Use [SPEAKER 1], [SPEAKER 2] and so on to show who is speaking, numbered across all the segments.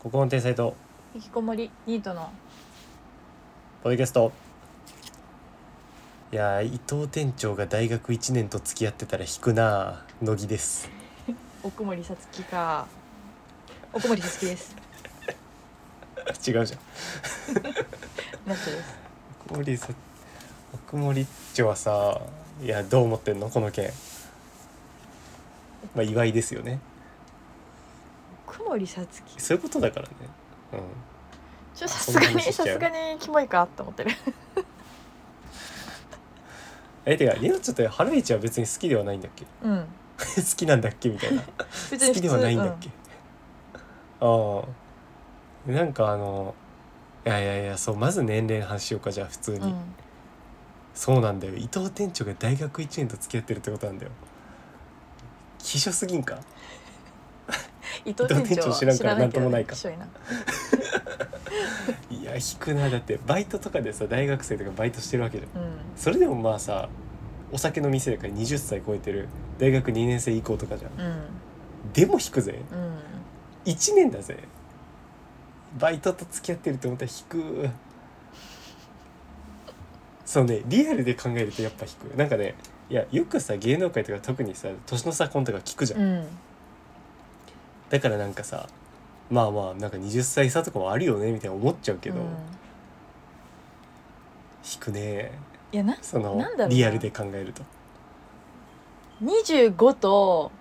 [SPEAKER 1] ここの天才と
[SPEAKER 2] 引きこもりニートの
[SPEAKER 1] ポッドキャストいやー伊藤店長が大学1年と付き合ってたら引くなー乃木です
[SPEAKER 2] 奥森さつきか奥森さつきです
[SPEAKER 1] 違うじゃん
[SPEAKER 2] ナットです
[SPEAKER 1] 奥森さ奥森っちょはさいやどう思ってんのこの件まあ祝いですよね
[SPEAKER 2] 奥森さつきちょ
[SPEAKER 1] そういうことだからねうん
[SPEAKER 2] っとさす
[SPEAKER 1] そ
[SPEAKER 2] が
[SPEAKER 1] んな
[SPEAKER 2] に
[SPEAKER 1] 話しちゃ
[SPEAKER 2] さ
[SPEAKER 1] う
[SPEAKER 2] すがにキモいかって思ってる
[SPEAKER 1] えてかりなちゃんってハライチは別に好きではないんだっけ
[SPEAKER 2] うん
[SPEAKER 1] 好きなんだっけみたいな
[SPEAKER 2] 別
[SPEAKER 1] 好きではないんだっけ、ああなんかあのいやいやいやそうまず年齢の話しようかじゃあ普通に、
[SPEAKER 2] うん、うん
[SPEAKER 1] そうなんだよ伊藤店長が大学1年と付き合ってるってことなんだよ希少すぎんか
[SPEAKER 2] 伊藤店長は
[SPEAKER 1] 伊藤店長知らんから
[SPEAKER 2] 知いけど
[SPEAKER 1] なんともない
[SPEAKER 2] ね
[SPEAKER 1] か
[SPEAKER 2] きしょいない
[SPEAKER 1] や引くなだってバイトとかでさ大学生とかバイトしてるわけじゃん
[SPEAKER 2] うん
[SPEAKER 1] それでもまあさお酒の店だから20歳超えてる大学2年生以降とかじゃん
[SPEAKER 2] うん
[SPEAKER 1] でも引くぜ
[SPEAKER 2] うん
[SPEAKER 1] 1年だぜバイトと付き合ってるって思ったら引くそうねリアルで考えるとやっぱ引くなんかねいやよくさ芸能界とか特にさ年の差婚とか聞くじゃん、
[SPEAKER 2] うん
[SPEAKER 1] だからなんかさまあまあなんか20歳差とかもあるよねみたいな思っちゃうけど、
[SPEAKER 2] うん
[SPEAKER 1] 引くね
[SPEAKER 2] いやな
[SPEAKER 1] その
[SPEAKER 2] なんだろうな
[SPEAKER 1] リアルで考えると
[SPEAKER 2] 25と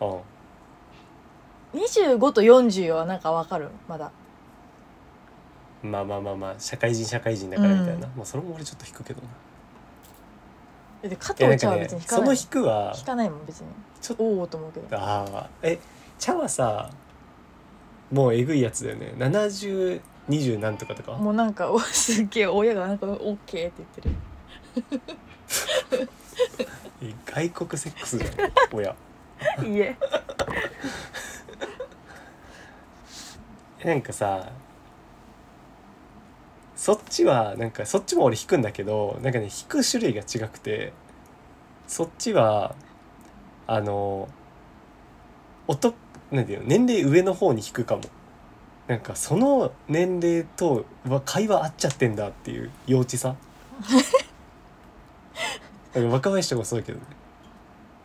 [SPEAKER 1] あ
[SPEAKER 2] 25と40はなんかわかるまだ
[SPEAKER 1] あまあまあまあまあ社会人社会人だからみたいな、
[SPEAKER 2] う
[SPEAKER 1] まあそれも俺ちょっと引くけどな
[SPEAKER 2] で加
[SPEAKER 1] いやな
[SPEAKER 2] 藤
[SPEAKER 1] ん
[SPEAKER 2] 茶
[SPEAKER 1] か
[SPEAKER 2] は
[SPEAKER 1] ね
[SPEAKER 2] 別に引か
[SPEAKER 1] そ
[SPEAKER 2] な
[SPEAKER 1] の
[SPEAKER 2] い
[SPEAKER 1] 引くは
[SPEAKER 2] 引かないもん別に
[SPEAKER 1] ちょっと
[SPEAKER 2] おおと思うけど
[SPEAKER 1] ああえ茶はさもうえぐいやつだよね7020なんとかとか
[SPEAKER 2] もうなんかおすっげえ親がなんか「オッケー」って言ってる
[SPEAKER 1] え外国セックスじ ゃんおや
[SPEAKER 2] いえ
[SPEAKER 1] えなんかさそっちはなんかそっちも俺引くんだけどなんかね引く種類が違くてそっちはあの男なんていうの年齢上の方に引くかもなんかその年齢とは会話合っちゃってんだっていう幼稚さなんか若林とかもそうだけどね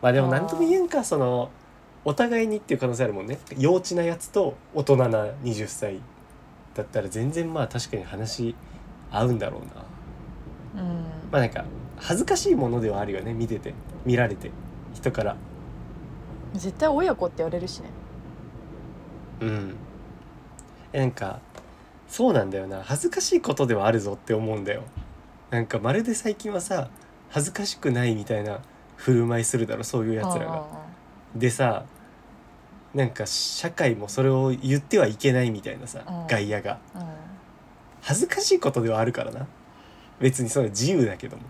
[SPEAKER 1] まあでも何とも言えんかそのお互いにっていう可能性あるもんね幼稚なやつと大人な20歳だったら全然まあ確かに話合うんだろうな
[SPEAKER 2] うん
[SPEAKER 1] まあなんか恥ずかしいものではあるよね見てて見られて人から
[SPEAKER 2] 絶対親子って言われるしね
[SPEAKER 1] うんえなんかそうなんだよな恥ずかしいことではあるぞって思うんだよなんかまるで最近はさ恥ずかしくないみたいな振る舞いするだろそういうやつらがでさなんか社会もそれを言ってはいけないみたいなさ、
[SPEAKER 2] うん
[SPEAKER 1] 外野が
[SPEAKER 2] うんうんうん
[SPEAKER 1] 恥ずかしいことではあるからな別にその自由だけども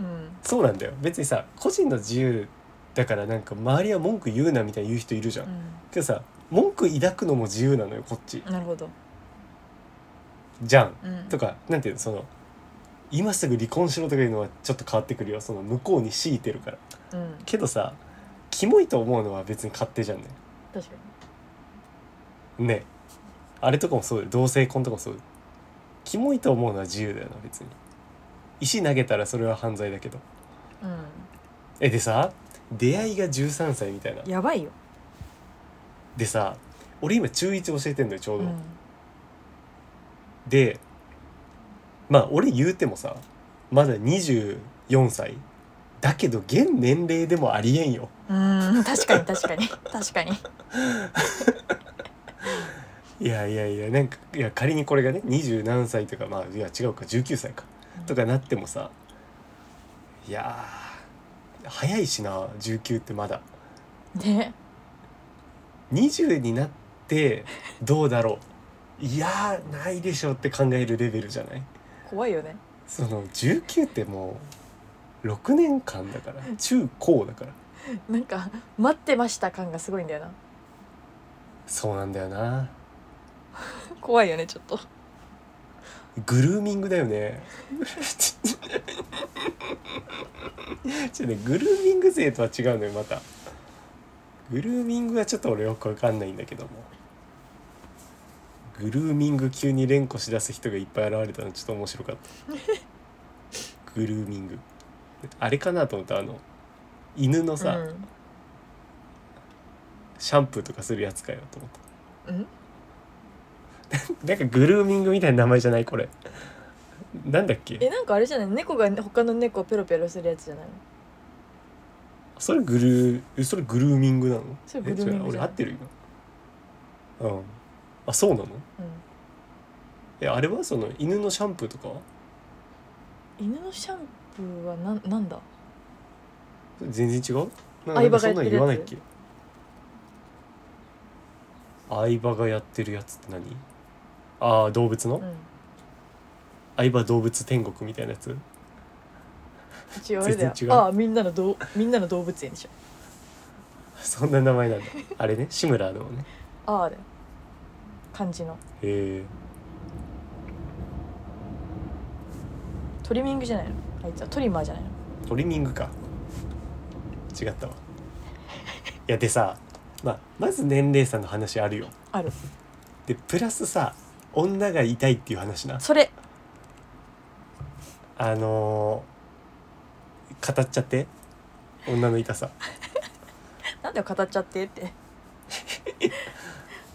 [SPEAKER 2] うん
[SPEAKER 1] そうなんだよ別にさ個人の自由だからなんか周りは文句言うなみたいに言う人いるじゃん、
[SPEAKER 2] う
[SPEAKER 1] けどさ文句抱くのも自由なのよこっち
[SPEAKER 2] んなるほど、
[SPEAKER 1] じゃん、
[SPEAKER 2] うん、
[SPEAKER 1] とかなんていうのその今すぐ離婚しろとかいうのはちょっと変わってくるよその向こうに強いてるから
[SPEAKER 2] うん
[SPEAKER 1] けどさキモいと思うのは別に勝手じゃんね
[SPEAKER 2] 確かに
[SPEAKER 1] ねあれとかもそうだよ同性婚とかもそうだよキモいと思うのは自由だよな別に石投げたらそれは犯罪だけど
[SPEAKER 2] う
[SPEAKER 1] えでさ出会いが13歳みたいなん
[SPEAKER 2] やばいよ、
[SPEAKER 1] でさ俺今中1教えてんのよちょう
[SPEAKER 2] う
[SPEAKER 1] ど、
[SPEAKER 2] ん、
[SPEAKER 1] でまあ俺言うてもさまだ24歳だけど現年齢でもありえんよ
[SPEAKER 2] うん確かに確かに確かに
[SPEAKER 1] いやいやいやなんかいや仮にこれがね20何歳とかまあいや違うか19歳かとかなってもさいやー早いしな19ってまだ
[SPEAKER 2] ね
[SPEAKER 1] 20になってどうだろういやーないでしょって考えるレベルじゃない
[SPEAKER 2] 怖いよね
[SPEAKER 1] その19ってもう6年間だから中高だから
[SPEAKER 2] なんか待ってました感がすごいんだよな
[SPEAKER 1] そうなんだよな
[SPEAKER 2] 怖いよねちょっと
[SPEAKER 1] グルーミングだよね ちょっとねグルーミング税とは違うのよまたグルーミングはちょっと俺よくわかんないんだけどもグルーミング急に連呼しだす人がいっぱい現れたのちょっと面白かったグルーミングあれかなと思ったあの犬のさ、
[SPEAKER 2] うん
[SPEAKER 1] シャンプーとかするやつかよと思った
[SPEAKER 2] うん、
[SPEAKER 1] なんかグルーミングみたいな名前じゃないこれなんだっけ
[SPEAKER 2] えなんかあれじゃない猫が他の猫をペロペロするやつじゃないの
[SPEAKER 1] それグルーそれグルーミングなの
[SPEAKER 2] それグルーミン
[SPEAKER 1] え違う
[SPEAKER 2] グじ
[SPEAKER 1] 俺
[SPEAKER 2] ゃ
[SPEAKER 1] 合
[SPEAKER 2] ない
[SPEAKER 1] ってる今うんあそうなのえあれはその犬のシャンプーとかは
[SPEAKER 2] うん、犬のシャンプーはなんなんだ
[SPEAKER 1] 全然違うなんかなん
[SPEAKER 2] 相
[SPEAKER 1] か
[SPEAKER 2] 葉
[SPEAKER 1] そ
[SPEAKER 2] が
[SPEAKER 1] んなん
[SPEAKER 2] やってる
[SPEAKER 1] 言
[SPEAKER 2] やつ
[SPEAKER 1] わないっけ相葉がやってるやつって何ああ動物の、
[SPEAKER 2] うん
[SPEAKER 1] 相葉動物天国みたいなやつ
[SPEAKER 2] 違うあれだよ
[SPEAKER 1] 全然違う
[SPEAKER 2] ああみんなのどうみんなの動物園でしょ
[SPEAKER 1] そんな名前なんだあれね志村のね
[SPEAKER 2] ああだよ漢字の
[SPEAKER 1] へえ
[SPEAKER 2] トリミングじゃないのあいつはトリマーじゃないの
[SPEAKER 1] トリミングか違ったわいやでさ、まあ、まず年齢差の話あるよ
[SPEAKER 2] ある
[SPEAKER 1] でプラスさ女が痛いっていう話な
[SPEAKER 2] それ
[SPEAKER 1] あのー語っちゃって女の痛さ
[SPEAKER 2] なんだよ語っちゃってって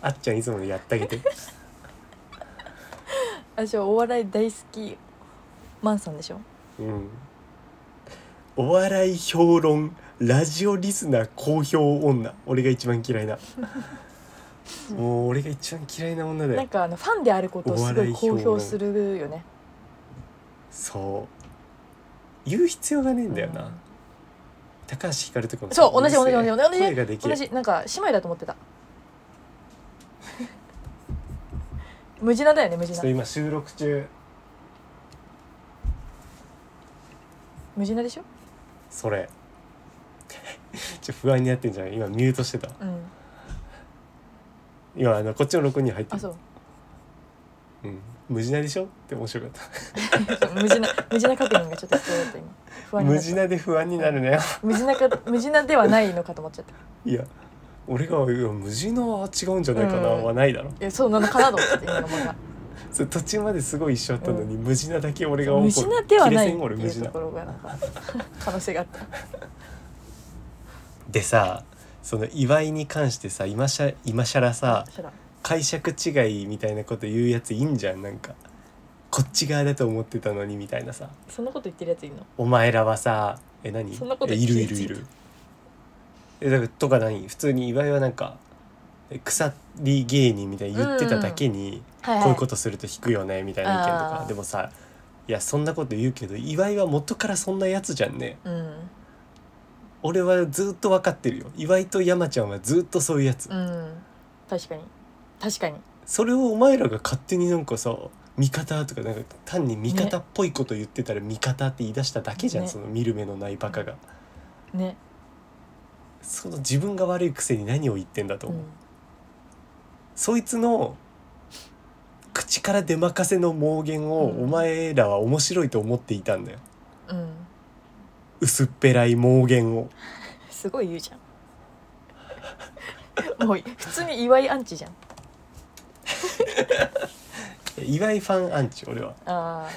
[SPEAKER 1] あっちゃんいつものやってあげて
[SPEAKER 2] 私はお笑い大好きマンさんでしょ
[SPEAKER 1] うんお笑い評論ラジオリスナー公表女俺が一番嫌いなもう俺が一番嫌いな女だよ
[SPEAKER 2] なんかあのファンであることをすごい公表するよね
[SPEAKER 1] そう言う必要がねえんだよな、
[SPEAKER 2] うん
[SPEAKER 1] 高橋ひかるとかも
[SPEAKER 2] そう同じ
[SPEAKER 1] う
[SPEAKER 2] 同
[SPEAKER 1] る
[SPEAKER 2] じ
[SPEAKER 1] せえ
[SPEAKER 2] 同じ同じ
[SPEAKER 1] 声ができ
[SPEAKER 2] 同
[SPEAKER 1] る
[SPEAKER 2] じなんか姉妹だと思ってた無地なだよね無
[SPEAKER 1] ち
[SPEAKER 2] 地
[SPEAKER 1] ょっ
[SPEAKER 2] な
[SPEAKER 1] と今収録中
[SPEAKER 2] 無地なでしょ
[SPEAKER 1] それ ちょ不安になってんじゃない今ミュートしてた
[SPEAKER 2] うん
[SPEAKER 1] 今あのこっちの録音に入って
[SPEAKER 2] あ
[SPEAKER 1] る
[SPEAKER 2] そう
[SPEAKER 1] うん、無地なでしょって面白かった
[SPEAKER 2] 無地な無地な確認がちょっと必要だった今不安に
[SPEAKER 1] 無
[SPEAKER 2] なった
[SPEAKER 1] 地なで不安になるね
[SPEAKER 2] 無地なか無地なではないのかと思っちゃった
[SPEAKER 1] いや俺がいや無地なは違うんじゃないかな、
[SPEAKER 2] うん
[SPEAKER 1] はないだろ
[SPEAKER 2] えそうなのかなと思っちゃった今のまま
[SPEAKER 1] それ途中まですごい一緒だったのに、無地なだけ俺が怒る
[SPEAKER 2] 無地なではない
[SPEAKER 1] 切
[SPEAKER 2] っ
[SPEAKER 1] れ
[SPEAKER 2] て
[SPEAKER 1] 線俺無
[SPEAKER 2] い
[SPEAKER 1] 地
[SPEAKER 2] うと
[SPEAKER 1] な
[SPEAKER 2] ころがなんか 可能性があった
[SPEAKER 1] でさその祝いに関してさ今しゃ今しゃらさ
[SPEAKER 2] そしたら
[SPEAKER 1] 解釈違いみたいなこと言うやついいんじゃんなんかこっち側だと思ってたのにみたいなさ
[SPEAKER 2] そんなこと言ってるやついるの
[SPEAKER 1] お前らはさえ何
[SPEAKER 2] そんなこと
[SPEAKER 1] え
[SPEAKER 2] 言
[SPEAKER 1] い
[SPEAKER 2] って
[SPEAKER 1] るいるいるえだからとか何普通に祝いはなんかえ腐り芸人みたいに言ってただけに、
[SPEAKER 2] はい
[SPEAKER 1] こういうことすると引くよねみたいな意見とか、
[SPEAKER 2] あー
[SPEAKER 1] でもさいやそんなこと言うけど祝いは元からそんなやつじゃんね
[SPEAKER 2] うん
[SPEAKER 1] 俺はずっと分かってるよ祝いと山ちゃんはずっとそういうやつ、
[SPEAKER 2] うん確かに確かに
[SPEAKER 1] それをお前らが勝手になんかさ味方とかなんか単に味方っぽいこと言ってたら味方って言い出しただけじゃん、
[SPEAKER 2] ね
[SPEAKER 1] その見る目のないバカが、
[SPEAKER 2] ね
[SPEAKER 1] その自分が悪いくせに何を言ってんだと
[SPEAKER 2] う
[SPEAKER 1] 思う、
[SPEAKER 2] ん
[SPEAKER 1] そいつの口から出まかせの妄言を
[SPEAKER 2] うん
[SPEAKER 1] お前らは面白いと思っていたんだよ
[SPEAKER 2] うん
[SPEAKER 1] 薄っぺらい妄言を
[SPEAKER 2] すごい言うじゃん もう普通に祝いアンチじゃん
[SPEAKER 1] 岩井ファンアンチ俺は
[SPEAKER 2] あ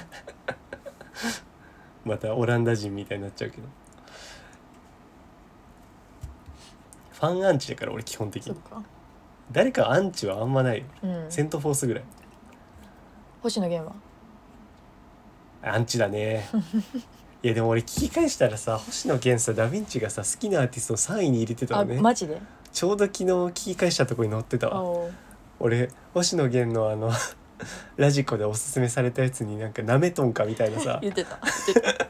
[SPEAKER 1] またオランダ人みたいになっちゃうけどファンアンチだから俺基本
[SPEAKER 2] ー
[SPEAKER 1] 的
[SPEAKER 2] そっ
[SPEAKER 1] に
[SPEAKER 2] か
[SPEAKER 1] 誰かアンチはあんまないよ
[SPEAKER 2] うん
[SPEAKER 1] セントフォースぐらい
[SPEAKER 2] 星野源は
[SPEAKER 1] アンチだね いやでも俺聞き返したらさ星野源さダヴィンチがさ好きなアーティストを3位に入れてた
[SPEAKER 2] あ
[SPEAKER 1] のね
[SPEAKER 2] マジで
[SPEAKER 1] ちょうど昨日聞き返したとこに載ってた
[SPEAKER 2] あ
[SPEAKER 1] わ
[SPEAKER 2] おー
[SPEAKER 1] 俺星野源のあの ラジコでおすすめされたやつになんかなめとんかみたいなさや
[SPEAKER 2] 言ってた言ってた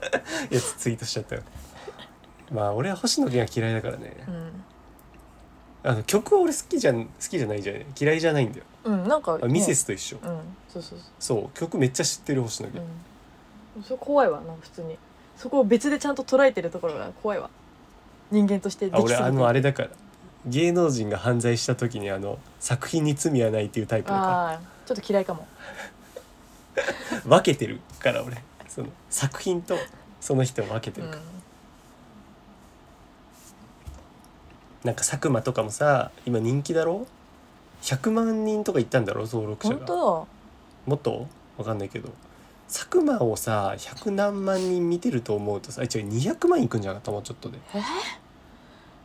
[SPEAKER 1] つツイートしちゃったよまあ俺は星野源は嫌いだからね
[SPEAKER 2] うん
[SPEAKER 1] あの曲は俺好きじゃん好きじゃないじゃない嫌いじゃないんだよ
[SPEAKER 2] うんなんか
[SPEAKER 1] あ
[SPEAKER 2] ね
[SPEAKER 1] ミセスと一緒
[SPEAKER 2] うんそうそうそ
[SPEAKER 1] そう曲めっちゃ知ってる星野
[SPEAKER 2] う
[SPEAKER 1] 源
[SPEAKER 2] うんそれ怖いわなんか普通にそこを別でちゃんと捉えてるところが怖いわ人間としてでき
[SPEAKER 1] あ
[SPEAKER 2] すぎ
[SPEAKER 1] 俺
[SPEAKER 2] て
[SPEAKER 1] あのあれだから芸能人が犯罪した時にあの作品に罪はないっていうタイプだか
[SPEAKER 2] あーちょっと嫌いかも
[SPEAKER 1] ら分けてるから俺その作品とその人を分けて
[SPEAKER 2] う
[SPEAKER 1] る
[SPEAKER 2] ん
[SPEAKER 1] から、なんか佐久間とかもさ今人気だろ100万人とか行ったんだろ登録者
[SPEAKER 2] 本
[SPEAKER 1] が
[SPEAKER 2] 当
[SPEAKER 1] もっとわかんないけど佐久間をさ100何万人見てると思うとさあ違う200万いくんじゃなかったもうちょっとで
[SPEAKER 2] え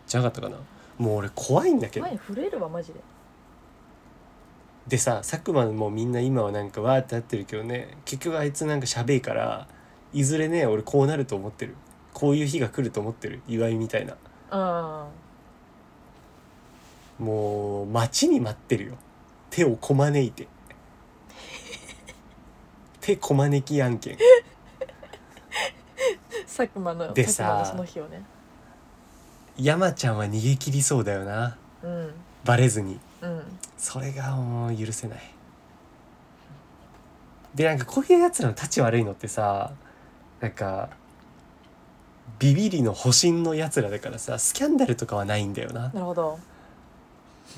[SPEAKER 1] じゃなかったかなもう俺怖いんだけど
[SPEAKER 2] 前震えるわマジで
[SPEAKER 1] でさ佐久間もみんな今はなんかわーってなってるけどね結局あいつなんかしゃべえからいずれね俺こうなると思ってるこういう日が来ると思ってる岩井みたいな
[SPEAKER 2] うん
[SPEAKER 1] もう待ちに待ってるよ手をこまねいて手こまねき案件
[SPEAKER 2] 佐久間の
[SPEAKER 1] で
[SPEAKER 2] 佐久間の
[SPEAKER 1] さ
[SPEAKER 2] その日をね
[SPEAKER 1] 山ちゃんは逃げ切りそうだよな
[SPEAKER 2] うん
[SPEAKER 1] バレずに
[SPEAKER 2] うん
[SPEAKER 1] それがもう許せないでなんかこういうやつらの立ち悪いのってさなんかビビりの保身のやつらだからさスキャンダルとかはないんだよな
[SPEAKER 2] なるほど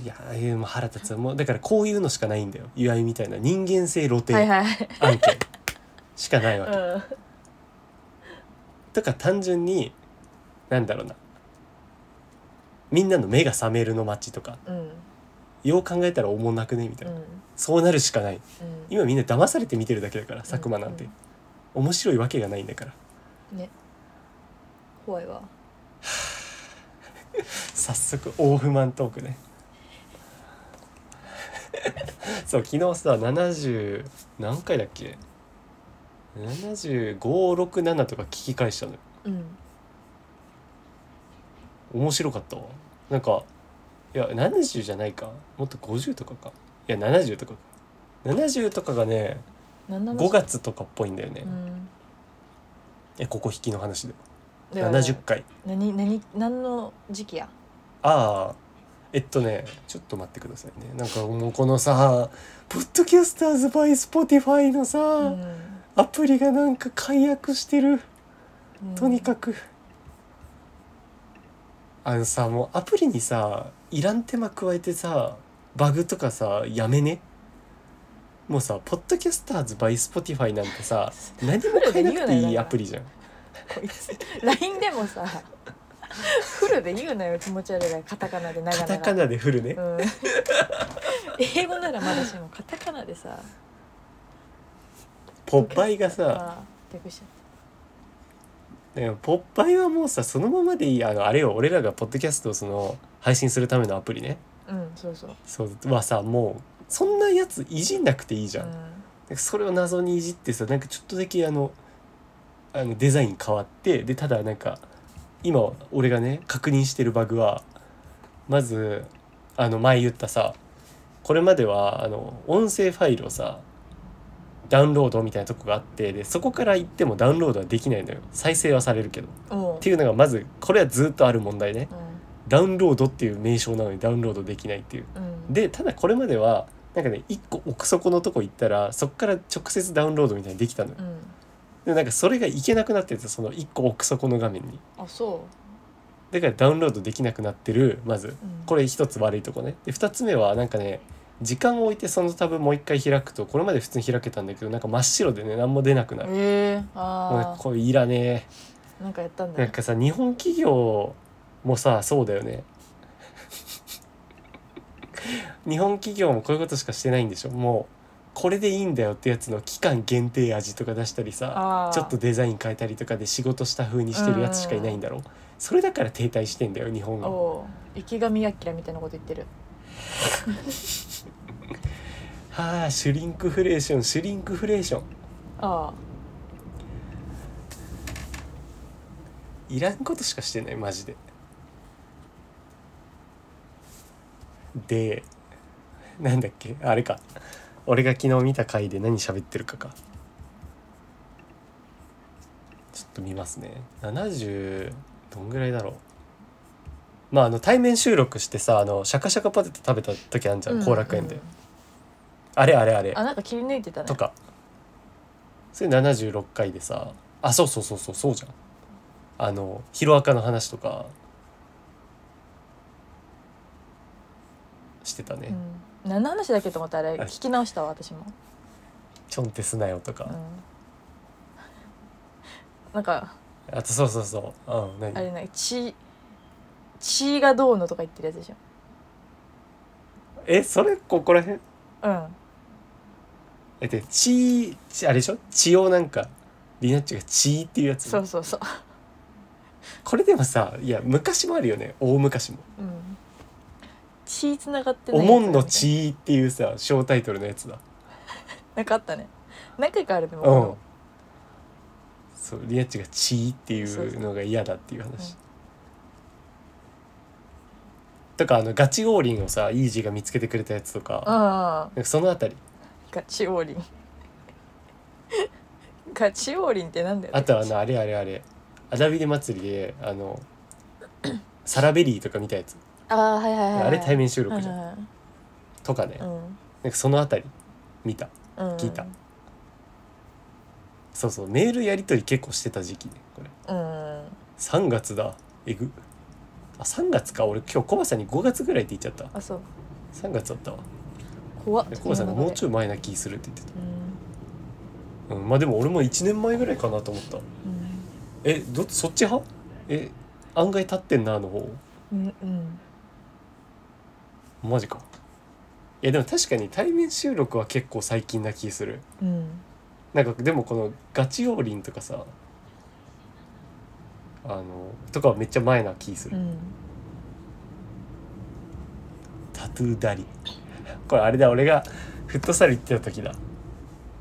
[SPEAKER 1] いやああいうもう腹立つもうだからこういうのしかないんだよ岩井みたいな人間性露
[SPEAKER 2] は
[SPEAKER 1] 呈
[SPEAKER 2] い はい
[SPEAKER 1] 案件しかないわ
[SPEAKER 2] う
[SPEAKER 1] け、
[SPEAKER 2] ん
[SPEAKER 1] とか単純になんだろうなみんなの目が覚めるの街とか
[SPEAKER 2] うん
[SPEAKER 1] よう考えたらおもんなくねみたいうな、
[SPEAKER 2] ん
[SPEAKER 1] そうなるしかない
[SPEAKER 2] うん
[SPEAKER 1] 今みんな騙されて見てるだけだから佐久間なんて、
[SPEAKER 2] うん
[SPEAKER 1] 面白いわけがないんだから
[SPEAKER 2] ね怖いわ
[SPEAKER 1] 早速大不満トーク ねそう昨日さ70何回だっけ75567とか聞き返したのよ
[SPEAKER 2] うん
[SPEAKER 1] 面白かったわなんかいや70じゃないかもっと50とかかいや70とかか70とかがね
[SPEAKER 2] 何なの
[SPEAKER 1] 5月とかっぽいんだよね、
[SPEAKER 2] うん
[SPEAKER 1] えここ引きの話で
[SPEAKER 2] だから
[SPEAKER 1] 70回
[SPEAKER 2] 何何何の時期や
[SPEAKER 1] ああえっとねちょっと待ってくださいねなんかもうこのさ「ポッドキャスターズ・バイ・スポティファイ」のさ、
[SPEAKER 2] うん
[SPEAKER 1] アプリがなんか解約してる
[SPEAKER 2] うん
[SPEAKER 1] とにかく、あのさもうアプリにさいらん手間加えてさバグとかさやめねもうさ「ポッドキャスターズ・バイ・スポティファイ」なんて さ何も変えなくていいアプリじゃん
[SPEAKER 2] こいつ LINE でもさフルで言うなよ気持ち悪いからカタカナで長
[SPEAKER 1] カ
[SPEAKER 2] 々
[SPEAKER 1] タカナでフルね、
[SPEAKER 2] うん、英語ならまだしもカタカナでさ
[SPEAKER 1] ポッパイがさ、
[SPEAKER 2] あー略しちゃっ
[SPEAKER 1] ねポッパイはもうさそのままでいいあのあれよ俺らがポッドキャストをその配信するためのアプリね
[SPEAKER 2] たうんそうそう
[SPEAKER 1] そうはさもうそんなやついじんなくていいじゃん、それを謎にいじってさなんかちょっとだけあのあのデザイン変わってでただなんか今俺がね確認してるバグはまずあの前言ったさこれまではあの音声ファイルをさダウンロードみたいなとこがあってでそこから行ってもダウンロードはできないのよ再生はされるけど。
[SPEAKER 2] うんおう
[SPEAKER 1] っていうのがまずこれはずっとある問題ね
[SPEAKER 2] う
[SPEAKER 1] ダウンロードっていう名称なのにダウンロードできないっていうん
[SPEAKER 2] うん
[SPEAKER 1] でただこれまではなんかね一個奥底のとこ行ったらそっから直接ダウンロードみたいにできたのよ
[SPEAKER 2] うん
[SPEAKER 1] でなんかそれがいけなくなっててその一個奥底の画面に
[SPEAKER 2] あそ
[SPEAKER 1] だからダウンロードできなくなってるまず
[SPEAKER 2] う、うん、
[SPEAKER 1] これ一つ悪いとこねで二つ目はなんかね時間を置いてそのタブもう一回開くとこれまで普通に開けたんだけどなんか真っ白でね何も出なくなる
[SPEAKER 2] えー、
[SPEAKER 1] もうなんか
[SPEAKER 2] あ
[SPEAKER 1] これいらねえ
[SPEAKER 2] ーなんかやったんだ
[SPEAKER 1] なんかさ日本企業もさそうだよね 日本企業もこういうことしかしてないんでしょもうこれでいいんだよってやつの期間限定味とか出したりさ
[SPEAKER 2] あー
[SPEAKER 1] ちょっとデザイン変えたりとかで仕事した風にしてるやつしかいないんだろそれだから停滞してんだよ日本が
[SPEAKER 2] おう池上彰みたいなこと言ってる
[SPEAKER 1] はあシュリンクフレーションシュリンクフレーション
[SPEAKER 2] あ
[SPEAKER 1] いらんことしかしてないマジででなんだっけあれか俺が昨日見た回で何喋ってるかかちょっと見ますね70どんぐらいだろうまああの対面収録してさあのシャカシャカポテト食べた時あんじ
[SPEAKER 2] あ
[SPEAKER 1] ゃん後、楽園で、
[SPEAKER 2] うん
[SPEAKER 1] あれあれあれ
[SPEAKER 2] あなんか切り抜いてたね
[SPEAKER 1] とかそれ76回でさあそうそうそうそうそうじゃんあのヒロアカの話とかしてたね、
[SPEAKER 2] うん、何の話だっけと思ったあれ聞き直したわ私も
[SPEAKER 1] ちょんってすなよと
[SPEAKER 2] う
[SPEAKER 1] か、
[SPEAKER 2] んなんか
[SPEAKER 1] あとそうそうそううん
[SPEAKER 2] あ
[SPEAKER 1] 何
[SPEAKER 2] れな血血がどうのとか言ってるやつでしょ
[SPEAKER 1] えそれここら辺
[SPEAKER 2] うん
[SPEAKER 1] えで血血あれでしょ血をなんかリナッチが血っていうやつ
[SPEAKER 2] そうそうそう
[SPEAKER 1] これでもさいや昔もあるよね大昔も
[SPEAKER 2] うん血つなが
[SPEAKER 1] 「
[SPEAKER 2] って
[SPEAKER 1] お
[SPEAKER 2] やつ
[SPEAKER 1] もんの血」っていうさ小タイトルのやつだ
[SPEAKER 2] なんかあったね何回かあるでも、
[SPEAKER 1] うんそうリナッチが「血」っていうのが嫌だっていう
[SPEAKER 2] そうそ
[SPEAKER 1] 話とかあのガチ王林をさイージーが見つけてくれたやつとかなん
[SPEAKER 2] ああ
[SPEAKER 1] かそのあたり
[SPEAKER 2] ガチ王林 ガチ王林ってなんだよ、ね、
[SPEAKER 1] あとはあのあれあれあれアダビデ祭りであのサラベリーとか見たやつ
[SPEAKER 2] ああはいはいはい、はい、
[SPEAKER 1] あれ対面収
[SPEAKER 2] は
[SPEAKER 1] 録
[SPEAKER 2] い
[SPEAKER 1] じゃん
[SPEAKER 2] は
[SPEAKER 1] とかね
[SPEAKER 2] いうん
[SPEAKER 1] なんかそのあたり見た
[SPEAKER 2] うん
[SPEAKER 1] 聞いたそうそうメールやり取り結構してた時期ねこれ
[SPEAKER 2] うん
[SPEAKER 1] 3月だえぐあ3月か俺今日コバさんに5月ぐらいって言っちゃった
[SPEAKER 2] あそう
[SPEAKER 1] 3月だったわ
[SPEAKER 2] 怖っ
[SPEAKER 1] コバさんがもうち
[SPEAKER 2] ょい
[SPEAKER 1] ょい前な気するって言って
[SPEAKER 2] う
[SPEAKER 1] た、
[SPEAKER 2] ん、
[SPEAKER 1] うん、まあでも俺も1年前ぐらいかなと思ったえどそっち派え案外経ってんなあの方
[SPEAKER 2] うんうん
[SPEAKER 1] マジかいやでも確かに対面収録は結構最近な気する
[SPEAKER 2] うん
[SPEAKER 1] なんかでもこのガチ王林とかさあのとかはめっちゃ前な気す
[SPEAKER 2] う
[SPEAKER 1] る、
[SPEAKER 2] ん
[SPEAKER 1] タトゥーダリこれあれだ俺がフットサル行ってた時だ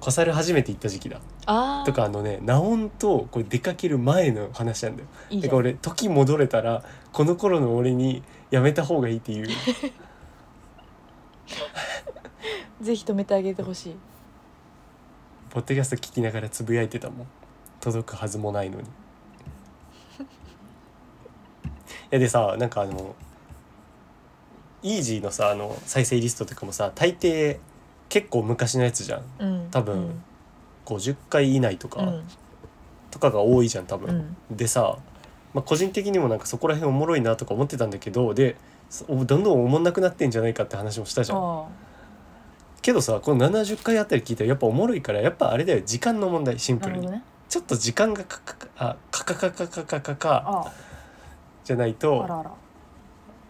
[SPEAKER 1] 小猿初めて行った時期だ
[SPEAKER 2] ああ
[SPEAKER 1] とかあのねナオンとこれ出かける前の話なんだよ
[SPEAKER 2] いいじ
[SPEAKER 1] だか
[SPEAKER 2] ゃ
[SPEAKER 1] ら
[SPEAKER 2] ん
[SPEAKER 1] 俺時戻れたらこの頃の俺にやめた方がいいっていう
[SPEAKER 2] ぜひ止めてあげてほしい
[SPEAKER 1] ポッドキャスト聞きながらつぶやいてたもん届くはずもないのにいやでさなんかあのイージーのさあの再生リストとかもさ大抵結構昔のやつじゃん
[SPEAKER 2] うん
[SPEAKER 1] 多分50回以内とか、
[SPEAKER 2] うんうん
[SPEAKER 1] とかが多いじゃん多
[SPEAKER 2] う
[SPEAKER 1] 分、
[SPEAKER 2] ん
[SPEAKER 1] でさ、まあ、個人的にもなんかそこら辺おもろいなとか思ってたんだけどでそどんどんおもんなくなってんじゃないかって話もしたじゃん
[SPEAKER 2] あ
[SPEAKER 1] けどさこの70回あたり聞いたらやっぱおもろいからやっぱあれだよ時間の問題シン
[SPEAKER 2] あな
[SPEAKER 1] プ
[SPEAKER 2] る
[SPEAKER 1] ル
[SPEAKER 2] ほ
[SPEAKER 1] に、
[SPEAKER 2] どね
[SPEAKER 1] ちょっと時間がかかかあかかかかかかかか
[SPEAKER 2] あ
[SPEAKER 1] じゃない
[SPEAKER 2] ああ
[SPEAKER 1] と
[SPEAKER 2] らあら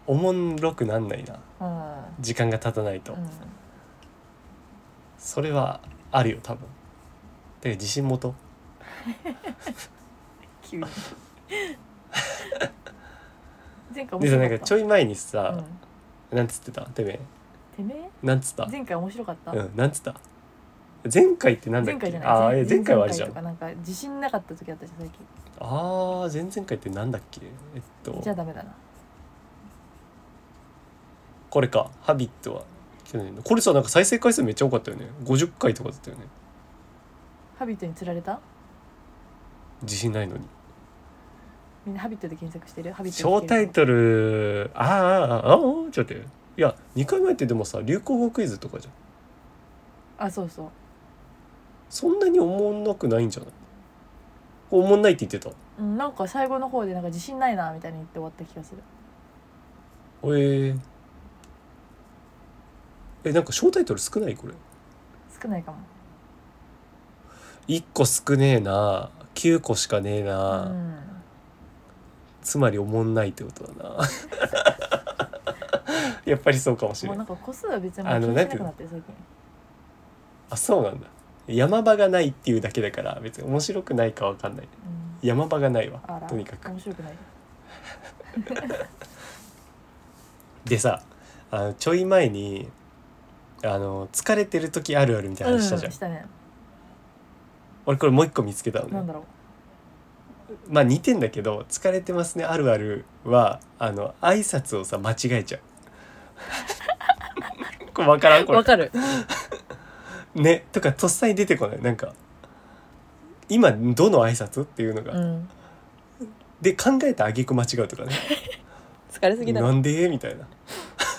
[SPEAKER 1] おもんろくなんないな
[SPEAKER 2] うん
[SPEAKER 1] 時間が経たないと、
[SPEAKER 2] うん
[SPEAKER 1] それはあるよ多分だから自信持とう
[SPEAKER 2] 急に 前回面
[SPEAKER 1] でさなん
[SPEAKER 2] 白かっ
[SPEAKER 1] か
[SPEAKER 2] た
[SPEAKER 1] ちょい前に
[SPEAKER 2] う
[SPEAKER 1] さ
[SPEAKER 2] ん、
[SPEAKER 1] なんつってたてめえ
[SPEAKER 2] てめえ
[SPEAKER 1] なんつった
[SPEAKER 2] 前回面白かった、
[SPEAKER 1] うん、なんつった前回ってなんだっけ
[SPEAKER 2] 前回じゃない
[SPEAKER 1] ああ
[SPEAKER 2] 前
[SPEAKER 1] え前回はあれじゃ
[SPEAKER 2] 前
[SPEAKER 1] んあ
[SPEAKER 2] 々回とかなんか自信なかった時あったじゃん最近
[SPEAKER 1] あー前々回ってなんだっけえっと
[SPEAKER 2] じゃあダメだな
[SPEAKER 1] これか「ハビットは去年のこれさなんか再生回数めっちゃ多かったよね50回とかだったよね
[SPEAKER 2] ハビットに釣られた
[SPEAKER 1] 自信ないのに
[SPEAKER 2] みんなハビットで検索してるハビット
[SPEAKER 1] 小タイトルあーあーあーあーちょっと待っていや2回前ってでもさ流行語クイズとかじゃん
[SPEAKER 2] あそうそう
[SPEAKER 1] そんなにおもんなくないんじゃないおもんないって言ってた
[SPEAKER 2] うんなんか最後の方でなんか自信ないなみたいに言って終わった気がする
[SPEAKER 1] えー、えなんか小タイトル少ないこれ
[SPEAKER 2] 少ないかも
[SPEAKER 1] 1個少ねえな9個しかねえな、
[SPEAKER 2] うん
[SPEAKER 1] つまりおもんないってことだな やっぱりそうかもし
[SPEAKER 2] も
[SPEAKER 1] れ
[SPEAKER 2] う
[SPEAKER 1] な
[SPEAKER 2] ないんか個数は別にもう
[SPEAKER 1] あ
[SPEAKER 2] 気
[SPEAKER 1] の
[SPEAKER 2] にし
[SPEAKER 1] なん
[SPEAKER 2] な
[SPEAKER 1] ていう
[SPEAKER 2] く
[SPEAKER 1] の
[SPEAKER 2] なってる最近
[SPEAKER 1] あそうなんだ山場がないっていうだけだから別に面白くないかわかんない
[SPEAKER 2] うん
[SPEAKER 1] 山場がないわ
[SPEAKER 2] あら
[SPEAKER 1] とにかく
[SPEAKER 2] 面白くない
[SPEAKER 1] でさあのちょい前にあの疲れてる時あるあるみたいな話したじゃん、
[SPEAKER 2] したね
[SPEAKER 1] 俺これもう一個見つけたの
[SPEAKER 2] な
[SPEAKER 1] ね
[SPEAKER 2] んだろう
[SPEAKER 1] まあ似てんだけど「疲れてますねあるあるは」あの挨拶をさ間違えちゃう これ分からんこれ
[SPEAKER 2] わかる
[SPEAKER 1] ねとかとっさに出てこないなんか今どの挨拶っていうのが、
[SPEAKER 2] うん
[SPEAKER 1] で考えた挙句間違うとかね
[SPEAKER 2] 疲れすぎだ
[SPEAKER 1] な
[SPEAKER 2] ろ
[SPEAKER 1] んでみたいな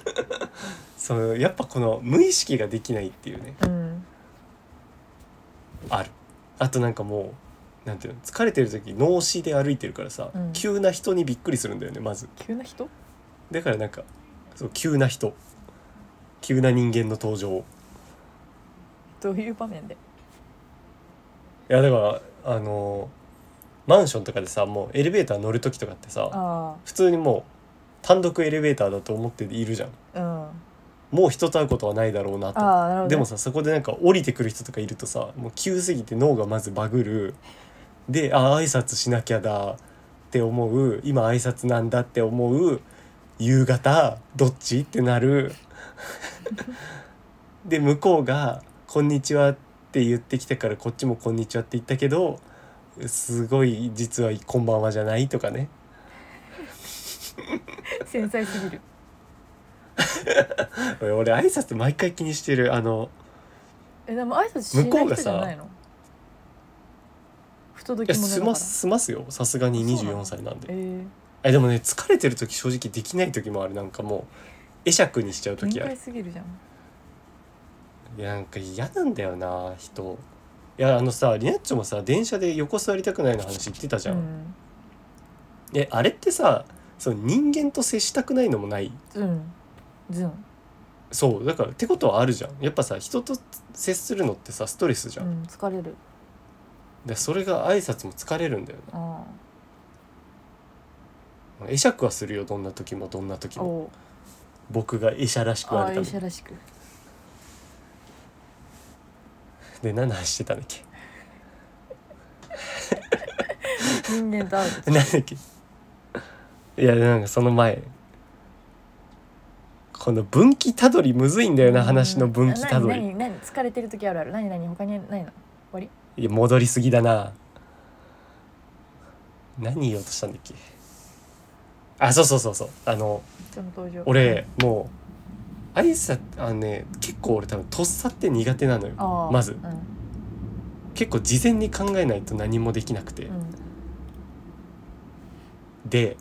[SPEAKER 1] そのやっぱこの無意識ができないっていうね
[SPEAKER 2] うん
[SPEAKER 1] あるあとなんかもうなんていうの疲れてる時脳死で歩いてるからさ、
[SPEAKER 2] うん
[SPEAKER 1] 急な人にびっくりするんだよねまず
[SPEAKER 2] 急な人
[SPEAKER 1] だからなんかそう急な人急な人間の登場
[SPEAKER 2] どういう場面で
[SPEAKER 1] いやだからあのマンションとかでさもうエレベーター乗る時とかってさ、
[SPEAKER 2] あ
[SPEAKER 1] 普通にもう単独エレベーターだと思っているじゃん
[SPEAKER 2] あうん
[SPEAKER 1] もう人と会うことはないだろうなと
[SPEAKER 2] ああなるほどね
[SPEAKER 1] でもさそこでなんか降りてくる人とかいるとさもう急すぎて脳がまずバグるであ挨拶しなきゃだって思う今挨拶なんだって思う夕方どっちってなるで向こうが「こんにちは」って言ってきたからこっちも「こんにちは」って言ったけどすごい実は「こんばんは」じゃないとかね
[SPEAKER 2] 繊細すぎる
[SPEAKER 1] 俺俺挨拶毎回気にしてるあの
[SPEAKER 2] えでも挨拶しない人じゃないの不
[SPEAKER 1] いや
[SPEAKER 2] 届き者
[SPEAKER 1] 済
[SPEAKER 2] だか
[SPEAKER 1] ま
[SPEAKER 2] ら
[SPEAKER 1] す済ますよさすがに
[SPEAKER 2] あそうな
[SPEAKER 1] 24
[SPEAKER 2] の
[SPEAKER 1] 歳なんで
[SPEAKER 2] え。ー、
[SPEAKER 1] えでもね疲れてる時正直できない時もあるなんかもう会釈にしちゃう
[SPEAKER 2] 限
[SPEAKER 1] 時あ
[SPEAKER 2] 界
[SPEAKER 1] る
[SPEAKER 2] すぎるじゃん
[SPEAKER 1] いやなんか嫌なんだよな人いやあのさリナッチョもさ電車で横座りたくないの話言ってたじゃん、
[SPEAKER 2] うん、
[SPEAKER 1] えあれってさその人間と接したくないのもない
[SPEAKER 2] ズンズン
[SPEAKER 1] そうだからってことはあるじゃんやっぱさ人と接するのってさストレスじ
[SPEAKER 2] う
[SPEAKER 1] ゃん、
[SPEAKER 2] ん疲れる
[SPEAKER 1] でそれが挨拶も疲れるんだよ
[SPEAKER 2] あ
[SPEAKER 1] な会釈はするよどんな時もどんな時
[SPEAKER 2] あ
[SPEAKER 1] も
[SPEAKER 2] おう
[SPEAKER 1] 僕が医者らしく
[SPEAKER 2] あ
[SPEAKER 1] あ
[SPEAKER 2] あ
[SPEAKER 1] るため
[SPEAKER 2] 医
[SPEAKER 1] に
[SPEAKER 2] 者らしく
[SPEAKER 1] で何話してたんだっけ
[SPEAKER 2] 人間と会う時
[SPEAKER 1] なんだっけいやなんかその前この分岐たどりむずいんだよな話の分岐たど
[SPEAKER 2] うん
[SPEAKER 1] り
[SPEAKER 2] 何何何疲れてる時あるある何何他にないの
[SPEAKER 1] いや戻りすぎだな何言おうとしたんだっけあそうそうそうそうあの
[SPEAKER 2] 人の登場
[SPEAKER 1] 俺もう挨拶あのね結構俺多分とっさって苦手なのよ
[SPEAKER 2] ああ
[SPEAKER 1] まず
[SPEAKER 2] うん
[SPEAKER 1] 結構事前に考えないと何もできなくて、
[SPEAKER 2] うん
[SPEAKER 1] で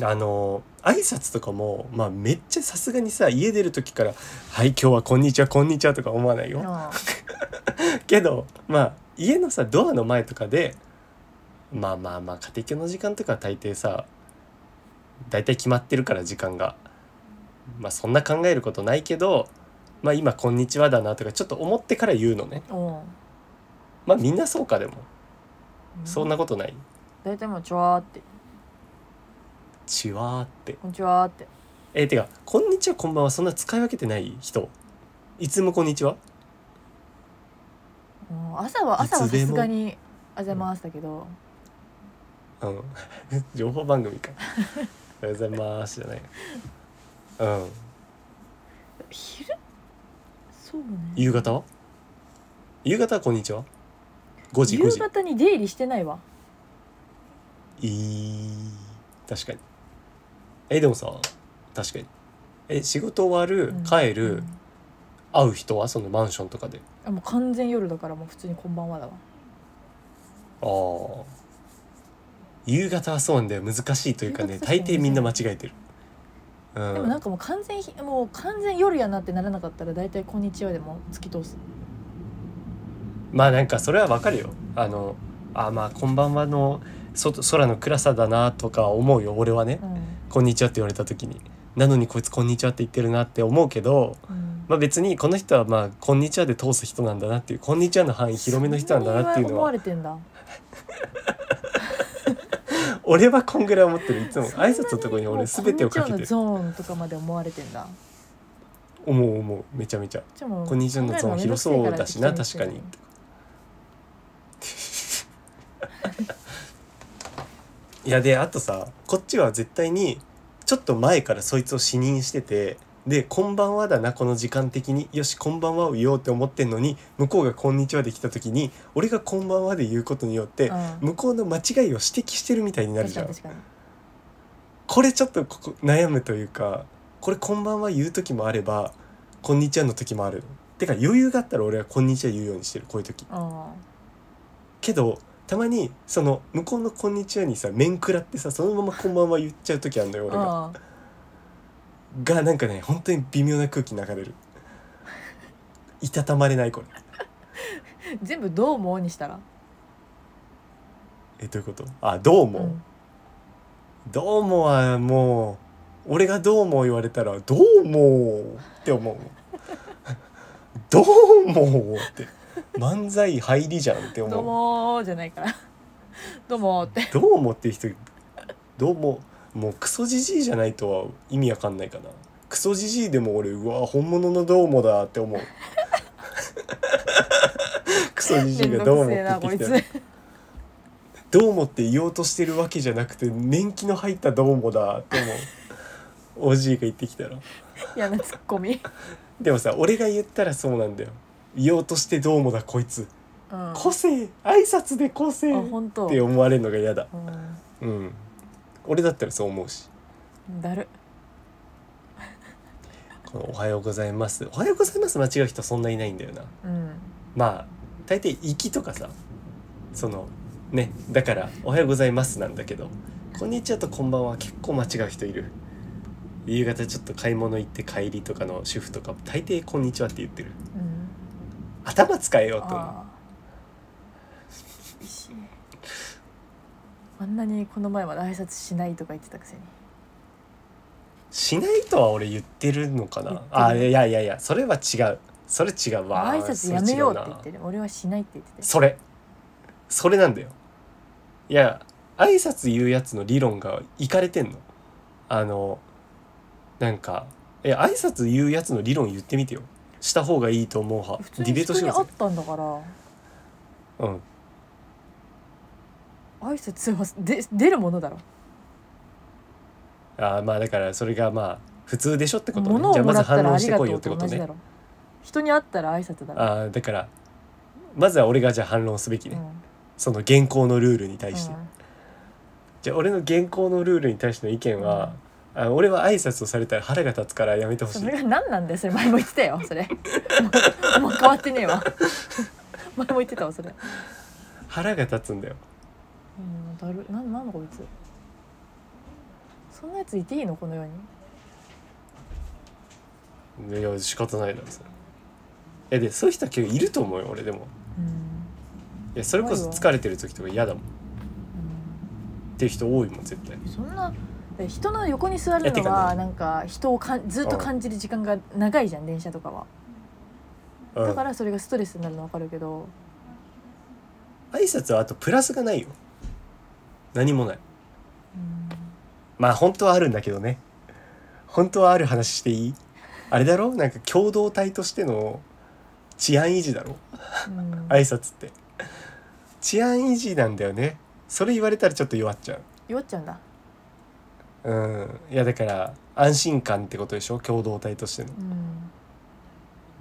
[SPEAKER 1] あの挨拶とかも、まあ、めっちゃさすがにさ家出る時から「はい今日はこんにちはこんにちは」とか思わないよ。
[SPEAKER 2] ああ
[SPEAKER 1] けどまあ家のさドアの前とかでまあまあまあ家庭教の時間とかは大抵さ大体決まってるから時間が。まあそんな考えることないけどまあ今「こんにちは」だなとかちょっと思ってから言うのね。
[SPEAKER 2] おう
[SPEAKER 1] まあみんなそうかでもそんなことない。
[SPEAKER 2] 大体もう「ちわ」って
[SPEAKER 1] ちわーって
[SPEAKER 2] 「こんにちは」って
[SPEAKER 1] えー、てか「こんにちはこんばんは」そんな使い分けてない人いつも「こんにちは
[SPEAKER 2] うん朝はい
[SPEAKER 1] つで
[SPEAKER 2] 朝
[SPEAKER 1] も
[SPEAKER 2] はさすがに「あざいます」だけど」
[SPEAKER 1] うん 情報番組か「おはようございます」じゃないうん
[SPEAKER 2] 昼そうね
[SPEAKER 1] 夕方は夕方は「こんにちは」5時5
[SPEAKER 2] 夕
[SPEAKER 1] 時
[SPEAKER 2] 方に出入りしてないわ
[SPEAKER 1] いい確かにえでもさ確かにえ仕事終わる
[SPEAKER 2] うん
[SPEAKER 1] 帰る、
[SPEAKER 2] うん
[SPEAKER 1] 会う人はそのマンションとかで
[SPEAKER 2] あもう完全夜だからもう普通に「こんばんは」だわ
[SPEAKER 1] ああ夕方はそうなんだよ難しいというかね
[SPEAKER 2] 夕方確
[SPEAKER 1] 大
[SPEAKER 2] かに
[SPEAKER 1] 抵みんな間違えてるう
[SPEAKER 2] でもなんかもう完全ひもう完全夜やなってならなかったら大体「こんにちは」でも突き通す
[SPEAKER 1] まあなんかそれはわかるよあのあまあこんばんはのそ空の暗さだなとか思うよ俺はね
[SPEAKER 2] うん
[SPEAKER 1] こんにちはって言われた時になのにこいつこんにちはって言ってるなって思うけど
[SPEAKER 2] うん
[SPEAKER 1] まあ別にこの人はまあこんにちはで通す人なんだなっていうこんにちはの範囲広めの人なんだなっていうの
[SPEAKER 2] 思わ
[SPEAKER 1] は
[SPEAKER 2] れてんだ
[SPEAKER 1] 俺はこんぐらい思ってるいつも
[SPEAKER 2] そんな
[SPEAKER 1] 挨拶のところに俺全てをかけてる
[SPEAKER 2] もうこんにちはのゾーンとかまで思われてんだ
[SPEAKER 1] 思う思うめちゃめちゃ
[SPEAKER 2] じゃあもう
[SPEAKER 1] こんにちはのゾーン広そうだしな
[SPEAKER 2] 考えるの
[SPEAKER 1] 確か
[SPEAKER 2] めんどくせえらって気にして
[SPEAKER 1] に
[SPEAKER 2] る。
[SPEAKER 1] いやであとさこっちは絶対にちょっと前からそいつを視認しててで「こんばんは」だなこの時間的によし「こんばんは」を言おうって思ってんのに向こうが「こんにちは」できた時に俺が「こんばんは」で言うことによって
[SPEAKER 2] うん
[SPEAKER 1] 向こうの間違いを指摘してるみたいになる
[SPEAKER 2] 確
[SPEAKER 1] じゃ
[SPEAKER 2] かに
[SPEAKER 1] ん。
[SPEAKER 2] 確かに
[SPEAKER 1] これちょっとここ悩むというかこれ「こんばんは」言う時もあれば「こんにちは」の時もある。てか余裕があったら俺は「こんにちは」言うようにしてるこういう時。
[SPEAKER 2] あ
[SPEAKER 1] けどたまにその向こうの「こんにちは」にさ面食らってさそのまま「こんばんは」言っちゃう時あるのよ
[SPEAKER 2] ー
[SPEAKER 1] 俺が。
[SPEAKER 2] あー
[SPEAKER 1] がなんかね本当に微妙な空気流れる。いたたまれないこれ。
[SPEAKER 2] 全部「どうも」にしたら
[SPEAKER 1] えどういうことあどうも、
[SPEAKER 2] うん
[SPEAKER 1] どうもはもう俺がどうも言われたらどうもって思う。どうもって漫才入りじゃんって思う。
[SPEAKER 2] どうもーじゃないから。 どうもーって。
[SPEAKER 1] どうもっていう人どうももうクソじじいじゃないとは意味わかんないかなクソじじいでも俺うわ本物のどうもだって思うクソじじい
[SPEAKER 2] めん
[SPEAKER 1] が
[SPEAKER 2] ど
[SPEAKER 1] どう
[SPEAKER 2] く
[SPEAKER 1] も
[SPEAKER 2] せえな
[SPEAKER 1] って
[SPEAKER 2] こ
[SPEAKER 1] 言っ
[SPEAKER 2] い
[SPEAKER 1] て
[SPEAKER 2] つ
[SPEAKER 1] きたらどうもって言おうとしてるわけじゃなくて年季の入ったどうもだって思うおじいが言ってきたら
[SPEAKER 2] 嫌なツッコミ、
[SPEAKER 1] でもさ俺が言ったらそうなんだよ言おうとしてどうもだこいつ
[SPEAKER 2] うん、あ
[SPEAKER 1] 個性挨拶で個性っ
[SPEAKER 2] 本当
[SPEAKER 1] て思われるのが嫌だ
[SPEAKER 2] う
[SPEAKER 1] うん俺だったらそう思うし
[SPEAKER 2] んだる
[SPEAKER 1] このおはようございますおはようございます間違う人そんないないんだよな
[SPEAKER 2] うん
[SPEAKER 1] まあ大抵「行き」とかさそのねだから「おはようございます」なんだけど「こんにちは」と「こんばんは」結構間違う人いる夕方ちょっと買い物行って帰りとかの主婦とか大抵「こんにちは」って言ってる
[SPEAKER 2] うん
[SPEAKER 1] 頭使えようと思
[SPEAKER 2] あー厳しいあんなにこの前まで挨拶しないとか言ってたくせに
[SPEAKER 1] うしないとは俺言ってるのか
[SPEAKER 2] 言
[SPEAKER 1] な
[SPEAKER 2] ってる
[SPEAKER 1] あいやいやいやそれは違うそれ違うわ
[SPEAKER 2] 挨拶やめようって言っ
[SPEAKER 1] それ違
[SPEAKER 2] てる俺はしないって言って
[SPEAKER 1] な
[SPEAKER 2] て
[SPEAKER 1] それそれなんだよいや挨拶言うやつの理論がいかれてんのあのなんかえ挨拶言うやつの理論言ってみてよした方がいいと思う派
[SPEAKER 2] 普通
[SPEAKER 1] ディベ
[SPEAKER 2] に
[SPEAKER 1] ート
[SPEAKER 2] 人
[SPEAKER 1] し
[SPEAKER 2] に
[SPEAKER 1] よ
[SPEAKER 2] 会
[SPEAKER 1] う
[SPEAKER 2] っ
[SPEAKER 1] ぜ
[SPEAKER 2] たんだから
[SPEAKER 1] うん
[SPEAKER 2] 挨拶はで出るものだろ
[SPEAKER 1] あーまあだからそれがまあ普通でしょってこと
[SPEAKER 2] 物
[SPEAKER 1] ね
[SPEAKER 2] を
[SPEAKER 1] じゃあ
[SPEAKER 2] も
[SPEAKER 1] ま
[SPEAKER 2] ら
[SPEAKER 1] ず
[SPEAKER 2] った
[SPEAKER 1] 反
[SPEAKER 2] ら
[SPEAKER 1] 応
[SPEAKER 2] あ
[SPEAKER 1] して
[SPEAKER 2] りがと
[SPEAKER 1] こいよ
[SPEAKER 2] う
[SPEAKER 1] って
[SPEAKER 2] と
[SPEAKER 1] こ
[SPEAKER 2] 同
[SPEAKER 1] と
[SPEAKER 2] じだ
[SPEAKER 1] ね
[SPEAKER 2] ろ人に会ったら挨拶だろ
[SPEAKER 1] あーだからまずは俺がじゃあ反論すべき
[SPEAKER 2] う
[SPEAKER 1] ね、
[SPEAKER 2] ん
[SPEAKER 1] その現行のルールに対して、
[SPEAKER 2] うん
[SPEAKER 1] じゃあ俺の現行のルールに対しての意見は、あ俺は挨拶をされたら腹が立つからやめてほしい
[SPEAKER 2] それが何なんだよそれ前も言ってたよそれ もうもう変わってねえわ 前も言ってたわそれ
[SPEAKER 1] 腹が立つんだよ
[SPEAKER 2] うんだるなんなんだこいつそんなやついていいのこの世に
[SPEAKER 1] いや仕方ないだろそれえでそういう人は結構いると思うよ俺でも
[SPEAKER 2] うん
[SPEAKER 1] いやそれこそ疲れてる時とか嫌だもんっていう人多いもん絶対
[SPEAKER 2] そんなえ人の横に座る
[SPEAKER 1] えて
[SPEAKER 2] の
[SPEAKER 1] か
[SPEAKER 2] はなんか人をかんずっと感じる時間が長いじゃん電車とかは
[SPEAKER 1] うん
[SPEAKER 2] だからそれがストレスになるの分かるけど
[SPEAKER 1] 挨拶はあとプラスがないよ何もない
[SPEAKER 2] うん
[SPEAKER 1] まあ本当はあるんだけどね本当はある話していいあれだろなんか共同体としての治安維持だろ
[SPEAKER 2] うん
[SPEAKER 1] 挨拶って治安維持なんだよねそれ言われたらちょっと弱っちゃう
[SPEAKER 2] 弱っちゃうんだ
[SPEAKER 1] うんいやだから安心感ってことでしょ共同体としての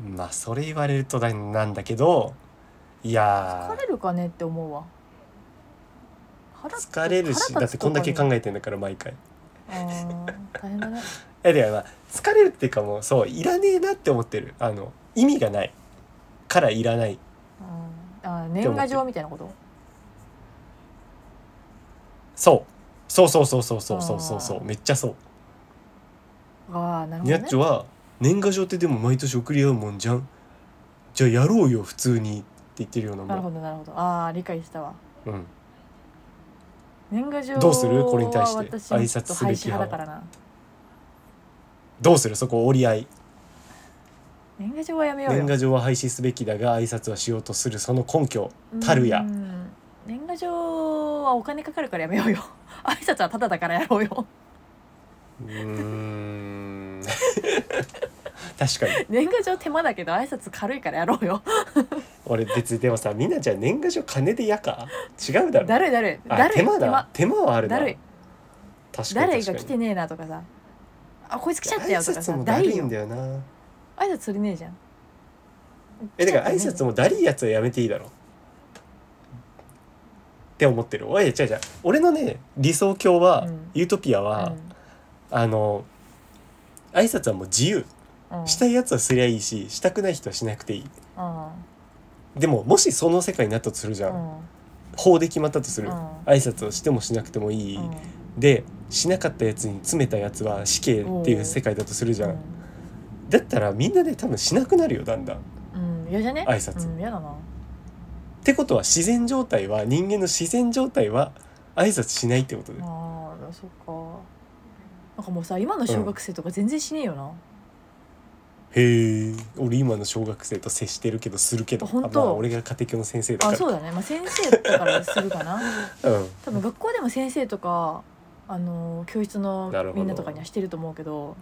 [SPEAKER 2] うん
[SPEAKER 1] まあそれ言われるとだなんだけどいや
[SPEAKER 2] 疲れるかねって思うわ腹
[SPEAKER 1] ー
[SPEAKER 2] 立つ
[SPEAKER 1] 疲れるしだ
[SPEAKER 2] 腹
[SPEAKER 1] っ
[SPEAKER 2] 立
[SPEAKER 1] て
[SPEAKER 2] つ
[SPEAKER 1] こんだけ考
[SPEAKER 2] え
[SPEAKER 1] えてんだから毎回
[SPEAKER 2] 大変だね
[SPEAKER 1] えでまあ疲れるっていうかもうそういらねえなって思ってるあの意味がないからいらない
[SPEAKER 2] うんあ年賀状みたいなこと
[SPEAKER 1] そうそうそうそうそうそうそうそうそう
[SPEAKER 2] あー
[SPEAKER 1] めっちゃそう
[SPEAKER 2] ああなるほ
[SPEAKER 1] ニ
[SPEAKER 2] ど
[SPEAKER 1] ャッ
[SPEAKER 2] ね
[SPEAKER 1] チョは年賀状ってでも毎年送り合うもんじゃんじゃあやろうよ普通にって言ってるような
[SPEAKER 2] なる
[SPEAKER 1] も
[SPEAKER 2] ほ
[SPEAKER 1] ん
[SPEAKER 2] どなるほどああ理解したわ
[SPEAKER 1] うん
[SPEAKER 2] 年賀状
[SPEAKER 1] どうするこれに対して
[SPEAKER 2] は私はちょっ
[SPEAKER 1] 挨拶
[SPEAKER 2] と
[SPEAKER 1] すべ
[SPEAKER 2] 廃
[SPEAKER 1] き
[SPEAKER 2] 止
[SPEAKER 1] 派
[SPEAKER 2] 派だからな
[SPEAKER 1] どうするそこ折り合い
[SPEAKER 2] 年賀状はやめようよ
[SPEAKER 1] 年賀状は廃止すべきだが挨拶はしようとするその根拠たるや
[SPEAKER 2] うん年賀状はお金かかるからやめようよ 挨拶はただだからやろうよ
[SPEAKER 1] うーん 確かに
[SPEAKER 2] 年賀状手間だけど挨拶軽いからやろうよ
[SPEAKER 1] 俺別にでもさみんなじゃあ年賀状金でやか違うだろ
[SPEAKER 2] だるいだるい
[SPEAKER 1] あ
[SPEAKER 2] だるい
[SPEAKER 1] 手間だ手間はあるな
[SPEAKER 2] だるい
[SPEAKER 1] 確かに
[SPEAKER 2] 誰
[SPEAKER 1] 確か
[SPEAKER 2] が
[SPEAKER 1] に
[SPEAKER 2] 来てねえなとかさあこいつ来ちゃった
[SPEAKER 1] 挨
[SPEAKER 2] よとか
[SPEAKER 1] 拶
[SPEAKER 2] さ
[SPEAKER 1] もだ
[SPEAKER 2] だ
[SPEAKER 1] る
[SPEAKER 2] い
[SPEAKER 1] いん
[SPEAKER 2] よ
[SPEAKER 1] だよな
[SPEAKER 2] 挨拶それねえじゃん
[SPEAKER 1] えだから挨拶もだりいやつはやめていいだろって思ってるおい違う違う俺のね理想郷は、
[SPEAKER 2] うん
[SPEAKER 1] ユートピアは、あの挨拶はもう自由
[SPEAKER 2] うんうん
[SPEAKER 1] したいやつはすりゃいいししたくない人はしなくていい
[SPEAKER 2] うん
[SPEAKER 1] でももしその世界になったとするじゃ、
[SPEAKER 2] うんん
[SPEAKER 1] 法で決まったとする、
[SPEAKER 2] うん
[SPEAKER 1] 挨拶をしてもしなくてもいい、
[SPEAKER 2] うん
[SPEAKER 1] でしなかったやつに詰めたやつは死刑っていう世界だとするじゃん、だったらみんなで多分しなくなるよだんだん。っ
[SPEAKER 2] うん嫌じゃね
[SPEAKER 1] 挨拶
[SPEAKER 2] うん嫌だな
[SPEAKER 1] てことは自然状態は人間の自然状態は挨拶しないってことで、
[SPEAKER 2] ああそっかなんかもうさ今の小学生とか全然しねえよな、
[SPEAKER 1] へえ俺今の小学生と接してるけどするけど
[SPEAKER 2] 本当
[SPEAKER 1] あまあ俺が家庭教の先生だか
[SPEAKER 2] あ
[SPEAKER 1] ら
[SPEAKER 2] そうだね、まあ、先生だからするかな
[SPEAKER 1] うん
[SPEAKER 2] 多分学校でも先生とかあの教室の
[SPEAKER 1] なるほど
[SPEAKER 2] みんなとかにはしてると思うけど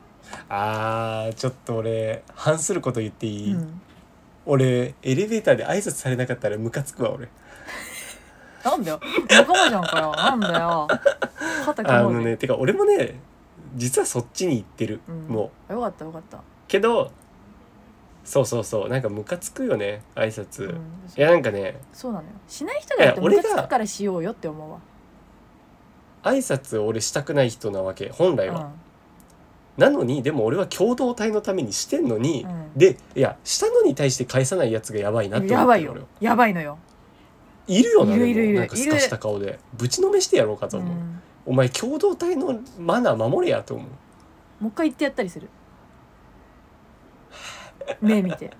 [SPEAKER 1] あーちょっと俺反すること言っていい、
[SPEAKER 2] うん、
[SPEAKER 1] 俺エレベーターで挨拶されなかったらムカつくわ俺
[SPEAKER 2] なんだよ仲間じゃんかよなんだよ肩
[SPEAKER 1] あ
[SPEAKER 2] 組も
[SPEAKER 1] の
[SPEAKER 2] うぜ
[SPEAKER 1] ねてか俺もね実はそっちに行ってる、
[SPEAKER 2] うん
[SPEAKER 1] も
[SPEAKER 2] よかったよかった、
[SPEAKER 1] うけどそうそうそうなんかムカつくよね挨拶、
[SPEAKER 2] う
[SPEAKER 1] い
[SPEAKER 2] ん、
[SPEAKER 1] やなんかね
[SPEAKER 2] そうなのよしない人がやって
[SPEAKER 1] いや俺
[SPEAKER 2] ム
[SPEAKER 1] が
[SPEAKER 2] カつくからしようよって思うわ
[SPEAKER 1] 挨拶を俺したくない人なわけ本来は、
[SPEAKER 2] う
[SPEAKER 1] なのにでも俺は共同体のためにしてんのに、
[SPEAKER 2] んうん
[SPEAKER 1] でいやしたのに対して返さないやつがやばいなって
[SPEAKER 2] や
[SPEAKER 1] 思っ
[SPEAKER 2] ば
[SPEAKER 1] て
[SPEAKER 2] い
[SPEAKER 1] る俺
[SPEAKER 2] よ
[SPEAKER 1] は
[SPEAKER 2] やばいのよ、
[SPEAKER 1] いるよない
[SPEAKER 2] るいる
[SPEAKER 1] で
[SPEAKER 2] い
[SPEAKER 1] も
[SPEAKER 2] る
[SPEAKER 1] なんかすかした顔でぶちのめしてやろうかと
[SPEAKER 2] う
[SPEAKER 1] 思う、
[SPEAKER 2] ん
[SPEAKER 1] お前共同体のマナー守れやと思う
[SPEAKER 2] もう一回言ってやったり する目見て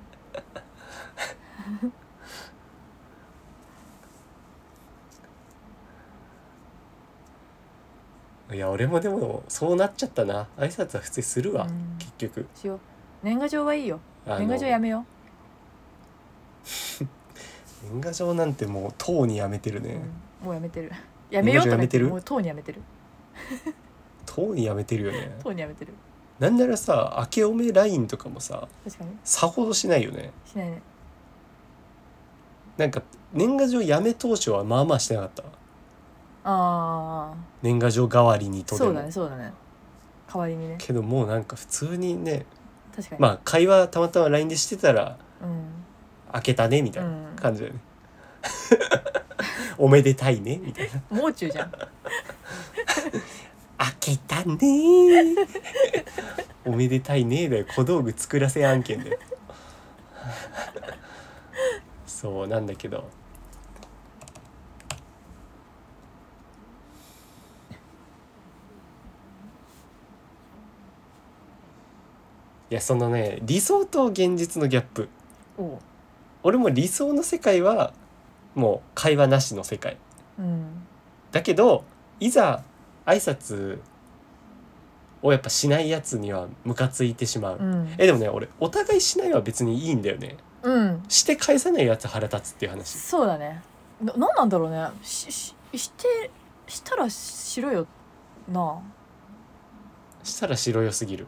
[SPEAKER 1] いや俺もでもそうなっちゃったな挨拶は普通にするわ、
[SPEAKER 2] うん
[SPEAKER 1] 結局
[SPEAKER 2] しよう年賀状はいいよ
[SPEAKER 1] あ
[SPEAKER 2] 年賀状やめよ
[SPEAKER 1] 年賀状なんてもうとうにやめてる
[SPEAKER 2] う、
[SPEAKER 1] ね
[SPEAKER 2] うんもうやめてるやめようとか言って
[SPEAKER 1] 年賀状やめてる
[SPEAKER 2] もうとうにやめてる
[SPEAKER 1] とうにやめてるよね
[SPEAKER 2] とうにやめてる
[SPEAKER 1] なんならさ明けおめラインとかもさ
[SPEAKER 2] 確かに
[SPEAKER 1] さほどしないよね
[SPEAKER 2] しないね
[SPEAKER 1] なんか年賀状やめ当初はまあまあしてなかった
[SPEAKER 2] あ
[SPEAKER 1] 年賀状代わりに
[SPEAKER 2] あ
[SPEAKER 1] とで
[SPEAKER 2] そう
[SPEAKER 1] も
[SPEAKER 2] だねそうだね代わりにね
[SPEAKER 1] けどもうなんか普通にね
[SPEAKER 2] 確かに
[SPEAKER 1] まあ会話たまたま LINE でしてたら
[SPEAKER 2] うん
[SPEAKER 1] 開けたねみたいな
[SPEAKER 2] うん
[SPEAKER 1] 感じだよね、 おめでたいねみたいな
[SPEAKER 2] もう 中じゃん
[SPEAKER 1] 開けたねーおめでたいねーだよ小道具作らせ案件だよそうなんだけどいやそのね理想と現実のギャップ
[SPEAKER 2] おう
[SPEAKER 1] 俺も理想の世界はもう会話なしの世界
[SPEAKER 2] うん
[SPEAKER 1] だけどいざ挨拶をやっぱしないやつにはムカついてしまう、
[SPEAKER 2] うん
[SPEAKER 1] えでもね俺お互いしないは別にいいんだよね
[SPEAKER 2] うん
[SPEAKER 1] して返さないやつ腹立つっていう話
[SPEAKER 2] そうだねななんなんだろうねしししてしたらしろよな
[SPEAKER 1] したら白よすぎる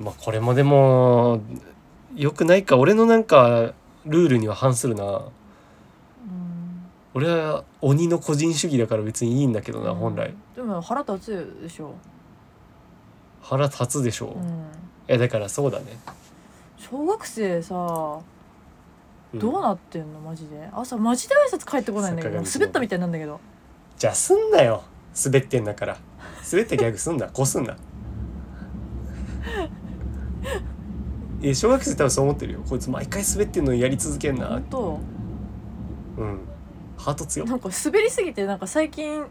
[SPEAKER 1] まあこれもでも良くないか俺のなんかルールには反するな
[SPEAKER 2] うん
[SPEAKER 1] 俺は鬼の個人主義だから別にいいんだけどな本来
[SPEAKER 2] でも腹立つでしょ
[SPEAKER 1] 腹立つでしょう、
[SPEAKER 2] う
[SPEAKER 1] い
[SPEAKER 2] ん
[SPEAKER 1] やだからそうだね、
[SPEAKER 2] 小学生さど
[SPEAKER 1] うん
[SPEAKER 2] うなってんのマジで朝マジで挨拶返ってこないんだけど
[SPEAKER 1] 坂上
[SPEAKER 2] 滑ったみたいなんだけど
[SPEAKER 1] じゃあすんなよ滑ってんだから滑ってギャグすんなこすんなえ小学生多分そう思ってるよこいつ毎回滑ってんのにやり続けんな
[SPEAKER 2] 本当
[SPEAKER 1] うんハート強
[SPEAKER 2] なんか滑りすぎてなんか最近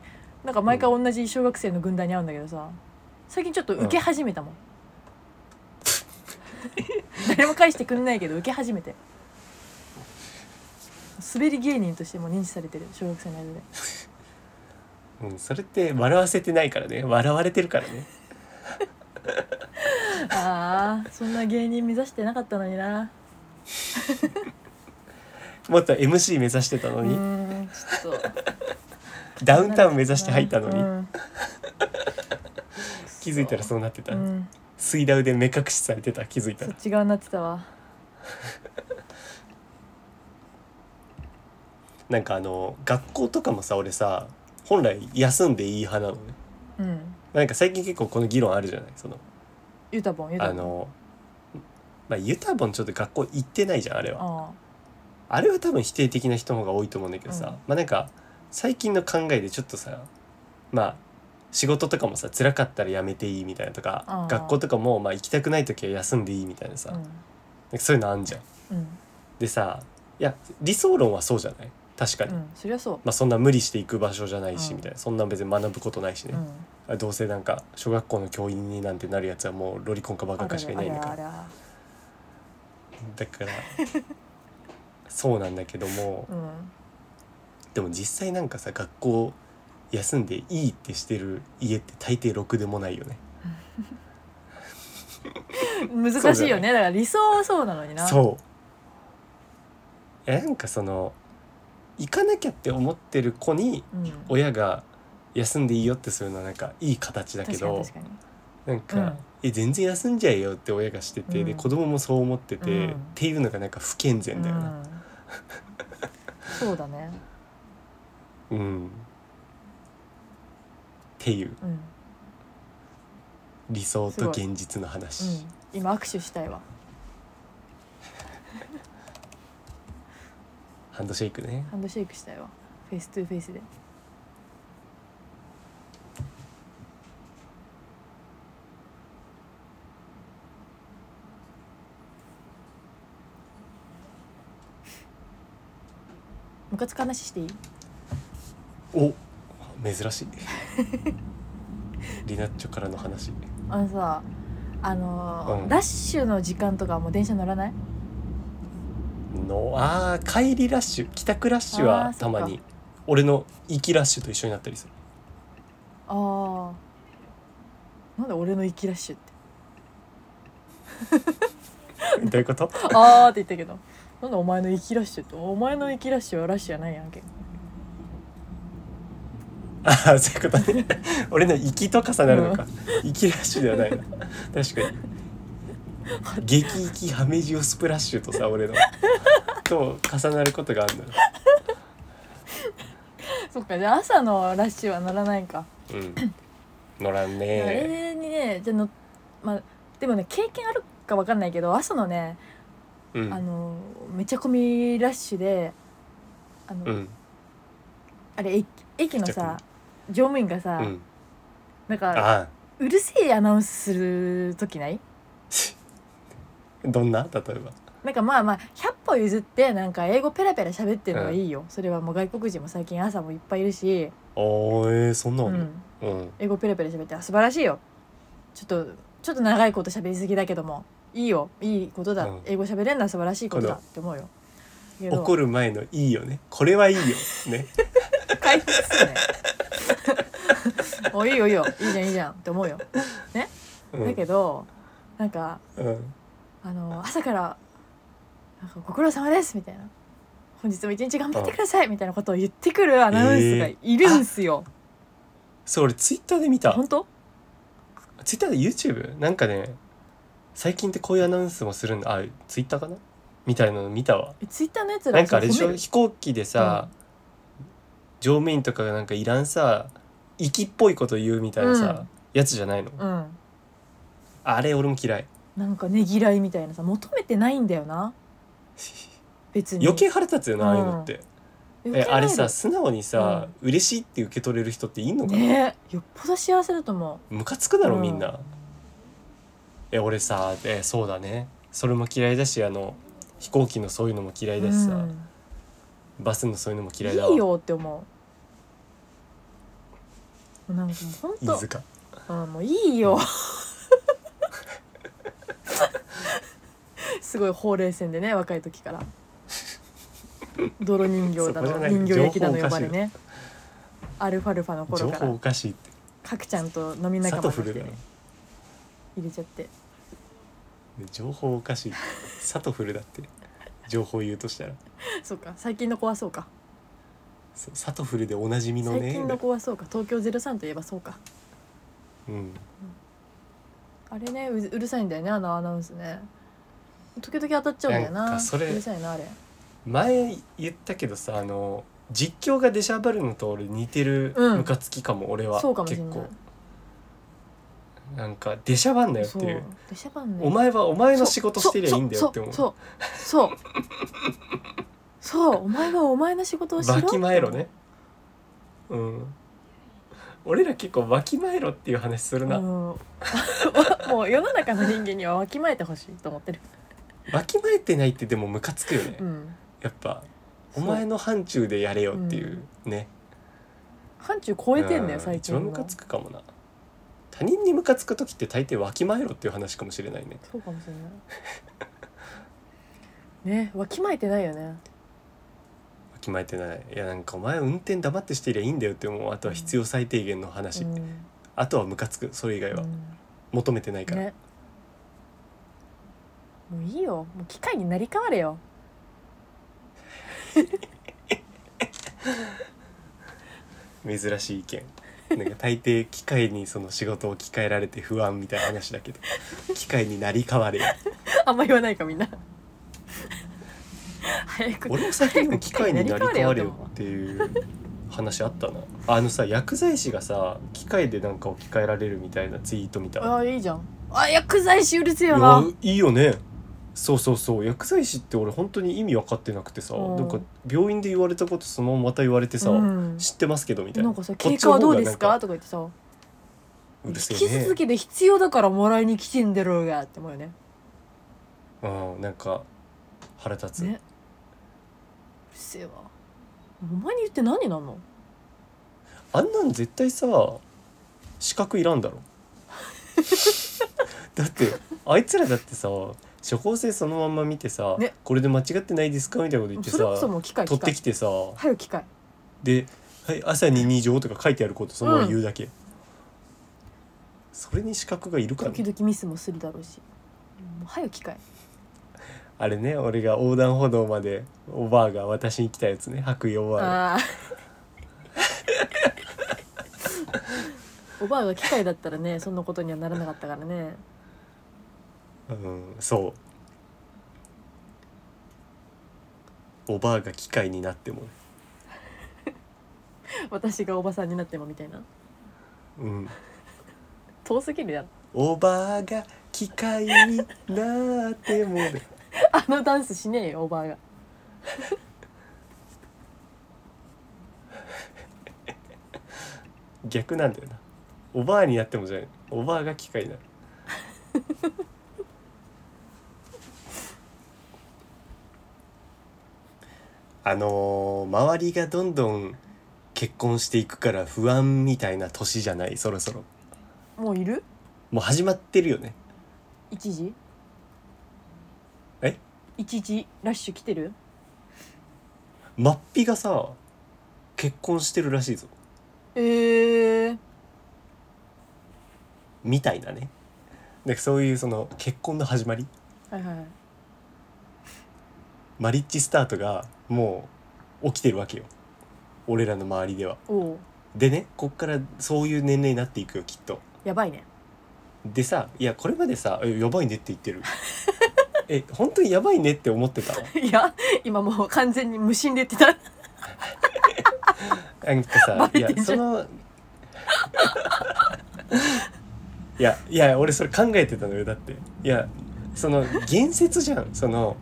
[SPEAKER 2] なんか毎回同じ小学生の軍団に会うんだけどさ最近ちょっと受け始めた もん、誰も返してくんないけど受け始めて滑り芸人としても認知されてる小学生の間で
[SPEAKER 1] うんそれって笑わせてないからね笑われてるからね
[SPEAKER 2] ああそんな芸人目指してなかったのにな
[SPEAKER 1] もっと MC 目指してた
[SPEAKER 2] う
[SPEAKER 1] のに、
[SPEAKER 2] ーんちょっと
[SPEAKER 1] ダウンタウン目指して入ったのに、
[SPEAKER 2] うん
[SPEAKER 1] 気づいたらそうなってた、
[SPEAKER 2] うん
[SPEAKER 1] スイダウで目隠しされてた気づいた
[SPEAKER 2] そ
[SPEAKER 1] ら
[SPEAKER 2] っち側になってたわ
[SPEAKER 1] なんかあの学校とかもさ俺さ本来休んでいい派なのね
[SPEAKER 2] うん
[SPEAKER 1] なんか最近結構この議論あるじゃないその
[SPEAKER 2] ゆたぼんゆたぼ
[SPEAKER 1] あ
[SPEAKER 2] ん
[SPEAKER 1] の、まあ、ユタボンちょっと学校行ってないじゃんあれは
[SPEAKER 2] あ
[SPEAKER 1] あれは多分否定的な人の方が多いと思うんだけどさ、
[SPEAKER 2] うん
[SPEAKER 1] まあなんか最近の考えでちょっとさまあ仕事とかもさ辛かったらやめていいみたいなと
[SPEAKER 2] あ
[SPEAKER 1] か
[SPEAKER 2] ー
[SPEAKER 1] 学校とかもまあ行きたくない時は休んでいいみたいなさ、
[SPEAKER 2] あ
[SPEAKER 1] な
[SPEAKER 2] うんん
[SPEAKER 1] かそういうのあんじゃん。
[SPEAKER 2] うん
[SPEAKER 1] でさいや理想論はそうじゃない確かに、
[SPEAKER 2] うんそりゃそう
[SPEAKER 1] まあそんな無理して行く場所じゃないし、
[SPEAKER 2] うん
[SPEAKER 1] みたいなそんな別に学ぶことないしね、
[SPEAKER 2] うん
[SPEAKER 1] あどうせなんか小学校の教員になんてなるやつはもうロリコンかバカかしかいないんだから
[SPEAKER 2] あらあらあ
[SPEAKER 1] だからそうなんだけども
[SPEAKER 2] らうん
[SPEAKER 1] でも実際なんかさ学校休んでいいってしてる家って大抵ろくでもないよね
[SPEAKER 2] 難しいよねだから理想はそうなのになう
[SPEAKER 1] そうえなんかその行かなきゃって思ってる子に
[SPEAKER 2] うん、
[SPEAKER 1] 親が休んでいいよってするのはなんかいい形だけ
[SPEAKER 2] 確かに
[SPEAKER 1] ど
[SPEAKER 2] 確かに
[SPEAKER 1] なんか、
[SPEAKER 2] うん
[SPEAKER 1] え全然休んじゃえよって親がしてて、で
[SPEAKER 2] うん
[SPEAKER 1] 子供もそう思ってて、
[SPEAKER 2] うん
[SPEAKER 1] っていうのがなんか不健全だよな。
[SPEAKER 2] うん、そうだね
[SPEAKER 1] うん、っていう
[SPEAKER 2] うん、うん、
[SPEAKER 1] 理想
[SPEAKER 2] す
[SPEAKER 1] と
[SPEAKER 2] ごい
[SPEAKER 1] 現実の話。
[SPEAKER 2] 今握手したいわ
[SPEAKER 1] ハンドシェイクね。
[SPEAKER 2] ハンドシェイクしたいわフェイストゥーフェイスでムカつく話していい
[SPEAKER 1] お珍しい。 リナッチョからの話。
[SPEAKER 2] あのさあのー
[SPEAKER 1] うん
[SPEAKER 2] ラッシュの時間とかもう電車乗らない
[SPEAKER 1] のあー帰りラッシュ帰宅ラッシュ
[SPEAKER 2] あ
[SPEAKER 1] は
[SPEAKER 2] ー
[SPEAKER 1] たま
[SPEAKER 2] そっ
[SPEAKER 1] に俺の行きラッシュと一緒になったりする
[SPEAKER 2] あーなんで俺の行きラッシュって
[SPEAKER 1] どういうこと
[SPEAKER 2] あーって言ったけどなんでお前の行きラッシュってお前の行きラッシュはラッシュじゃないやんけ
[SPEAKER 1] ああそういうことね 俺の行きと重なるのか行きラッシュではないな確 かに激行きハメジオスプラッシュとさ俺のと重なることがあるのよ
[SPEAKER 2] そっかじゃあ朝のラッシュは乗らないんか、
[SPEAKER 1] うん乗らん
[SPEAKER 2] あ
[SPEAKER 1] ね
[SPEAKER 2] れにねじゃあのまあでもね経験あるかわかんないけど朝のね、
[SPEAKER 1] ーう
[SPEAKER 2] あ
[SPEAKER 1] ん
[SPEAKER 2] のめちゃ混みラッシュであの、
[SPEAKER 1] うん
[SPEAKER 2] あれ駅駅のさ乗務員がさ、
[SPEAKER 1] うん
[SPEAKER 2] なんか
[SPEAKER 1] ああ
[SPEAKER 2] うるせえアナウンスする時ない
[SPEAKER 1] どんな例えば
[SPEAKER 2] なんかまあまあ100歩譲ってなんか英語ペラペラ喋ってるのはいいよ、それはもう外国人も最近朝もいっぱいいるし、
[SPEAKER 1] おーえー、そんな
[SPEAKER 2] うん
[SPEAKER 1] あんの
[SPEAKER 2] ん、
[SPEAKER 1] うん
[SPEAKER 2] 英語ペラペラ喋ってあ素晴らしいよちょっとちょっと長いこと喋りすぎだけどもいいよいいことだ、
[SPEAKER 1] うん
[SPEAKER 2] 英語喋れんのは素晴らしいことだ
[SPEAKER 1] こ
[SPEAKER 2] って思うよけど
[SPEAKER 1] 怒る前のいいよねこれはいいよね
[SPEAKER 2] 回復すねおいいよいいよいいじゃんいいじゃんって思うよ
[SPEAKER 1] うん
[SPEAKER 2] だけどなんか
[SPEAKER 1] うん
[SPEAKER 2] あの朝からなんか「ご苦労様です」みたいな「本日も一日頑張ってください」みたいなことを言ってくるアナウンスがいるんすよ、
[SPEAKER 1] そう俺ツイッターで見た
[SPEAKER 2] 本当
[SPEAKER 1] ツイッターで YouTube? なんかね最近ってこういうアナウンスもするんだあツイッターかなみたいなの見たわ
[SPEAKER 2] えツイッターのやつら
[SPEAKER 1] なんかあれでし
[SPEAKER 2] 褒
[SPEAKER 1] ょ
[SPEAKER 2] める
[SPEAKER 1] 飛行機でさ、乗務員とかがなんかいらんさ息っぽいこと言うみたいなさ、
[SPEAKER 2] うん
[SPEAKER 1] やつじゃないの、
[SPEAKER 2] うん
[SPEAKER 1] あれ俺も嫌い
[SPEAKER 2] なんかねぎらいみたいなさ求めてないんだよな別に
[SPEAKER 1] 余計腹立つよな、ああいうのってえ
[SPEAKER 2] 余計ない
[SPEAKER 1] あれさ素直にさ、嬉しいって受け取れる人っていんのかな、
[SPEAKER 2] ねえよっぽど幸せだと思
[SPEAKER 1] ムカつくだろ
[SPEAKER 2] うん
[SPEAKER 1] みんな、え俺さえそうだねそれも嫌いだしあの飛行機のそういうのも嫌
[SPEAKER 2] う
[SPEAKER 1] いだしさ、
[SPEAKER 2] うん
[SPEAKER 1] バスのそういうのも嫌いだわ
[SPEAKER 2] いいよって思うなんかもうほん
[SPEAKER 1] 飯
[SPEAKER 2] と
[SPEAKER 1] 塚
[SPEAKER 2] うんもういいよ すごいほうれい線でね若い時から泥人形だ
[SPEAKER 1] そこじゃ
[SPEAKER 2] の
[SPEAKER 1] ない
[SPEAKER 2] 人形焼きだの
[SPEAKER 1] 情報
[SPEAKER 2] 呼
[SPEAKER 1] おか
[SPEAKER 2] ば
[SPEAKER 1] しい
[SPEAKER 2] れねアルファルファの頃
[SPEAKER 1] 情
[SPEAKER 2] か
[SPEAKER 1] 報
[SPEAKER 2] ら
[SPEAKER 1] おかしいって
[SPEAKER 2] かくちゃんと飲み仲
[SPEAKER 1] サ
[SPEAKER 2] 間
[SPEAKER 1] ト
[SPEAKER 2] と
[SPEAKER 1] フ
[SPEAKER 2] し
[SPEAKER 1] ル
[SPEAKER 2] て
[SPEAKER 1] だな
[SPEAKER 2] ね入れちゃって
[SPEAKER 1] 情報おかしいサトフルだって情報言うとしたら
[SPEAKER 2] そうか最近の子はそうか
[SPEAKER 1] そうサトフルでおなじみの
[SPEAKER 2] 最
[SPEAKER 1] ね
[SPEAKER 2] 近の子はそうか東京03といえばそうか
[SPEAKER 1] うん
[SPEAKER 2] あれねううるさいんだよねあのアナウンスね時々当たっちゃうんだよな
[SPEAKER 1] なんかそれ
[SPEAKER 2] うるさいなあれ
[SPEAKER 1] 前言ったけどさあの実況が出しゃばるのと俺似てる
[SPEAKER 2] うん
[SPEAKER 1] ムカつきかも、俺は
[SPEAKER 2] そうかもし
[SPEAKER 1] 結
[SPEAKER 2] れない
[SPEAKER 1] 構なんか出しゃばんなよって
[SPEAKER 2] そう
[SPEAKER 1] いう
[SPEAKER 2] 出しゃばんね
[SPEAKER 1] お前はお前の仕事してりゃいいんだよって思う
[SPEAKER 2] そうそうそうそうそうお前はお前の仕事をしろ
[SPEAKER 1] わきまえろねうん俺ら結構わきまえろっていう話する
[SPEAKER 2] うん
[SPEAKER 1] な、
[SPEAKER 2] もう世の中の人間にはわきまえてほしいと思ってる、
[SPEAKER 1] わきまえてないってでもムカつくよね、
[SPEAKER 2] うん、
[SPEAKER 1] やっぱお
[SPEAKER 2] そう
[SPEAKER 1] 前の範疇でやれよっていうね
[SPEAKER 2] 範疇超えてんだよ
[SPEAKER 1] うん
[SPEAKER 2] 最近
[SPEAKER 1] 一番ムカつくかもな他人にムカつく時って大抵わきまえろっていう話かもしれないね
[SPEAKER 2] そうかもしれないねわきまえてないよね
[SPEAKER 1] わきまえてないいやなんかお前運転黙ってしてりゃいいんだよって思うあとは必要最低限の話、
[SPEAKER 2] うん
[SPEAKER 1] あとはムカつくそれ以外は
[SPEAKER 2] うん
[SPEAKER 1] 求めてないから、
[SPEAKER 2] ねもういいよもう機械になり変われよ
[SPEAKER 1] 珍しい意見なんか大抵機械にその仕事を置き換えられて不安みたいな話だ けど機械になり変われ
[SPEAKER 2] あんま言わないかみんな 早く
[SPEAKER 1] 俺も最近でも機械になり変われよ
[SPEAKER 2] 早く
[SPEAKER 1] っていう話あったなあのさ薬剤師がさ機械でなんか置き換えられるみたいなツイート見た
[SPEAKER 2] あいいじゃんあ薬剤師うるせえ
[SPEAKER 1] い
[SPEAKER 2] よ
[SPEAKER 1] や
[SPEAKER 2] ない
[SPEAKER 1] いよねそうそうそう薬剤師って俺本当に意味分かってなくてさ、
[SPEAKER 2] うん
[SPEAKER 1] なんか病院で言われたことそのまままた言われてさ、
[SPEAKER 2] うん
[SPEAKER 1] 知ってますけどみたいな
[SPEAKER 2] なんかさ「経過はどうですか?」
[SPEAKER 1] こ
[SPEAKER 2] とか言ってさ
[SPEAKER 1] っちの方がなんかうるせ
[SPEAKER 2] 引
[SPEAKER 1] え
[SPEAKER 2] き
[SPEAKER 1] ね
[SPEAKER 2] 続きで必要だからもらいに来てんだろうがって思うよね
[SPEAKER 1] うんなんか腹立つ、
[SPEAKER 2] ねうるせえわお前に言って何なの
[SPEAKER 1] あんなん絶対さ資格いらん だろだってあいつらだってさ処方箋そのまんま見てさ、
[SPEAKER 2] ね
[SPEAKER 1] これで間違ってないですかみたいなこと言って
[SPEAKER 2] それこそ
[SPEAKER 1] さ
[SPEAKER 2] もう機械
[SPEAKER 1] 取っ
[SPEAKER 2] 機
[SPEAKER 1] て
[SPEAKER 2] 械
[SPEAKER 1] きてさ
[SPEAKER 2] 早く機械
[SPEAKER 1] で「はい朝に2乗」とか書いてあることそのまま言うだけ、それに資格がいるかね
[SPEAKER 2] 時々ミスもするだろうしもう早く機械
[SPEAKER 1] あれね俺が横断歩道までおばあが私に来たやつね白衣おばあが
[SPEAKER 2] ああーおばあが機械だったらねそんなことにはならなかったからね
[SPEAKER 1] うんそうおばあが機械になってもね
[SPEAKER 2] 私がおばさんになってもみたいな
[SPEAKER 1] うん
[SPEAKER 2] 遠すぎるやろ
[SPEAKER 1] おばあが機械になってもね
[SPEAKER 2] あのダンスしねえよおばあが
[SPEAKER 1] 逆なんだよなおばあになってもじゃないおばあが機械になる あのー周りがどんどん結婚していくから不安みたいな年じゃないそろそろ
[SPEAKER 2] もういる
[SPEAKER 1] もう始まってるよね
[SPEAKER 2] 一時
[SPEAKER 1] え
[SPEAKER 2] 一時ラッシュ来てる
[SPEAKER 1] まっぴがさ結婚してるらしいぞ
[SPEAKER 2] ええ
[SPEAKER 1] みたいなねなんかそういうその結婚の始まり
[SPEAKER 2] はいはいはい
[SPEAKER 1] マリッジスタートがもう起きてるわけよ俺らの周りでは
[SPEAKER 2] おお
[SPEAKER 1] でねこっからそういう年齢になっていくよきっと
[SPEAKER 2] やばいね
[SPEAKER 1] でさいやこれまでさ「えやばいね」って言ってるえ本当にやばいねって思ってた
[SPEAKER 2] いや今もう完全に無心で言ってた
[SPEAKER 1] なんか
[SPEAKER 2] バ
[SPEAKER 1] さい
[SPEAKER 2] レ
[SPEAKER 1] や
[SPEAKER 2] てんじ
[SPEAKER 1] そ
[SPEAKER 2] ゃん
[SPEAKER 1] のいやいや俺それ考えてたのよだっていやその言説じゃんその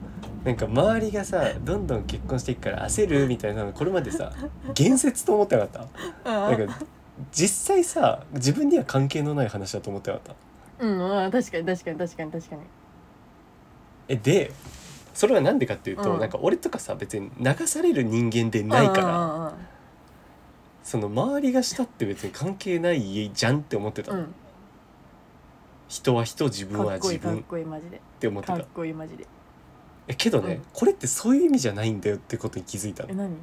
[SPEAKER 1] なんか周りがさどんどん結婚していくから焦るみたいなのこれまでさ言説と思ってなかった
[SPEAKER 2] うん
[SPEAKER 1] なんか実際さ自分には関係のない話だと思ってなかった
[SPEAKER 2] うんうん確かに確かに確かに確かに
[SPEAKER 1] えでそれはなんでかっていうと、
[SPEAKER 2] うん
[SPEAKER 1] なんか俺とかさ別に流される人間でないから、
[SPEAKER 2] ら
[SPEAKER 1] その周りがしたって別に関係ないじゃんって思ってた、
[SPEAKER 2] うんうん
[SPEAKER 1] 人は人自
[SPEAKER 2] うん
[SPEAKER 1] 分
[SPEAKER 2] か
[SPEAKER 1] は
[SPEAKER 2] っこい
[SPEAKER 1] 自
[SPEAKER 2] いかっ
[SPEAKER 1] 分っ
[SPEAKER 2] こいいマジで
[SPEAKER 1] て思って
[SPEAKER 2] かったこいいマジで
[SPEAKER 1] えけどね、
[SPEAKER 2] うん
[SPEAKER 1] これってそういう意味じゃないんだよってことに気づいた
[SPEAKER 2] え
[SPEAKER 1] の
[SPEAKER 2] 何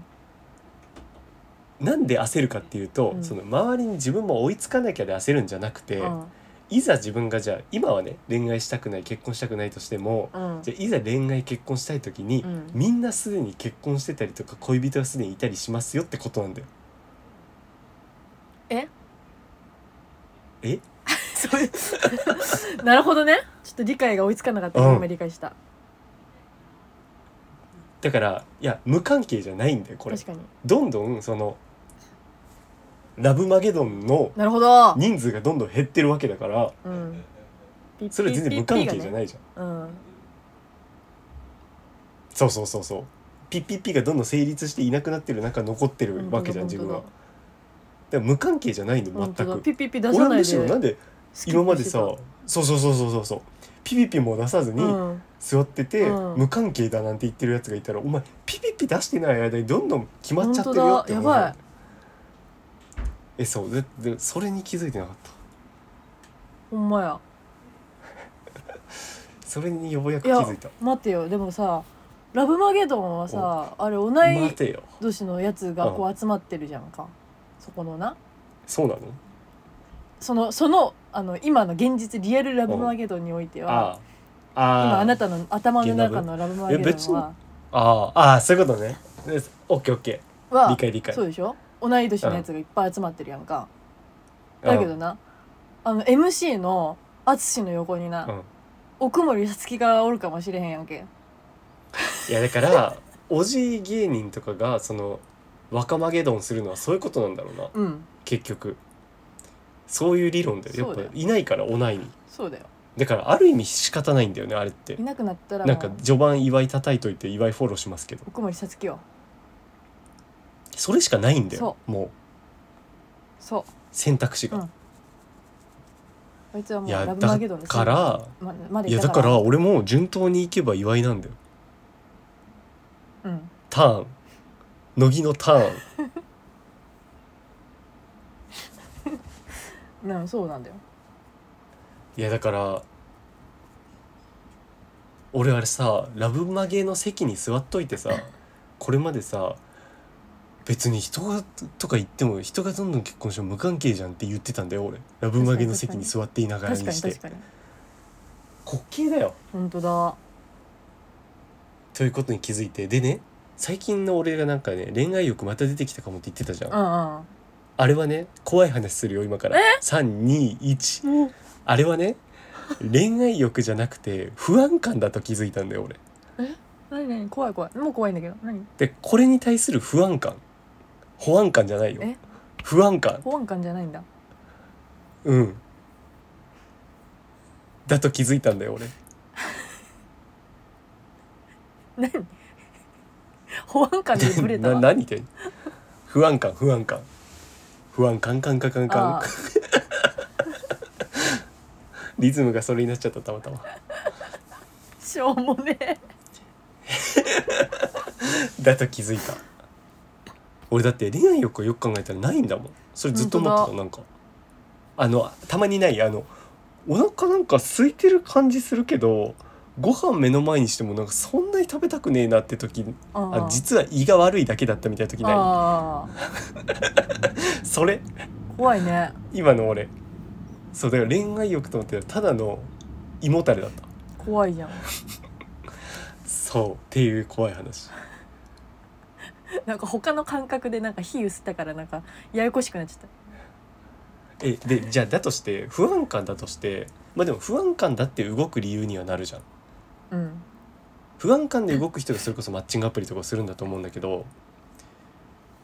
[SPEAKER 1] なんで焦るかっていうと、
[SPEAKER 2] うん
[SPEAKER 1] その周りに自分も追いつかなきゃで焦るんじゃなくて、
[SPEAKER 2] うん
[SPEAKER 1] いざ自分がじゃあ今はね恋愛したくない結婚したくないとしても、
[SPEAKER 2] うん
[SPEAKER 1] じゃあいざ恋愛結婚したい時に、
[SPEAKER 2] うん
[SPEAKER 1] みんなすでに結婚してたりとか恋人がすでにいたりしますよってことなんだよ
[SPEAKER 2] え
[SPEAKER 1] え
[SPEAKER 2] そういう なるほどねちょっと理解が追いつかなかった、
[SPEAKER 1] うん
[SPEAKER 2] 今理解した
[SPEAKER 1] だからいや無関係じゃないんだよこれ
[SPEAKER 2] 確かに
[SPEAKER 1] どんどんそのラブマゲドンの
[SPEAKER 2] なるほど、
[SPEAKER 1] 人数がどんどん減ってるわけだから
[SPEAKER 2] うん、
[SPEAKER 1] それは全然無関係じゃ
[SPEAKER 2] い、
[SPEAKER 1] ないじゃん
[SPEAKER 2] うん、
[SPEAKER 1] そうそうそうそうピッピッピがどんどん成立していなくなってる中残ってるわけじゃん自分はだから無関係じゃないの
[SPEAKER 2] 本
[SPEAKER 1] 全
[SPEAKER 2] 当だ
[SPEAKER 1] く
[SPEAKER 2] ピッピッピ出
[SPEAKER 1] 俺
[SPEAKER 2] さ
[SPEAKER 1] は
[SPEAKER 2] ない
[SPEAKER 1] む
[SPEAKER 2] で
[SPEAKER 1] しろなんで今までさ
[SPEAKER 2] う
[SPEAKER 1] そうそうそうそうそうそうピピピも出さずに
[SPEAKER 2] ん、
[SPEAKER 1] 座ってて、
[SPEAKER 2] うん
[SPEAKER 1] 無関係だなんて言ってるやつがいたらお前ピピピ出してない間にどんどん決まっちゃってるよって思う
[SPEAKER 2] 本当だやばい
[SPEAKER 1] えそうででそれに気づいてなかった
[SPEAKER 2] ほんまや
[SPEAKER 1] それによぼやく
[SPEAKER 2] い
[SPEAKER 1] 気
[SPEAKER 2] や
[SPEAKER 1] づいた
[SPEAKER 2] 待ってよでもさラブマゲドンはさあれ同
[SPEAKER 1] 待
[SPEAKER 2] い
[SPEAKER 1] てよ
[SPEAKER 2] 年のやつがこう集まってるじゃんかそこのな
[SPEAKER 1] そうなの
[SPEAKER 2] そのそのあの今の現実リアルラブマゲドンにおいては
[SPEAKER 1] ああああ
[SPEAKER 2] 今あなたの頭の中のラブマゲ
[SPEAKER 1] いや別
[SPEAKER 2] ドン
[SPEAKER 1] に
[SPEAKER 2] は
[SPEAKER 1] ああああそういうことねでオッケーオッケー
[SPEAKER 2] は
[SPEAKER 1] 理解理解
[SPEAKER 2] そうでしょ同い年のやつがいっぱい集まってるやんか、だけどなあの MC の淳の横にな、
[SPEAKER 1] うん、うん、
[SPEAKER 2] 奥森さつきがおるかもしれへんやんけ
[SPEAKER 1] いやだからおじい芸人とかがその若マゲドンするのはそういうことなんだろうな
[SPEAKER 2] うん
[SPEAKER 1] 結局そういう理論だよや
[SPEAKER 2] そ
[SPEAKER 1] っ
[SPEAKER 2] うだよ
[SPEAKER 1] ぱいないからおないに
[SPEAKER 2] そうだよ
[SPEAKER 1] だからある意味仕方ないんだよねあれって
[SPEAKER 2] いなくなったら
[SPEAKER 1] なんか
[SPEAKER 2] もう
[SPEAKER 1] 序盤祝い叩いといて祝いフォローしますけど
[SPEAKER 2] 奥森さつきよ
[SPEAKER 1] それしかないんだよ
[SPEAKER 2] そ
[SPEAKER 1] も
[SPEAKER 2] そう
[SPEAKER 1] う選択肢が、
[SPEAKER 2] うんあいつはも
[SPEAKER 1] いうや
[SPEAKER 2] ラ
[SPEAKER 1] だ
[SPEAKER 2] ブマゲドンです
[SPEAKER 1] から
[SPEAKER 2] ままで
[SPEAKER 1] い
[SPEAKER 2] い
[SPEAKER 1] や
[SPEAKER 2] た
[SPEAKER 1] だ
[SPEAKER 2] か
[SPEAKER 1] からら俺も順当に行けば祝いなんだよ
[SPEAKER 2] うん
[SPEAKER 1] ターン乃木のターン
[SPEAKER 2] なんそうなんだよ
[SPEAKER 1] いやだから俺あれさラブマゲの席に座っといてさこれまでさ別に人がとか言っても人がどんどん結婚しても無関係じゃんって言ってたんだよ俺ラブマゲの席に座っていながら
[SPEAKER 2] 確か
[SPEAKER 1] に
[SPEAKER 2] に
[SPEAKER 1] して
[SPEAKER 2] 確かに
[SPEAKER 1] 滑稽だよ
[SPEAKER 2] 本当だ
[SPEAKER 1] ということに気づいてでね最近の俺がなんかね恋愛欲また出てきたかもって言ってたじゃん、
[SPEAKER 2] うんうん
[SPEAKER 1] あれはね怖い話するよ今から321
[SPEAKER 2] うん
[SPEAKER 1] あれはね恋愛欲じゃなくて不安感だと気づいたんだよ俺
[SPEAKER 2] 何何怖い怖いもう怖いんだけど何
[SPEAKER 1] でこれに対する不安感保安感じゃないよ
[SPEAKER 2] え
[SPEAKER 1] 不安感
[SPEAKER 2] 保安官じゃないんだ
[SPEAKER 1] うんだと気づいたんだよ俺
[SPEAKER 2] 何 保安官でブレた
[SPEAKER 1] な
[SPEAKER 2] わ
[SPEAKER 1] 何って不安感不安感不安感感感感
[SPEAKER 2] あ
[SPEAKER 1] 感リズムがそれになっちゃったたまたま
[SPEAKER 2] ーしょうもねえ
[SPEAKER 1] だと気づいた俺だって恋愛欲よく考えたらないんだもんそれずっと思って
[SPEAKER 2] 本当
[SPEAKER 1] たなんかあのたまにないあのお腹なんか空いてる感じするけどご飯目の前にしてもなんかそんなに食べたくねえなって時
[SPEAKER 2] あ
[SPEAKER 1] あ実は胃が悪いだけだったみたいな時な
[SPEAKER 2] あー
[SPEAKER 1] いそれ
[SPEAKER 2] 怖いね
[SPEAKER 1] 今の俺そうだから恋愛欲と思ってたらただの胃もたれだった
[SPEAKER 2] 怖いじゃん
[SPEAKER 1] そうっていう怖い話
[SPEAKER 2] なんか他の感覚でなんか火薄ったからなんかややこしくなっちゃった
[SPEAKER 1] えでじゃあだとして不安感だとしてまあでも不安感だって動く理由にはなるじゃん
[SPEAKER 2] うん
[SPEAKER 1] 不安感で動く人がそれこそマッチングアプリとかをするんだと思うんだけど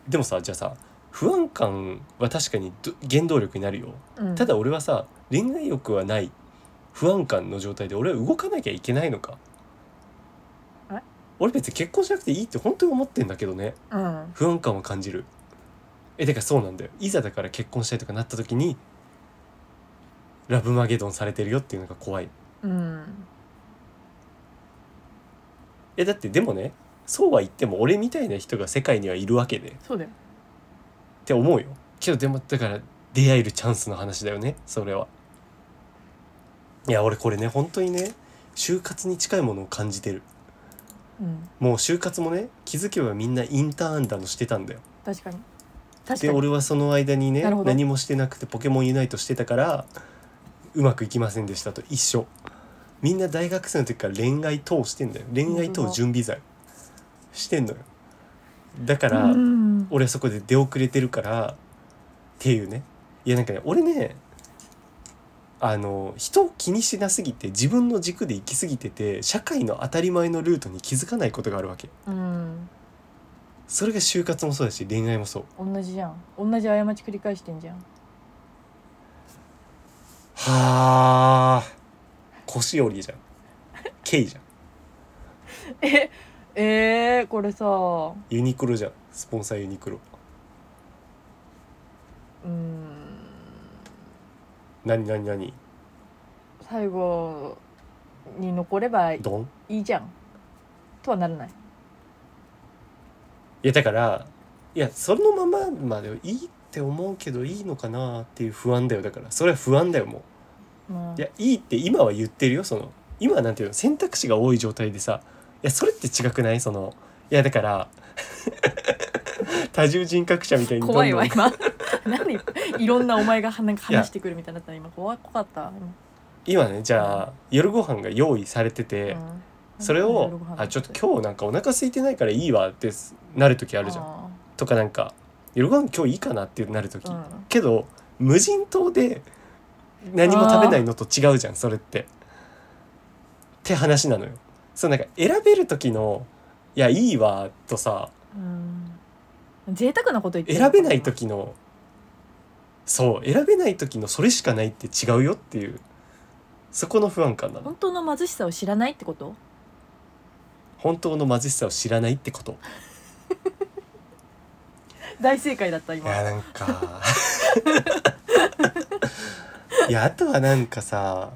[SPEAKER 1] でもさじゃあさ不安感は確かにど原動力になるよ
[SPEAKER 2] うん
[SPEAKER 1] ただ俺はさ恋愛欲はない不安感の状態で俺は動かなきゃいけないのか
[SPEAKER 2] あれ
[SPEAKER 1] 俺別に結婚しなくていいって本当に思ってんだけどね
[SPEAKER 2] うん
[SPEAKER 1] 不安感を感じるえてかそうなんだよいざだから結婚したいとかなった時にラブマゲドンされてるよっていうのが怖い
[SPEAKER 2] うん
[SPEAKER 1] えだってでもねそうは言っても俺みたいな人が世界にはいるわけでっ
[SPEAKER 2] そうだよ
[SPEAKER 1] て思うよけどでもだから出会えるチャンスの話だよねそれはいや俺これね本当にね就活に近いものを感じてる
[SPEAKER 2] うん
[SPEAKER 1] もう就活もね気づけばみんなインターンだのしてたんだよ
[SPEAKER 2] 確かに確か
[SPEAKER 1] で
[SPEAKER 2] に
[SPEAKER 1] 俺はその間にね
[SPEAKER 2] なるほど
[SPEAKER 1] 何もしてなくてポケモンユナイトしてたからうまくいきませんでしたと一緒みんな大学生の時から恋愛等してんだよ恋愛等準備剤してんのよだから、
[SPEAKER 2] うん
[SPEAKER 1] 俺はそこで出遅れてるからっていうねいやなんかね俺ねあの人を気にしなすぎて自分の軸で行き過ぎてて社会の当たり前のルートに気づかないことがあるわけ
[SPEAKER 2] うん
[SPEAKER 1] それが就活もそうだし恋愛もそう
[SPEAKER 2] 同じじゃん同じ過ち繰り返してんじゃん
[SPEAKER 1] はあ腰折りじゃんイじゃん
[SPEAKER 2] ええー、これさう
[SPEAKER 1] ユニクロじゃんスポンサーユニクロ
[SPEAKER 2] ん
[SPEAKER 1] 何何何
[SPEAKER 2] 最後に残ればい
[SPEAKER 1] ドン
[SPEAKER 2] いじゃんとはならない
[SPEAKER 1] いやだからいやそのまままでいいって思うけどいいのかなっていう不安だよだからそれは不安だよもう
[SPEAKER 2] うん
[SPEAKER 1] いやいいって今は言ってるよその今はなんていうの選択肢が多い状態でさいやそれって違くないそのいやだから 多重人格者みたいにどんどん
[SPEAKER 2] 怖いわ今 何いろんなお前がなんか話してくるみたいになったら今怖怖かった
[SPEAKER 1] 今ねじゃあ夜ご飯が用意されてて、
[SPEAKER 2] 今、うん
[SPEAKER 1] それを「あちょっと今日なんかお腹空いてないからいいわ」ってなる時あるじゃん。
[SPEAKER 2] あ
[SPEAKER 1] とかなんか夜ご飯今日いいかなってなる時、
[SPEAKER 2] うん
[SPEAKER 1] けど無人島で何も食べないのと違うじゃんそれって。って話なのよ。そうなんか選べる時の「いやいいわ」とさ
[SPEAKER 2] うん贅沢なこと言ってる
[SPEAKER 1] 選べない時のそう選べない時のそれしかないって違うよっていうそこの不安感なの
[SPEAKER 2] 本当の貧しさを知らないってこと
[SPEAKER 1] 本当の貧しさを知らないってこと
[SPEAKER 2] 大正解だった
[SPEAKER 1] い
[SPEAKER 2] 今
[SPEAKER 1] やなんかいやあとはなんかさ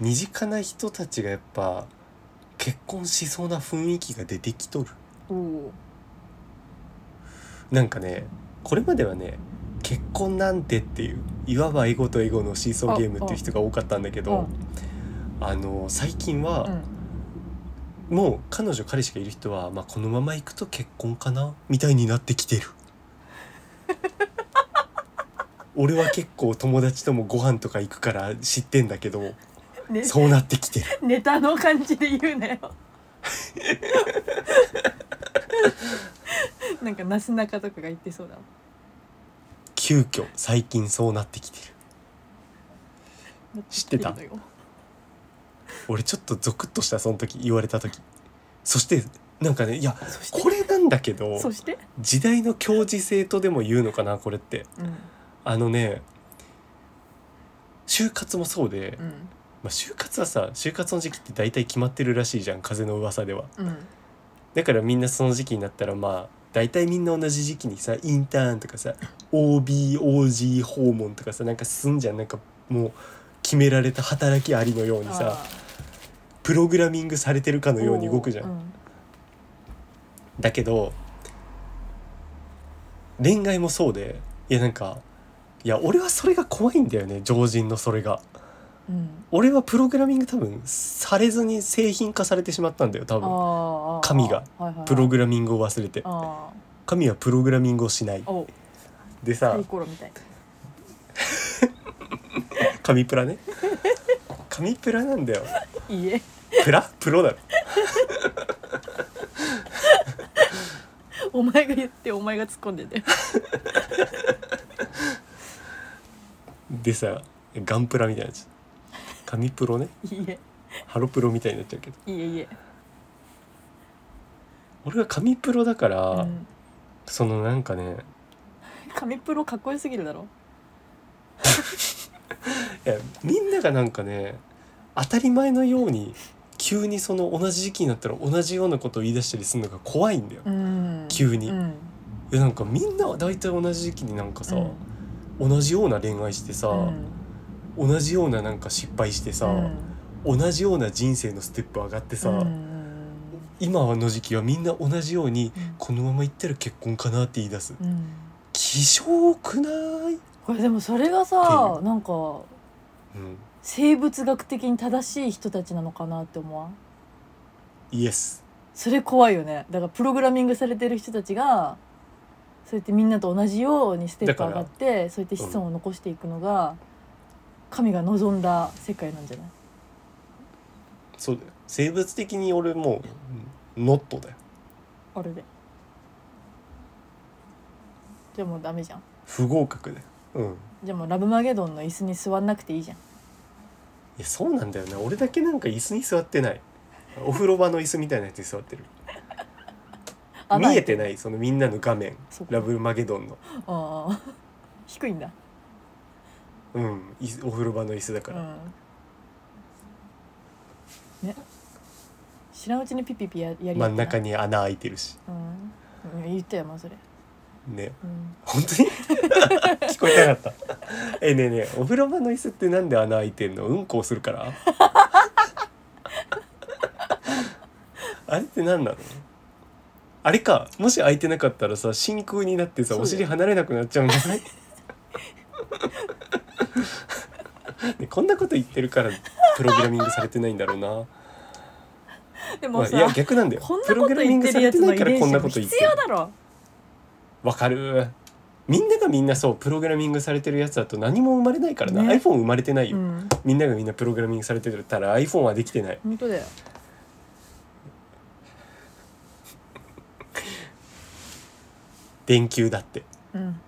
[SPEAKER 1] 身近な人たちがやっぱ結婚しそうな雰囲気が出てきとる
[SPEAKER 2] おお
[SPEAKER 1] なんかねこれまではね結婚なんてっていういわばエゴとエゴのシーソーゲームっていう人が多かったんだけ
[SPEAKER 2] う
[SPEAKER 1] どあの最近は、
[SPEAKER 2] ん
[SPEAKER 1] もう彼女彼氏がいる人は、まあ、このまま行くと結婚かなみたいになって きてる俺は結構友達ともご飯とか行くから知ってんだけど
[SPEAKER 2] ね、
[SPEAKER 1] そうなってきてる
[SPEAKER 2] ネタの感じで言う なよなんかなすなかとかが言ってそうだもん
[SPEAKER 1] 急遽最近そうなってきてる知ってた
[SPEAKER 2] のよ
[SPEAKER 1] 俺ちょっとゾクッとしたその時言われた時そしてなんかねいや
[SPEAKER 2] そして
[SPEAKER 1] これなんだけど
[SPEAKER 2] そして、
[SPEAKER 1] 時代の強靭性とでも言うのかなこれって
[SPEAKER 2] うん
[SPEAKER 1] あのね就活もそうで、
[SPEAKER 2] うん
[SPEAKER 1] まあ、就活はさ就活の時期って大体決まってるらしいじゃん風の噂では
[SPEAKER 2] うん
[SPEAKER 1] だからみんなその時期になったらまあ大体みんな同じ時期にさインターンとかさ OBOG 訪問とかさなんかすんじゃんなんかもう決められた働きありのようにさ
[SPEAKER 2] あ
[SPEAKER 1] プログラミングされてるか
[SPEAKER 2] ー
[SPEAKER 1] のように動くじゃん、
[SPEAKER 2] おー
[SPEAKER 1] だけど恋愛もそうでいやなんかいや俺はそれが怖いんだよね常人のそれが
[SPEAKER 2] うんうん
[SPEAKER 1] 俺はプログラミング多分されずに製品化されてしまったんだよ多
[SPEAKER 2] あー
[SPEAKER 1] 分
[SPEAKER 2] あー
[SPEAKER 1] 神が
[SPEAKER 2] はいはいはい
[SPEAKER 1] プログラミングを忘れて
[SPEAKER 2] あ
[SPEAKER 1] 神はプログラミングをしない
[SPEAKER 2] ーお
[SPEAKER 1] で
[SPEAKER 2] サ
[SPEAKER 1] さ
[SPEAKER 2] イコロみたい
[SPEAKER 1] 神プラ ね神プラなんだよ
[SPEAKER 2] いいえ
[SPEAKER 1] プラプロだろ
[SPEAKER 2] お前が言ってお前が突っ込んでて
[SPEAKER 1] でさガンプラみたいになっちゃう神プロね
[SPEAKER 2] いいえ
[SPEAKER 1] ハロプロみたいになっちゃうけど
[SPEAKER 2] いいえいいえ
[SPEAKER 1] 俺は神プロだから、
[SPEAKER 2] うん
[SPEAKER 1] そのなんかね
[SPEAKER 2] 神プロかっこよすぎるだろ
[SPEAKER 1] いやみんながなんかね当たり前のように急にその同じ時期になったら同じようなことを言い出したりするのが怖いんだよ、
[SPEAKER 2] うん
[SPEAKER 1] 急に
[SPEAKER 2] うん
[SPEAKER 1] いやなんかみんなは大体同じ時期になんかさ、
[SPEAKER 2] うん
[SPEAKER 1] 同じような恋愛してさ、
[SPEAKER 2] うん
[SPEAKER 1] 同じようななんか失敗してさ、
[SPEAKER 2] うん
[SPEAKER 1] 同じような人生のステップ上がってさ、
[SPEAKER 2] うん
[SPEAKER 1] 今の時期はみんな同じように
[SPEAKER 2] うん
[SPEAKER 1] このまま行ったら結婚かなって言い出す
[SPEAKER 2] うん
[SPEAKER 1] 希少くない、
[SPEAKER 2] これでもそれが
[SPEAKER 1] っ
[SPEAKER 2] さなんか
[SPEAKER 1] うん、
[SPEAKER 2] 生物学的に正しい人たちなのかなって思わん
[SPEAKER 1] イエス
[SPEAKER 2] それ怖いよねだからプログラミングされてる人たちがそうやってみんなと同じようにステップ上がってそうやって子孫を残していくのが神が望んだ世界なんじゃない
[SPEAKER 1] そうだよ生物的に俺もううんノットだよ
[SPEAKER 2] あれでじゃあもうダメじゃん
[SPEAKER 1] 不合格だようん
[SPEAKER 2] じゃあもうラブマゲドンの椅子に座んなくていいじゃん
[SPEAKER 1] いやそうなんだよね俺だけなんか椅子に座ってないお風呂場の椅子みたいなやつに座ってる
[SPEAKER 2] あ
[SPEAKER 1] 見えて
[SPEAKER 2] ない
[SPEAKER 1] ないそのみんなの画面
[SPEAKER 2] そっか
[SPEAKER 1] ラブマゲドンの
[SPEAKER 2] ああ低いんだ
[SPEAKER 1] うんいお風呂場の椅子だから、
[SPEAKER 2] うんね知らんうちにピピピややり合ってな
[SPEAKER 1] 真ん中に穴開いてるし
[SPEAKER 2] うんうん言ったよもうそれ、
[SPEAKER 1] ね
[SPEAKER 2] うん、
[SPEAKER 1] 本当 に聞こえなかった えねえねえお風呂場の椅子ってなんで穴開いてんのうんこをするからあれって何なのあれかもし開いてなかったらさ真空になってさ
[SPEAKER 2] そうだよ
[SPEAKER 1] お尻離れなくなっちゃうんじ ゃないねこんなこと言ってるからプログラミングされてないんだろうな、
[SPEAKER 2] で
[SPEAKER 1] ま
[SPEAKER 2] も
[SPEAKER 1] あ、い
[SPEAKER 2] さ、
[SPEAKER 1] や逆なんだよ
[SPEAKER 2] こんな
[SPEAKER 1] プロ
[SPEAKER 2] こ
[SPEAKER 1] グ
[SPEAKER 2] と
[SPEAKER 1] ラミ
[SPEAKER 2] 言
[SPEAKER 1] ン
[SPEAKER 2] っ
[SPEAKER 1] グ
[SPEAKER 2] て
[SPEAKER 1] さ
[SPEAKER 2] る
[SPEAKER 1] れ
[SPEAKER 2] や
[SPEAKER 1] て
[SPEAKER 2] つ
[SPEAKER 1] な
[SPEAKER 2] の
[SPEAKER 1] い
[SPEAKER 2] 遺
[SPEAKER 1] から
[SPEAKER 2] 伝
[SPEAKER 1] こん
[SPEAKER 2] 子
[SPEAKER 1] な
[SPEAKER 2] も
[SPEAKER 1] こと言って
[SPEAKER 2] 必
[SPEAKER 1] る
[SPEAKER 2] 要だろ
[SPEAKER 1] わかるみんながみんなそうプログラミングされてるやつだと何も生まれないからな、
[SPEAKER 2] ね
[SPEAKER 1] iPhone 生まれてないよ、
[SPEAKER 2] うん
[SPEAKER 1] みんながみんなプログラミングされてたら iPhone はできてない
[SPEAKER 2] 本当だよ
[SPEAKER 1] 電球だって
[SPEAKER 2] うん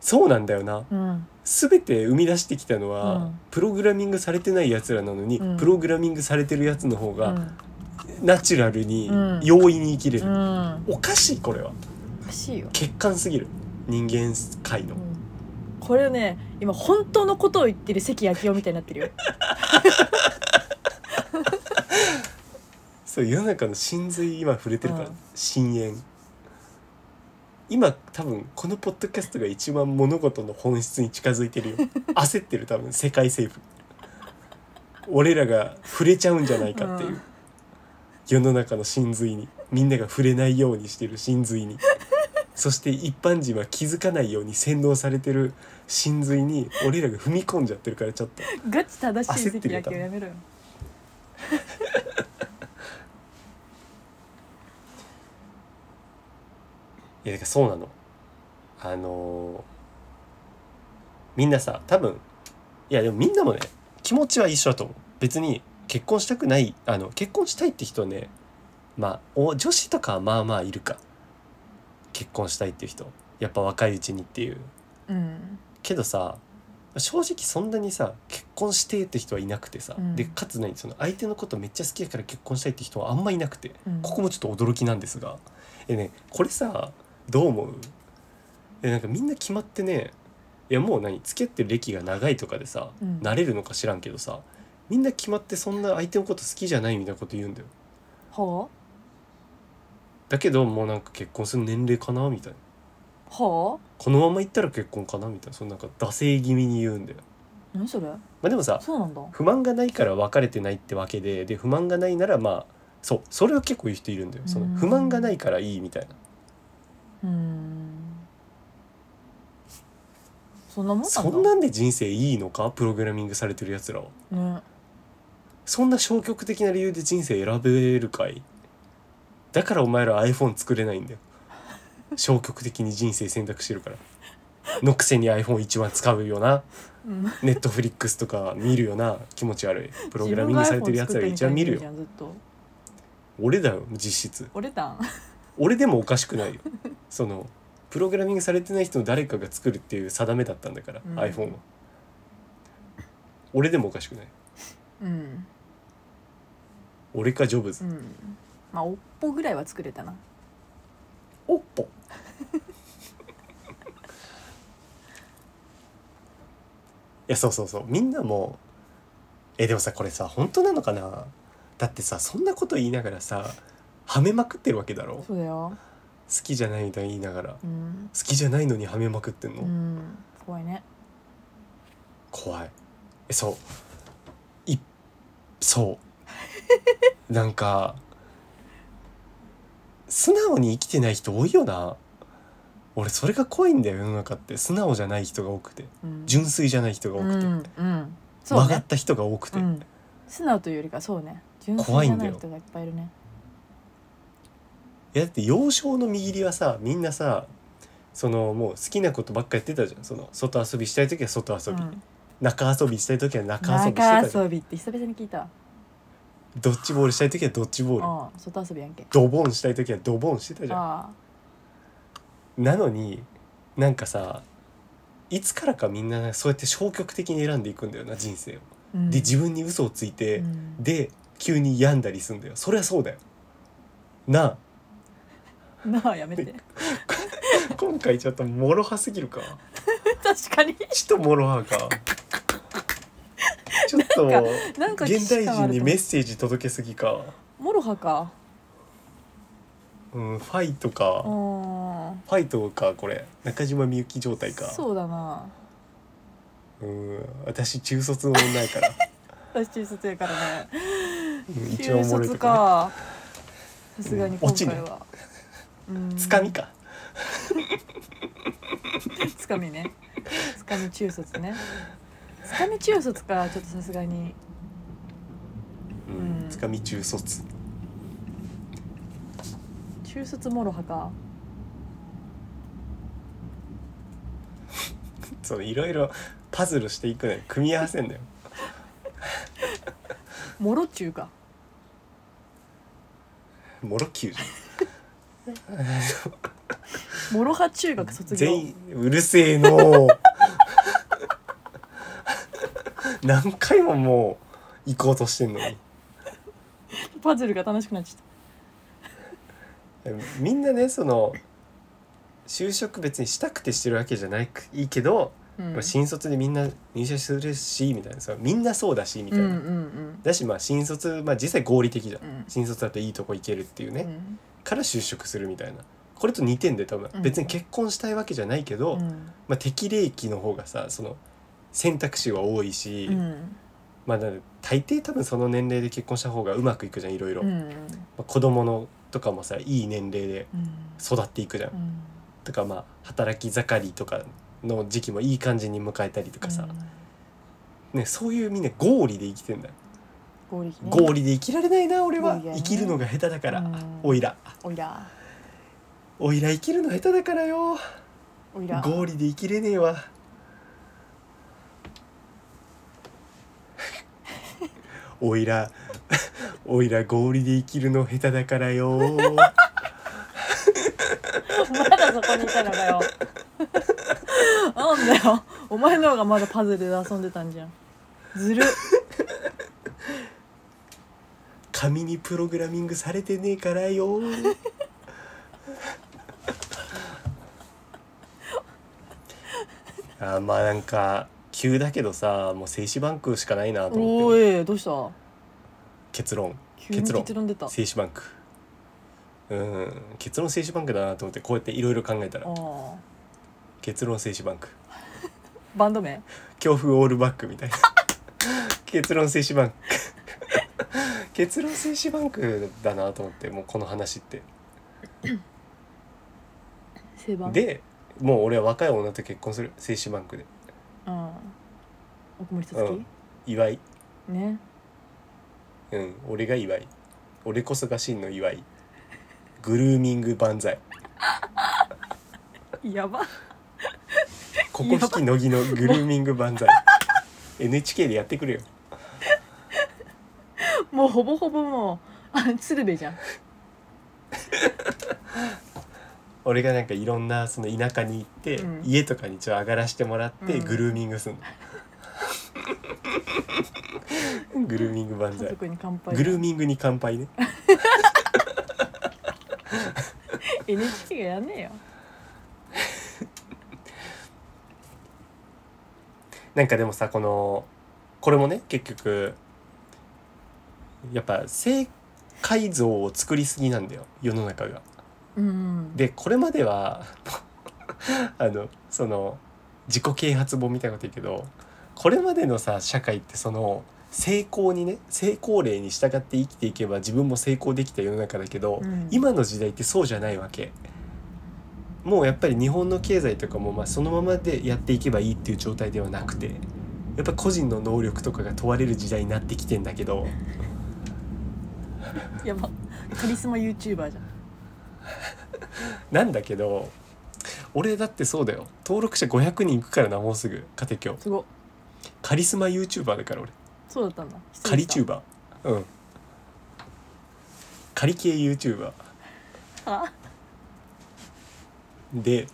[SPEAKER 1] そうなんだよな
[SPEAKER 2] うん
[SPEAKER 1] 全て生み出してきたのは、
[SPEAKER 2] うん
[SPEAKER 1] プログラミングされてないやつらなのに、
[SPEAKER 2] うん
[SPEAKER 1] プログラミングされてるやつの方
[SPEAKER 2] う
[SPEAKER 1] が、
[SPEAKER 2] ん
[SPEAKER 1] ナチュラルに
[SPEAKER 2] うん
[SPEAKER 1] 容易に生きれる、
[SPEAKER 2] うん
[SPEAKER 1] おかしいこれは
[SPEAKER 2] おかしいよ、
[SPEAKER 1] 欠陥すぎる人間界の
[SPEAKER 2] う、ん、これね今本当のことを言ってる関明夫みたいになってるよ
[SPEAKER 1] そう世の中の真髄今触れてるから、
[SPEAKER 2] うん
[SPEAKER 1] 深淵今多分このポッドキャストが一番物事の本質に近づいて るよ焦ってる多分世界政府俺らが触れちゃうんじゃないかっていう、
[SPEAKER 2] うん
[SPEAKER 1] 世の中の真髄にみんなが触れないようにしてる真髄にそして一般人は気づかないように洗脳されてる真髄に俺らが踏み込んじゃってるからちょっと
[SPEAKER 2] ガチ正しい
[SPEAKER 1] 焦っ
[SPEAKER 2] 関
[SPEAKER 1] てるよ
[SPEAKER 2] 明夫やめろよ
[SPEAKER 1] いやだからそうなのあのーみんなさ多分いやでもみんなもね気持ちは一緒だと思う別に結婚したくないあの結婚したいって人ねまあお女子とかはまあまあいるか結婚したいっていう人やっぱ若いうちにっていう
[SPEAKER 2] うん
[SPEAKER 1] けどさ正直そんなにさ結婚してって人はいなくてさ、
[SPEAKER 2] うん
[SPEAKER 1] でかつ何その相手のことめっちゃ好きだから結婚したいって人はあんまいなくて、
[SPEAKER 2] うん
[SPEAKER 1] ここもちょっと驚きなんですがえねこれさどう思うえなんかみんな決まってねいやもう何付き合ってる歴が長いとかでさ、
[SPEAKER 2] うん
[SPEAKER 1] 慣れるのか知らんけどさみんな決まってそんな相手のこと好きじゃないみたいなこと言うんだよ
[SPEAKER 2] ほ
[SPEAKER 1] だけどもうなんか結婚する年齢かなみたいな
[SPEAKER 2] うほ
[SPEAKER 1] このままいったら結婚かなみたいなそのなんか惰性気味に言うんだよ
[SPEAKER 2] う何それ
[SPEAKER 1] まあでもさ
[SPEAKER 2] そうなんだ
[SPEAKER 1] 不満がないから別れてないってわけでで不満がないならまあそうそれは結構言う人いるんだよその
[SPEAKER 2] うん
[SPEAKER 1] 不満がないからいいみたいな
[SPEAKER 2] うんそんなもんなんだ
[SPEAKER 1] そんなんで人生いいのかプログラミングされてるやつらは
[SPEAKER 2] ね
[SPEAKER 1] そんな消極的な理由で人生選べるかいだからお前ら iPhone 作れないんだよ消極的に人生選択してるからのくせに iPhone1 番使うよな
[SPEAKER 2] うん
[SPEAKER 1] ネットフリックスとか見るよな気持ち悪いプログラミングされてるやつらが一番見る
[SPEAKER 2] 自
[SPEAKER 1] よ
[SPEAKER 2] 分が iPhone 作ってみたいに言うじゃんずっと
[SPEAKER 1] 俺だよ実質
[SPEAKER 2] 折れたん
[SPEAKER 1] 俺でもおかしくないよそのプログラミングされてない人の誰かが作るっていう定めだったんだから、
[SPEAKER 2] うん
[SPEAKER 1] iPhone は俺でもおかしくない
[SPEAKER 2] うん
[SPEAKER 1] 俺かジョブ
[SPEAKER 2] う
[SPEAKER 1] ズ
[SPEAKER 2] んまあおっぽぐらいは作れたな
[SPEAKER 1] おっ ぽいやそうそうそうみんなもえでもさこれさ本当なのかなだってさそんなこと言いながらさはめまくってるわけだろ好
[SPEAKER 2] そうだよ
[SPEAKER 1] きじゃないみたいに言いながら好
[SPEAKER 2] うん、
[SPEAKER 1] きじゃないのにはめまくってんの、
[SPEAKER 2] うん、怖いね
[SPEAKER 1] 怖いえそういそう なんか素直に生きてない人多いよな俺それが怖いんだよ世の中って素直じゃない人が多くて
[SPEAKER 2] うん
[SPEAKER 1] 純粋じゃない人が多くて、
[SPEAKER 2] うん、うん、そう
[SPEAKER 1] 曲が
[SPEAKER 2] ね
[SPEAKER 1] っ、た人が多くて、
[SPEAKER 2] うん、素直というよりかそうね純
[SPEAKER 1] 怖
[SPEAKER 2] 粋
[SPEAKER 1] い
[SPEAKER 2] じ
[SPEAKER 1] んだ
[SPEAKER 2] ゃな
[SPEAKER 1] よ
[SPEAKER 2] い人がいっぱいいるね
[SPEAKER 1] いやだって幼少の見切りはさみんなさそのもう好きなことばっかやってたじゃんその外遊びしたい時は外遊び、
[SPEAKER 2] うん
[SPEAKER 1] 中遊びしたい時は中遊びして
[SPEAKER 2] 中
[SPEAKER 1] たじゃん
[SPEAKER 2] 遊びって久々に聞いた
[SPEAKER 1] ドッジボールしたい時はドッジボール
[SPEAKER 2] ああ外遊びやんけ
[SPEAKER 1] ドボンしたい時はドボンしてたじゃん
[SPEAKER 2] あ
[SPEAKER 1] なのになんかさいつからかみんなそうやって消極的に選んでいくんだよな人生を。
[SPEAKER 2] あ、うん、
[SPEAKER 1] で自分に嘘をついて、
[SPEAKER 2] うん
[SPEAKER 1] で急に病んだりすんだよそりゃそうだよ。な
[SPEAKER 2] なあやめて
[SPEAKER 1] あ今回ちょっともろはすぎるか
[SPEAKER 2] 確かに
[SPEAKER 1] ちともろは かちょっと
[SPEAKER 2] なんか
[SPEAKER 1] 現代人にメッ
[SPEAKER 2] ス
[SPEAKER 1] セージ届けすぎか、
[SPEAKER 2] モロハか
[SPEAKER 1] うん、ファイトか、
[SPEAKER 2] う
[SPEAKER 1] フ
[SPEAKER 2] ーん
[SPEAKER 1] ァイトかこれ中島みゆき状態か
[SPEAKER 2] そうだな
[SPEAKER 1] うん私中卒の女やから、
[SPEAKER 2] 私中卒やからね
[SPEAKER 1] うん、一番おもろ
[SPEAKER 2] 中
[SPEAKER 1] いと
[SPEAKER 2] 卒
[SPEAKER 1] こね
[SPEAKER 2] かさすがに今回
[SPEAKER 1] うん
[SPEAKER 2] はうん
[SPEAKER 1] つかみか
[SPEAKER 2] つかみねつかみ中卒ねつかみ中卒かちょっとさすがにうん
[SPEAKER 1] つかみ中卒
[SPEAKER 2] 中卒もろはか
[SPEAKER 1] そのいろいろパズルしていくね組み合わせん だよ
[SPEAKER 2] もろ中か
[SPEAKER 1] もろきゅうじゃん
[SPEAKER 2] 諸刃中学卒業
[SPEAKER 1] 全員うるせえの何回ももう行こうとしてんのに
[SPEAKER 2] パズルが楽しくなっちゃっ
[SPEAKER 1] みんなねその就職別にしたくてしてるわけじゃないくいいけど、
[SPEAKER 2] た、うん、
[SPEAKER 1] まあ、新卒でみんな入社するしみたいなさみんなそうだしみたいな、
[SPEAKER 2] うんうんうん
[SPEAKER 1] だしまあ新卒、まあ、実際合理的じゃん、
[SPEAKER 2] うん
[SPEAKER 1] 新卒だといいとこ行けるっていうね、
[SPEAKER 2] うん
[SPEAKER 1] から就職するみたいなこれと似てんで多分、
[SPEAKER 2] うん
[SPEAKER 1] 別に結婚したいわけじゃないけど、
[SPEAKER 2] うん
[SPEAKER 1] まあ、適齢期の方がさその選択肢は多いし、
[SPEAKER 2] うん
[SPEAKER 1] まあ、だから大抵多分その年齢で結婚した方がうまくいくじゃんいろいろ、
[SPEAKER 2] う
[SPEAKER 1] ま
[SPEAKER 2] ん
[SPEAKER 1] あ、子供のとかもさいい年齢で
[SPEAKER 2] うん
[SPEAKER 1] 育っていくじゃん、
[SPEAKER 2] うん
[SPEAKER 1] とかまあ働き盛りとかの時期もいい感じに迎えたりとかさ、ね、そういうみんな合理で生きてんだよ、
[SPEAKER 2] 合力ね
[SPEAKER 1] 合理で生きられないな俺は、
[SPEAKER 2] 合理だよね
[SPEAKER 1] 生きるのが下手だから、
[SPEAKER 2] うん
[SPEAKER 1] おいら
[SPEAKER 2] おいら
[SPEAKER 1] おいら生きるの下手だからよ
[SPEAKER 2] おいら
[SPEAKER 1] 合理で生きれねえ わおいら おいら合理で生きるの下手だからよ
[SPEAKER 2] まだそこにいたのか よなんだよお前の方がまだパズルで遊んでたんじゃんずる
[SPEAKER 1] 紙にプログラミングされてねえから よあーまあなんか急だけどさもう精子バンクしかないなと思っ
[SPEAKER 2] お
[SPEAKER 1] て
[SPEAKER 2] ーいどうした
[SPEAKER 1] 結論
[SPEAKER 2] 急に
[SPEAKER 1] 結論
[SPEAKER 2] 結論出たあ
[SPEAKER 1] 精子バンクうん結論精子バンクだなと思ってこうやっていろいろ考えたら
[SPEAKER 2] ー
[SPEAKER 1] 結論精子バンク
[SPEAKER 2] バンド名
[SPEAKER 1] 強風オールバックみたいな結論精子バンク結論精子バンクだなと思ってもうこの話って
[SPEAKER 2] セバン
[SPEAKER 1] でもう俺は若い女と結婚する精子バンクで
[SPEAKER 2] うん奥森さつき
[SPEAKER 1] 祝い
[SPEAKER 2] ね
[SPEAKER 1] うん俺が祝い俺こそが真の祝いグルーミング万歳
[SPEAKER 2] やば
[SPEAKER 1] ここ引き乃木のグルーミング万歳 NHK でやってくれよ
[SPEAKER 2] もうほぼほぼもうあ鶴瓶 じゃん
[SPEAKER 1] 俺がなんかいろんなその田舎に行って、
[SPEAKER 2] うん
[SPEAKER 1] 家とかにちょっと上がらしてもらって
[SPEAKER 2] うん
[SPEAKER 1] グルーミングすんの、 グルーミング万
[SPEAKER 2] 家
[SPEAKER 1] 歳
[SPEAKER 2] 族に乾杯
[SPEAKER 1] グルーミングに乾杯ね
[SPEAKER 2] NHK がやんねえよ
[SPEAKER 1] なんかでもさこのこれもね結局やっぱ正解像を作りすぎなんだよ世の中が。
[SPEAKER 2] うん
[SPEAKER 1] でこれまでは あのその自己啓発本みたいなこと言うけどこれまでのさ社会ってその成功にね成功例に従って生きていけば自分も成功できた世の中だけど、
[SPEAKER 2] うん
[SPEAKER 1] 今の時代ってそうじゃないわけ。もうやっぱり日本の経済とかもまあそのままでやっていけばいいっていう状態ではなくてやっぱ個人の能力とかが問われる時代になってきてんだけど
[SPEAKER 2] やばカリスマ YouTuber じゃん
[SPEAKER 1] なんだけど俺だってそうだよ登録者500人いくからなもうすぐ家庭教
[SPEAKER 2] すごっ
[SPEAKER 1] カリスマ YouTuber だから俺
[SPEAKER 2] そうだったんだ失
[SPEAKER 1] カ
[SPEAKER 2] 礼
[SPEAKER 1] リ
[SPEAKER 2] し
[SPEAKER 1] チューバーうんカリ系 YouTuber
[SPEAKER 2] たあ
[SPEAKER 1] で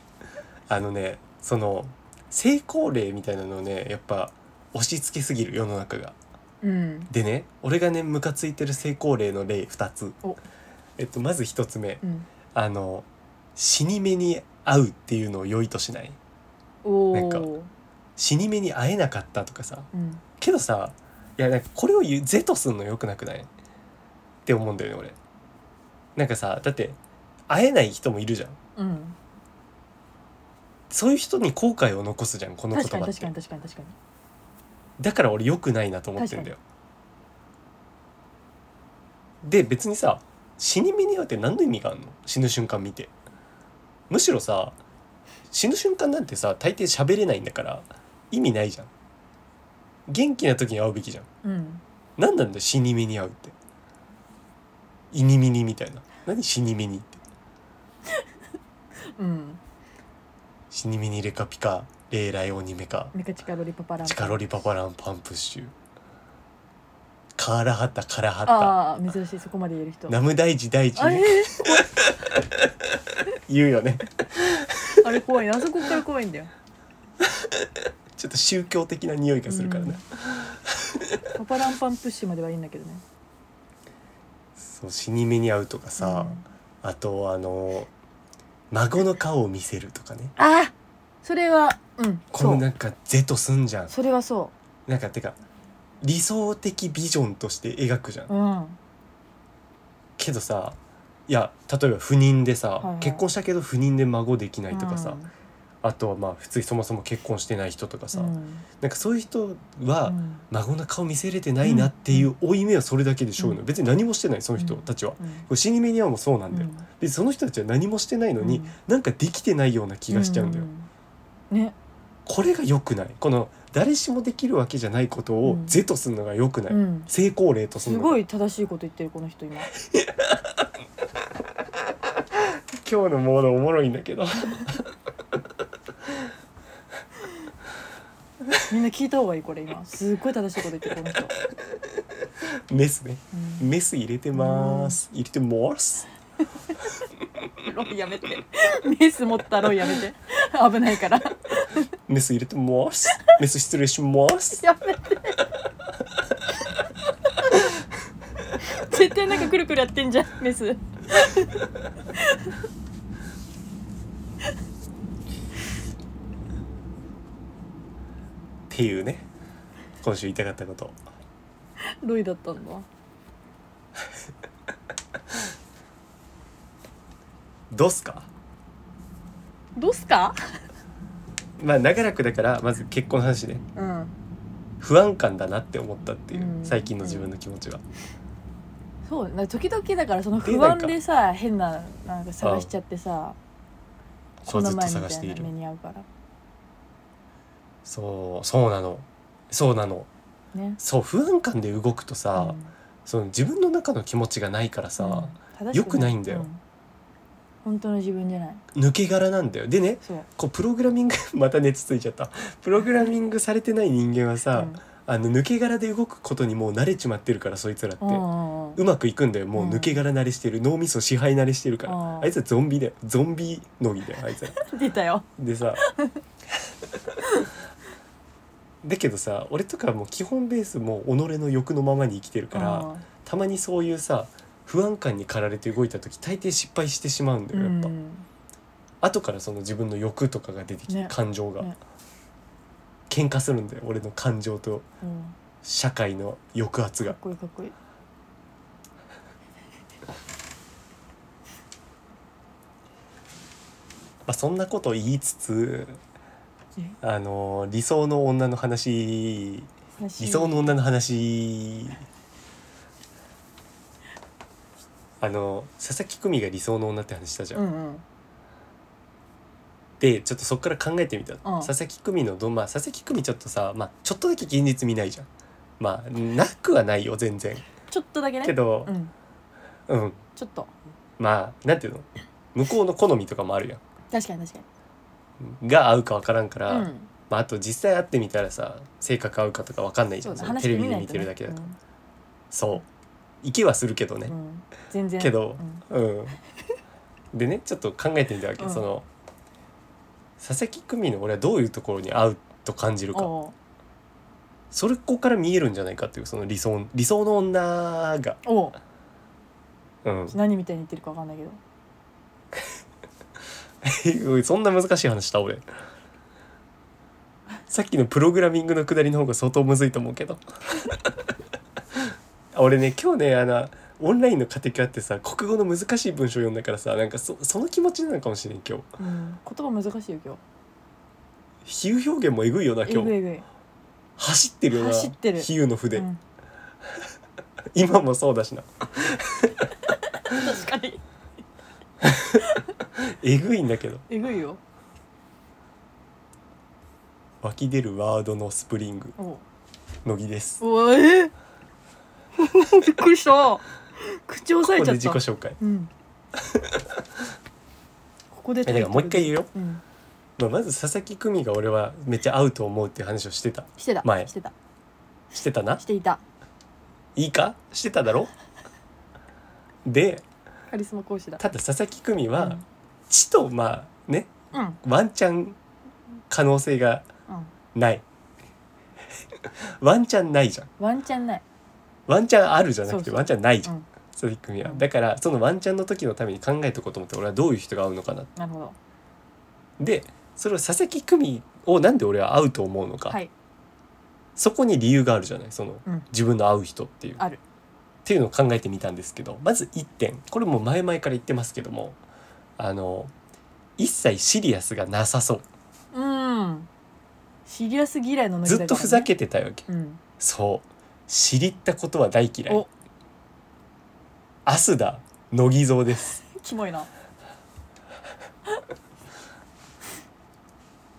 [SPEAKER 1] あのねその成功例みたいなのをねやっぱ押し付けすぎる世の中が
[SPEAKER 2] うん
[SPEAKER 1] でね俺がねムカついてる成功例の例2つ
[SPEAKER 2] お
[SPEAKER 1] えっとまず1つ目
[SPEAKER 2] うん
[SPEAKER 1] あの死に目に会うっていうのを良いとしない
[SPEAKER 2] お
[SPEAKER 1] なんか
[SPEAKER 2] お
[SPEAKER 1] 死に目に会えなかったとかさ
[SPEAKER 2] うん
[SPEAKER 1] けどさいやなんかこれを言う是とすんのよくなくないって思うんだよね俺なんかさだって会えない人もいるじゃん
[SPEAKER 2] うん
[SPEAKER 1] そういう人に後悔を残すじゃんこの言
[SPEAKER 2] 確かに
[SPEAKER 1] 葉っ
[SPEAKER 2] 確か
[SPEAKER 1] て
[SPEAKER 2] に確かに確かに
[SPEAKER 1] だから俺良くないなと思ってんだよで別にさ死に目に会うって何の意味があるの死ぬ瞬間見てむしろさ死ぬ瞬間なんてさ大抵喋れないんだから意味ないじゃん元気な時に会うべきじゃん
[SPEAKER 2] うん
[SPEAKER 1] 何なんだよ死に目に会うってイニミニみたいな何死に目にって
[SPEAKER 2] うん
[SPEAKER 1] 死に目にレカピカレイライオニメカ
[SPEAKER 2] メカチカロリパパラン
[SPEAKER 1] チカロリパパランパンプッシュカーラハッタカラハッタ
[SPEAKER 2] ああ珍しいそこまで言える人
[SPEAKER 1] ナム大事大事
[SPEAKER 2] あれ
[SPEAKER 1] 言うよね
[SPEAKER 2] あれ怖いなあそこから怖いんだよ
[SPEAKER 1] ちょっと宗教的な匂いがするからね、
[SPEAKER 2] パパランパンプッシュまではいいんだけどね
[SPEAKER 1] そう死に目に遭うとかさ、
[SPEAKER 2] うん
[SPEAKER 1] あとあの孫の顔を見せるとかね
[SPEAKER 2] あそれはうん
[SPEAKER 1] こ
[SPEAKER 2] そ
[SPEAKER 1] の
[SPEAKER 2] う
[SPEAKER 1] なんか是とすんじゃん
[SPEAKER 2] それはそ
[SPEAKER 1] なんかてか理想的ビジョンとして描くじゃん、
[SPEAKER 2] ううん
[SPEAKER 1] けどさいや例えば不妊でさ、
[SPEAKER 2] はいはい
[SPEAKER 1] 結婚したけど不妊で孫できないとかさ、
[SPEAKER 2] うん
[SPEAKER 1] あとはまあ普通にそもそも結婚してない人とかさ、
[SPEAKER 2] うん
[SPEAKER 1] なんかそういう人は、
[SPEAKER 2] うん
[SPEAKER 1] 孫の顔見せれてないなっていう負い目はそれだけでしょうの、
[SPEAKER 2] うん
[SPEAKER 1] 別に何もしてないその人
[SPEAKER 2] うん
[SPEAKER 1] たちは、こ
[SPEAKER 2] うん
[SPEAKER 1] れ死に目にはもうそうなんだよ、
[SPEAKER 2] うん
[SPEAKER 1] 別にその人たちは何もしてないのに、
[SPEAKER 2] うん
[SPEAKER 1] なんかできてないような気がしちゃうんだよ、
[SPEAKER 2] うんね
[SPEAKER 1] これが良くないこの誰しもできるわけじゃないことを
[SPEAKER 2] うん
[SPEAKER 1] 是とするのが良くない、
[SPEAKER 2] うん
[SPEAKER 1] 成功例とす
[SPEAKER 2] す
[SPEAKER 1] るのが
[SPEAKER 2] ごい正しいこと言ってるこの人今
[SPEAKER 1] 今日のモードおもろいんだけど
[SPEAKER 2] みんな聞いた方がいいこれ今すっごい正しいこと言ってるこの人、
[SPEAKER 1] メスね
[SPEAKER 2] うん
[SPEAKER 1] メス入れてます、入れてます
[SPEAKER 2] ロイやめてメス持ったロイやめて危ないから
[SPEAKER 1] メス入れて ますメス失礼します
[SPEAKER 2] やめて 絶対なんかくるくるやってんじゃんメス
[SPEAKER 1] っていうね今週言いたかったこと
[SPEAKER 2] ロイだったんだ
[SPEAKER 1] どうっすか
[SPEAKER 2] どうすか
[SPEAKER 1] まあ長らくだからまず結婚の話ね
[SPEAKER 2] うん
[SPEAKER 1] 不安感だなって思ったっていう、
[SPEAKER 2] うん
[SPEAKER 1] 最近の自分の気持ちが、
[SPEAKER 2] そうな時々だからその
[SPEAKER 1] で
[SPEAKER 2] 不安
[SPEAKER 1] なんか
[SPEAKER 2] でさ変ななんか探しちゃってさ
[SPEAKER 1] そ
[SPEAKER 2] こ
[SPEAKER 1] う
[SPEAKER 2] の
[SPEAKER 1] ずっと
[SPEAKER 2] 前み
[SPEAKER 1] 探したてい
[SPEAKER 2] いな
[SPEAKER 1] る
[SPEAKER 2] 目に遭うから
[SPEAKER 1] そうそうなのそうなの
[SPEAKER 2] ね
[SPEAKER 1] そう不安感で動くとさ、
[SPEAKER 2] うん
[SPEAKER 1] その自分の中の気持ちがないからさ、
[SPEAKER 2] うん
[SPEAKER 1] 良くないんだよ、
[SPEAKER 2] 正しう本当の自分じゃない
[SPEAKER 1] 抜け殻なんだよでね
[SPEAKER 2] そう
[SPEAKER 1] こうプログラミング また熱ついちゃったプログラミングされてない人間はさ、あの抜け殻で動くことにもう慣れちまってるからそいつらって、
[SPEAKER 2] うんうんうん
[SPEAKER 1] うまくいくんだよもう
[SPEAKER 2] うん
[SPEAKER 1] 抜け殻慣れしてる、脳みそ支配慣れしてるから、
[SPEAKER 2] うん
[SPEAKER 1] あいつはゾンビだよゾンビのぎだよあいつら
[SPEAKER 2] うん出たよ
[SPEAKER 1] でさ だけどさ俺とかはもう基本ベースもう己の欲のままに生きてるから、たまにそういうさ不安感に駆られて動いた時大抵失敗してしまうんだ
[SPEAKER 2] う
[SPEAKER 1] よやっ
[SPEAKER 2] ん
[SPEAKER 1] ぱ、
[SPEAKER 2] うん
[SPEAKER 1] 後からその自分の欲とかが出てきて、
[SPEAKER 2] ね
[SPEAKER 1] 感情が、
[SPEAKER 2] ね
[SPEAKER 1] 喧嘩するんだよ俺の感情と
[SPEAKER 2] うん
[SPEAKER 1] 社会の抑圧
[SPEAKER 2] か
[SPEAKER 1] が
[SPEAKER 2] っこいいかっこいい
[SPEAKER 1] まあ、そんなこと言いつつ
[SPEAKER 2] え
[SPEAKER 1] あの理想の女の話
[SPEAKER 2] 話
[SPEAKER 1] 理想の女の話あの佐々木久美が理想の女って話したじゃん。
[SPEAKER 2] うんうん
[SPEAKER 1] でちょっとそこから考えてみた、
[SPEAKER 2] ん
[SPEAKER 1] 佐々木久美のど、まあ、佐々木久美ちょっとさ、まあ、ちょっとだけ現実見ないじゃん。まあなくはないよ全然。
[SPEAKER 2] ちょっとだけね
[SPEAKER 1] けど
[SPEAKER 2] う、ん
[SPEAKER 1] うん、
[SPEAKER 2] ちょっと
[SPEAKER 1] まあなんていうの向こうの好みとかもあるや
[SPEAKER 2] 確かに確かに
[SPEAKER 1] ん。が合うかわからんから、
[SPEAKER 2] うん
[SPEAKER 1] まあ、あと実際会ってみたらさ性格合うかとかわかんないじゃん、そのテレビで見てるだけだと、
[SPEAKER 2] ね
[SPEAKER 1] そう行けはするけどね
[SPEAKER 2] う、んうん全然
[SPEAKER 1] けど
[SPEAKER 2] うん
[SPEAKER 1] うんでねちょっと考えてみたわけ、
[SPEAKER 2] うん
[SPEAKER 1] その佐々木久美の俺はどういうところに合うと感じるか
[SPEAKER 2] おう
[SPEAKER 1] それここから見えるんじゃないかっていうその理想理想の女が、
[SPEAKER 2] おう
[SPEAKER 1] うん
[SPEAKER 2] 何みたいに言ってるかわかんないけ ど
[SPEAKER 1] そんな難しい話した俺さっきのプログラミングのくだりの方が相当むずいと思うけ ど俺ね今日ねあのオンラインの家庭あってさ国語の難しい文章読んだからさなんかそその気持ちなのかもしれん今日
[SPEAKER 2] うん言葉難しいよ今
[SPEAKER 1] 比喩表現もえぐいよな
[SPEAKER 2] 日え
[SPEAKER 1] 今
[SPEAKER 2] ぐい
[SPEAKER 1] 日
[SPEAKER 2] えぐい
[SPEAKER 1] 走ってるよな
[SPEAKER 2] 走ってる
[SPEAKER 1] 比喩の筆、
[SPEAKER 2] うん
[SPEAKER 1] 今もそうだしな
[SPEAKER 2] 確かに
[SPEAKER 1] えぐいんだけど
[SPEAKER 2] えぐいよ
[SPEAKER 1] 湧き出るワードのスプリング
[SPEAKER 2] おう
[SPEAKER 1] 乃木ですこ
[SPEAKER 2] うわえ びっくりした口押
[SPEAKER 1] こ
[SPEAKER 2] さえ
[SPEAKER 1] で
[SPEAKER 2] ちゃっ
[SPEAKER 1] 自己
[SPEAKER 2] た
[SPEAKER 1] 紹介
[SPEAKER 2] うんここで
[SPEAKER 1] えだからもう一回言うよ、
[SPEAKER 2] うん、
[SPEAKER 1] まあ、まず佐々木久美が俺はめっちゃ合うと思うっていう話をしてた
[SPEAKER 2] してた
[SPEAKER 1] 前
[SPEAKER 2] してた
[SPEAKER 1] してたな
[SPEAKER 2] していた
[SPEAKER 1] いいかしてただろで
[SPEAKER 2] カリスマ講師だ
[SPEAKER 1] ただ佐々木久美
[SPEAKER 2] う
[SPEAKER 1] は
[SPEAKER 2] ん
[SPEAKER 1] 「知」とまあね
[SPEAKER 2] うん
[SPEAKER 1] ワンチャン可能性が
[SPEAKER 2] うん
[SPEAKER 1] ない ワンチャンないじゃん
[SPEAKER 2] ワンチャンない
[SPEAKER 1] ワンチャンあるじゃなくて
[SPEAKER 2] そうそう
[SPEAKER 1] ワンチャンないじゃん、
[SPEAKER 2] うん
[SPEAKER 1] そういう組みは、
[SPEAKER 2] うん
[SPEAKER 1] だからそのワンチャンの時のために考えとこうと思って俺はどういう人が合うのかな
[SPEAKER 2] なるほど
[SPEAKER 1] でそれを佐々木久美をなんで俺は合うと思うのか、
[SPEAKER 2] はい
[SPEAKER 1] そこに理由があるじゃないその、
[SPEAKER 2] うん
[SPEAKER 1] 自分の合う人っていう
[SPEAKER 2] ある
[SPEAKER 1] っていうのを考えてみたんですけどまず1点これもう前々から言ってますけどもあの一切シリアスがなさそう
[SPEAKER 2] うんシリアス嫌いのノリだ
[SPEAKER 1] ず
[SPEAKER 2] か
[SPEAKER 1] っ
[SPEAKER 2] らね
[SPEAKER 1] とふざけてたわけ、
[SPEAKER 2] うん
[SPEAKER 1] そう知りったことは大嫌い
[SPEAKER 2] お
[SPEAKER 1] アスダ乃木蔵です
[SPEAKER 2] キモいな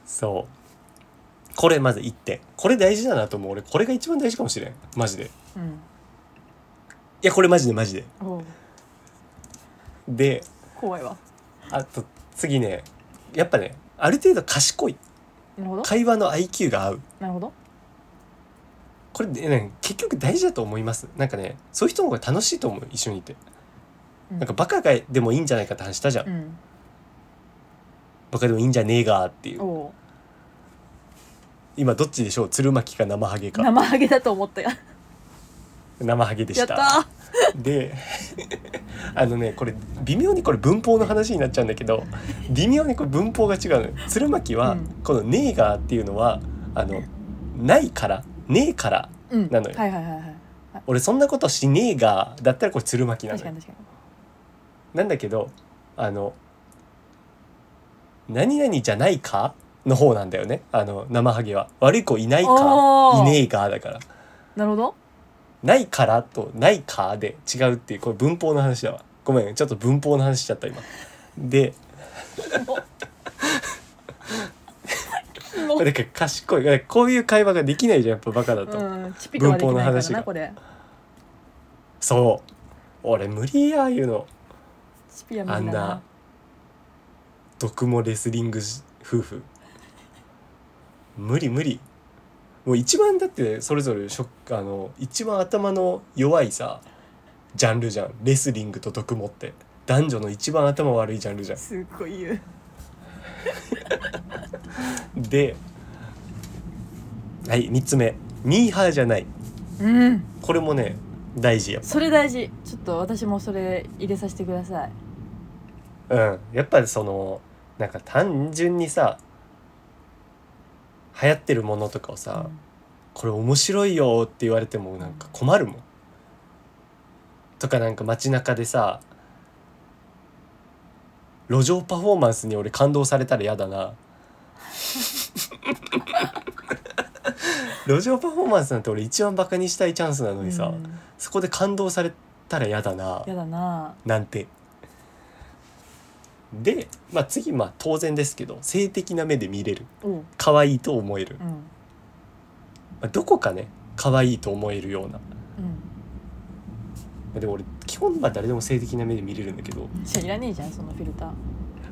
[SPEAKER 1] そうこれまず1点これ大事だなと思う俺これが一番大事かもしれんマジでい
[SPEAKER 2] うん
[SPEAKER 1] やこれマジでマジで
[SPEAKER 2] おう
[SPEAKER 1] で
[SPEAKER 2] 怖いわ
[SPEAKER 1] あと次ねやっぱねある程度賢い
[SPEAKER 2] なるほど
[SPEAKER 1] 会話の IQ が合う
[SPEAKER 2] なるほど
[SPEAKER 1] これでね結局大事だと思いますなんかねそういう人の方が楽しいと思う一緒にいて
[SPEAKER 2] うん
[SPEAKER 1] なんかバカがでもいいんじゃないかって話したじゃん、
[SPEAKER 2] うん
[SPEAKER 1] バカでもいいんじゃねえがーっていう
[SPEAKER 2] おう
[SPEAKER 1] 今どっちでしょう鶴巻か生ハゲか
[SPEAKER 2] 生ハゲだと思ったよ
[SPEAKER 1] 生ハゲでし
[SPEAKER 2] やった
[SPEAKER 1] た
[SPEAKER 2] ー
[SPEAKER 1] で あのねこれ微妙にこれ文法の話になっちゃうんだけど微妙にこれ文法が違うのよ鶴巻は、
[SPEAKER 2] うん
[SPEAKER 1] この「ねえがー」っていうのはあのないからねえから
[SPEAKER 2] うん
[SPEAKER 1] なのよ
[SPEAKER 2] はいはいはいはい
[SPEAKER 1] 俺そんなことしねえがーだったらこれ鶴巻なの
[SPEAKER 2] 確
[SPEAKER 1] よ
[SPEAKER 2] かに確か
[SPEAKER 1] なんだけどあの「何々じゃないか?」の方なんだよねあの生ハゲは悪い子いない
[SPEAKER 2] お
[SPEAKER 1] か
[SPEAKER 2] ー
[SPEAKER 1] いねえかだから
[SPEAKER 2] になるほど
[SPEAKER 1] 「ないから」と「ないか」で違うっていうこれ文法の話だわごめんちょっと文法の話しちゃった今で
[SPEAKER 2] キモ
[SPEAKER 1] だから賢いだからこういう会話ができないじゃんやっぱバカだと、
[SPEAKER 2] うんチピカはできな
[SPEAKER 1] 文法
[SPEAKER 2] いから
[SPEAKER 1] の話が
[SPEAKER 2] なこれ
[SPEAKER 1] そう俺無理やああいうの
[SPEAKER 2] チピは無
[SPEAKER 1] あ
[SPEAKER 2] 理
[SPEAKER 1] ん
[SPEAKER 2] だ
[SPEAKER 1] な
[SPEAKER 2] な
[SPEAKER 1] 毒もレスリング夫婦無理無理もう一番だってそれぞれショックあの一番頭の弱いさジャンルじゃんレスリングと毒もって男女の一番頭悪いジャンルじゃ
[SPEAKER 2] すっごい言うん
[SPEAKER 1] ではい3つ目ミーハーじゃない
[SPEAKER 2] うん
[SPEAKER 1] これもね大事やっ
[SPEAKER 2] それ大事ちょっと私もそれ入れさせてください
[SPEAKER 1] ぱうんやっぱりそのなんか単純にさ流行ってるものとかをさ、これ面白いよって言われてもなんか困るもん。とかなんか街中でさ路上パフォーマンスに俺感動されたら嫌だ な。路上パフォーマンスなんて俺一番バカにしたいチャンスな
[SPEAKER 2] う
[SPEAKER 1] の
[SPEAKER 2] ん
[SPEAKER 1] にさ、
[SPEAKER 2] うん
[SPEAKER 1] そこで感動されたら嫌だな
[SPEAKER 2] やだな
[SPEAKER 1] なんて。で、まあ、次まあ当然ですけど性的な目で見れる
[SPEAKER 2] おう
[SPEAKER 1] 可愛いと思える
[SPEAKER 2] う、ん
[SPEAKER 1] まあ、どこかね可愛いと思えるような
[SPEAKER 2] うん
[SPEAKER 1] でも俺基本は誰でも性的な目で見れるんだけど
[SPEAKER 2] じゃあいらねえじゃんそのフィルター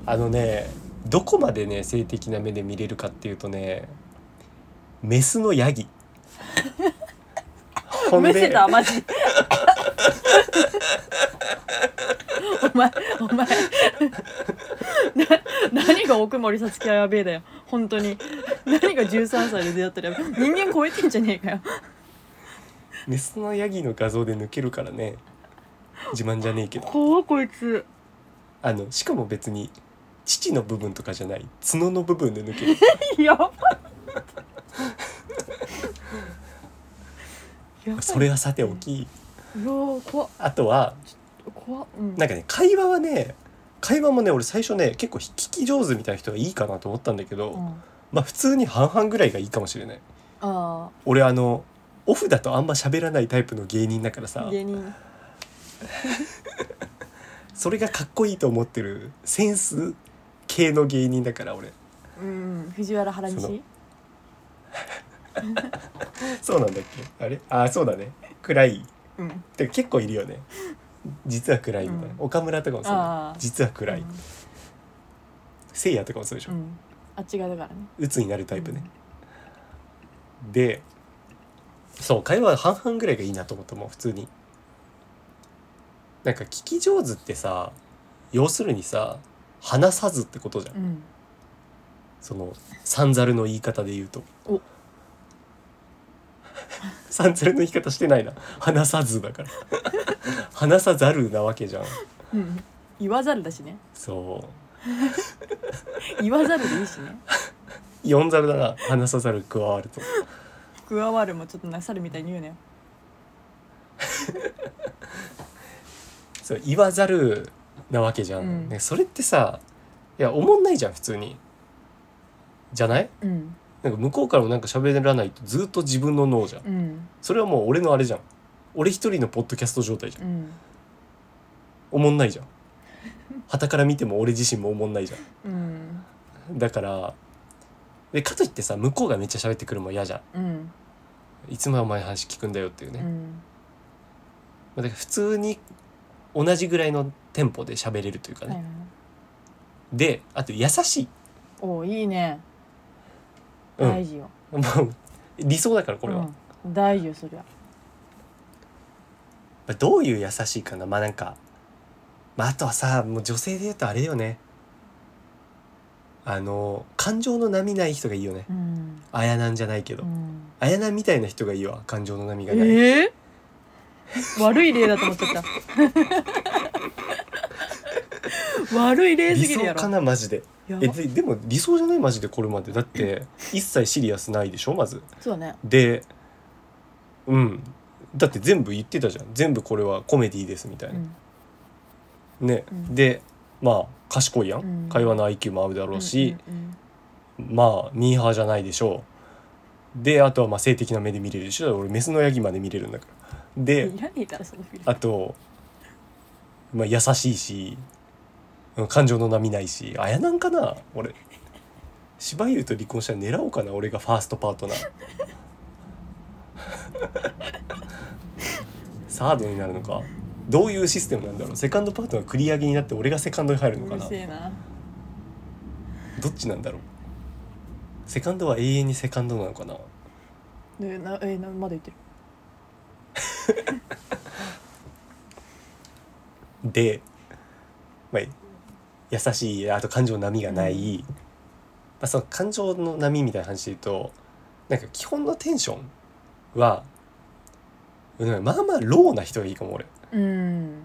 [SPEAKER 1] あのねどこまでね性的な目で見れるかっていうとねメスのヤ ギほん
[SPEAKER 2] 見せ
[SPEAKER 1] で
[SPEAKER 2] たマ ジお前お前な何が奥森さつきはやべえだよ本当に何が13歳で出会ったらやべえ人間超えてんじゃねえかよ
[SPEAKER 1] メスのヤギの画像で抜けるからね自慢じゃねえけど
[SPEAKER 2] 怖っこいつ
[SPEAKER 1] あのしかも別に乳の部分とかじゃない角の部分で抜ける
[SPEAKER 2] やばいやばい
[SPEAKER 1] それはさておき
[SPEAKER 2] うわ怖っ
[SPEAKER 1] あとは
[SPEAKER 2] 怖っうん
[SPEAKER 1] なんかね会話はね会話もね俺最初ね結構聞き上手みたいな人がいいかなと思ったんだけど、
[SPEAKER 2] うんあ
[SPEAKER 1] まあ普通に半々ぐらいがいいかもしれない
[SPEAKER 2] あ
[SPEAKER 1] 俺あのオフだとあんま喋らないタイプの芸人だからさ
[SPEAKER 2] 芸人
[SPEAKER 1] それがかっこいいと思ってるセンス系の芸人だから俺
[SPEAKER 2] うん藤原原
[SPEAKER 1] その
[SPEAKER 2] 西
[SPEAKER 1] そうなんだっけあれあそうだね暗い
[SPEAKER 2] うん
[SPEAKER 1] てか結構いるよね実は暗いみたいな、
[SPEAKER 2] うん
[SPEAKER 1] 岡村とかもそうだ
[SPEAKER 2] あー
[SPEAKER 1] 実は暗い、
[SPEAKER 2] うん
[SPEAKER 1] せいやとかもそうでしょ、
[SPEAKER 2] う
[SPEAKER 1] うん
[SPEAKER 2] あっち側だからね
[SPEAKER 1] 鬱になるタイプね、でそう会話は半々ぐらいがいいなと思ったもう普通になんか聞き上手ってさ要するにさ話さずってことじゃん
[SPEAKER 2] うん
[SPEAKER 1] その三猿の言い方で言うと
[SPEAKER 2] お
[SPEAKER 1] 三猿の言い方してないな話さずだから 話さざるなわけじゃん
[SPEAKER 2] うん言わざるだしね
[SPEAKER 1] そう
[SPEAKER 2] 言わざるでいいしね
[SPEAKER 1] 四猿だな話さざる加わると
[SPEAKER 2] 加わるもちょっとなさるみたいに言うね
[SPEAKER 1] そう言わざるなわけじゃん、
[SPEAKER 2] うん
[SPEAKER 1] ね、それってさいや思んないじゃん普通にじゃない
[SPEAKER 2] うん
[SPEAKER 1] なんか向こうからもなんか喋らないとずっと自分の脳じゃん
[SPEAKER 2] うん
[SPEAKER 1] それはもう俺のあれじゃん俺一人のポッドキャスト状態じゃん
[SPEAKER 2] うん
[SPEAKER 1] おもんないじゃん旗から見ても俺自身もおもんないじゃ
[SPEAKER 2] うん
[SPEAKER 1] んだからでかといってさ向こうがめっちゃ喋ってくるのも嫌じゃ
[SPEAKER 2] うん
[SPEAKER 1] んいつまでお前の話聞くんだよっていうね、
[SPEAKER 2] う
[SPEAKER 1] ま
[SPEAKER 2] ん
[SPEAKER 1] あだから普通に同じぐらいのテンポで喋れるというか
[SPEAKER 2] はい
[SPEAKER 1] ね、
[SPEAKER 2] はい
[SPEAKER 1] であと優しい
[SPEAKER 2] おいいね
[SPEAKER 1] うん
[SPEAKER 2] 大事よ
[SPEAKER 1] もう理想だからこれは、ま
[SPEAKER 2] うん大事よそりゃ
[SPEAKER 1] あどういう優しいかなまあなんか、まあ、あとはさもう女性で言うとあれよねあの感情の波ない人がいいよね
[SPEAKER 2] うん
[SPEAKER 1] あやなんじゃないけど、
[SPEAKER 2] うん
[SPEAKER 1] あやなんみたいな人がいいわ感情の波がない、
[SPEAKER 2] えー、悪い例だと思っちゃった悪い例
[SPEAKER 1] 理
[SPEAKER 2] すぎる
[SPEAKER 1] 想
[SPEAKER 2] やろ
[SPEAKER 1] かなマジで
[SPEAKER 2] やば
[SPEAKER 1] えででも理想じゃないマジでこれまでだって一切シリアスないでしょまず
[SPEAKER 2] そうだね
[SPEAKER 1] でうんだって全部言ってたじゃん全部これはコメディーですみたいな、ね、
[SPEAKER 2] うん
[SPEAKER 1] でまあ賢いやん、
[SPEAKER 2] うん
[SPEAKER 1] 会話の IQ も合うだろうし、
[SPEAKER 2] うんうん
[SPEAKER 1] まあミーハーじゃないでしょうであとはまあ性的な目で見れるでしょ俺メスのヤギまで見れるんだから
[SPEAKER 2] うん
[SPEAKER 1] で
[SPEAKER 2] いらねえからそのフィルム
[SPEAKER 1] あと、まあ、優しいしうん感情の波ないしあやなんかな俺芝優と離婚したら狙おうかな俺がファーストパートナー サードになるのかどういうシステムなんだろうセカンドパートナー繰り上げになって俺がセカンドに入るの
[SPEAKER 2] う
[SPEAKER 1] か
[SPEAKER 2] る
[SPEAKER 1] な
[SPEAKER 2] せえな
[SPEAKER 1] どっちなんだろうセカンドは永遠にセカンドなのかな
[SPEAKER 2] えなえなまだ言ってる
[SPEAKER 1] で、まあ、優しいあと感情の波がない、まあ、その感情の波みたいな話で言うとなんか基本のテンションはうんまあまあローな人がいいかも俺
[SPEAKER 2] うん、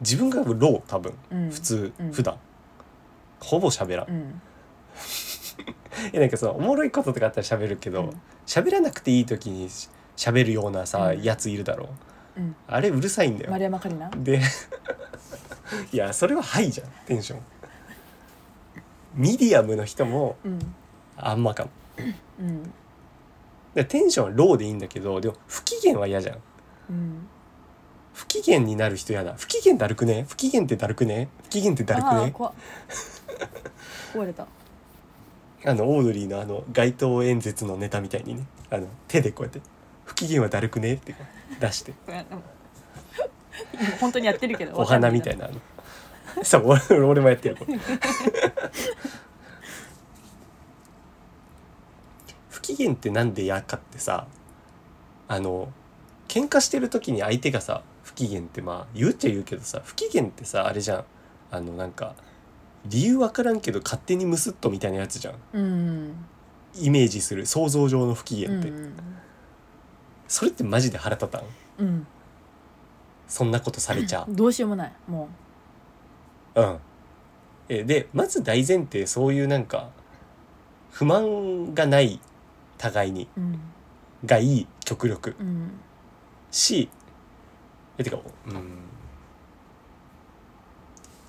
[SPEAKER 1] 自分がロー多分
[SPEAKER 2] うん、
[SPEAKER 1] 普通、
[SPEAKER 2] うん
[SPEAKER 1] 普段ほぼ喋らん、
[SPEAKER 2] う
[SPEAKER 1] い
[SPEAKER 2] ん
[SPEAKER 1] やなんかそのおもろいこととかあったら喋るけど喋、らなくていい時にし喋るようなさ、
[SPEAKER 2] うん
[SPEAKER 1] やついるだろ
[SPEAKER 2] うん
[SPEAKER 1] あれうるさいんだよ
[SPEAKER 2] 丸山桂里
[SPEAKER 1] で いやそれはハイじゃんテンションミディアムの人も
[SPEAKER 2] 奈
[SPEAKER 1] あんまかも
[SPEAKER 2] うんうん
[SPEAKER 1] でテンションはローでいいんだけどでも不機嫌は嫌じゃん
[SPEAKER 2] うん
[SPEAKER 1] 不機嫌になる人嫌だ不機嫌だるくね不機嫌ってだるくね不機嫌ってだるく
[SPEAKER 2] ああ
[SPEAKER 1] ね
[SPEAKER 2] 怖っ壊れた
[SPEAKER 1] あのオードリーのあの街頭演説のネタみたいにねあの手でこうやって「不機嫌はだるくね」ってこう出して
[SPEAKER 2] ごめんでも今本当にやってるけど
[SPEAKER 1] お花みたい
[SPEAKER 2] な
[SPEAKER 1] なあのそう俺俺もやってる これ不機嫌ってなんで嫌かってさあの喧嘩してる時に相手がさ不機嫌ってまあ言うっちゃ言うけどさ不機嫌ってさあれじゃんあのなんか理由わからんけど勝手にムスッとみたいなやつじゃん
[SPEAKER 2] うん
[SPEAKER 1] イメージする想像上の不機嫌
[SPEAKER 2] う
[SPEAKER 1] って、
[SPEAKER 2] ん
[SPEAKER 1] それってマジで腹立たん
[SPEAKER 2] うん
[SPEAKER 1] そんなことされちゃう
[SPEAKER 2] どうしようもないも
[SPEAKER 1] うん、えでまず大前提そういうなんか不満がない互いに
[SPEAKER 2] ううん
[SPEAKER 1] がいい極力
[SPEAKER 2] うん
[SPEAKER 1] しえてかうん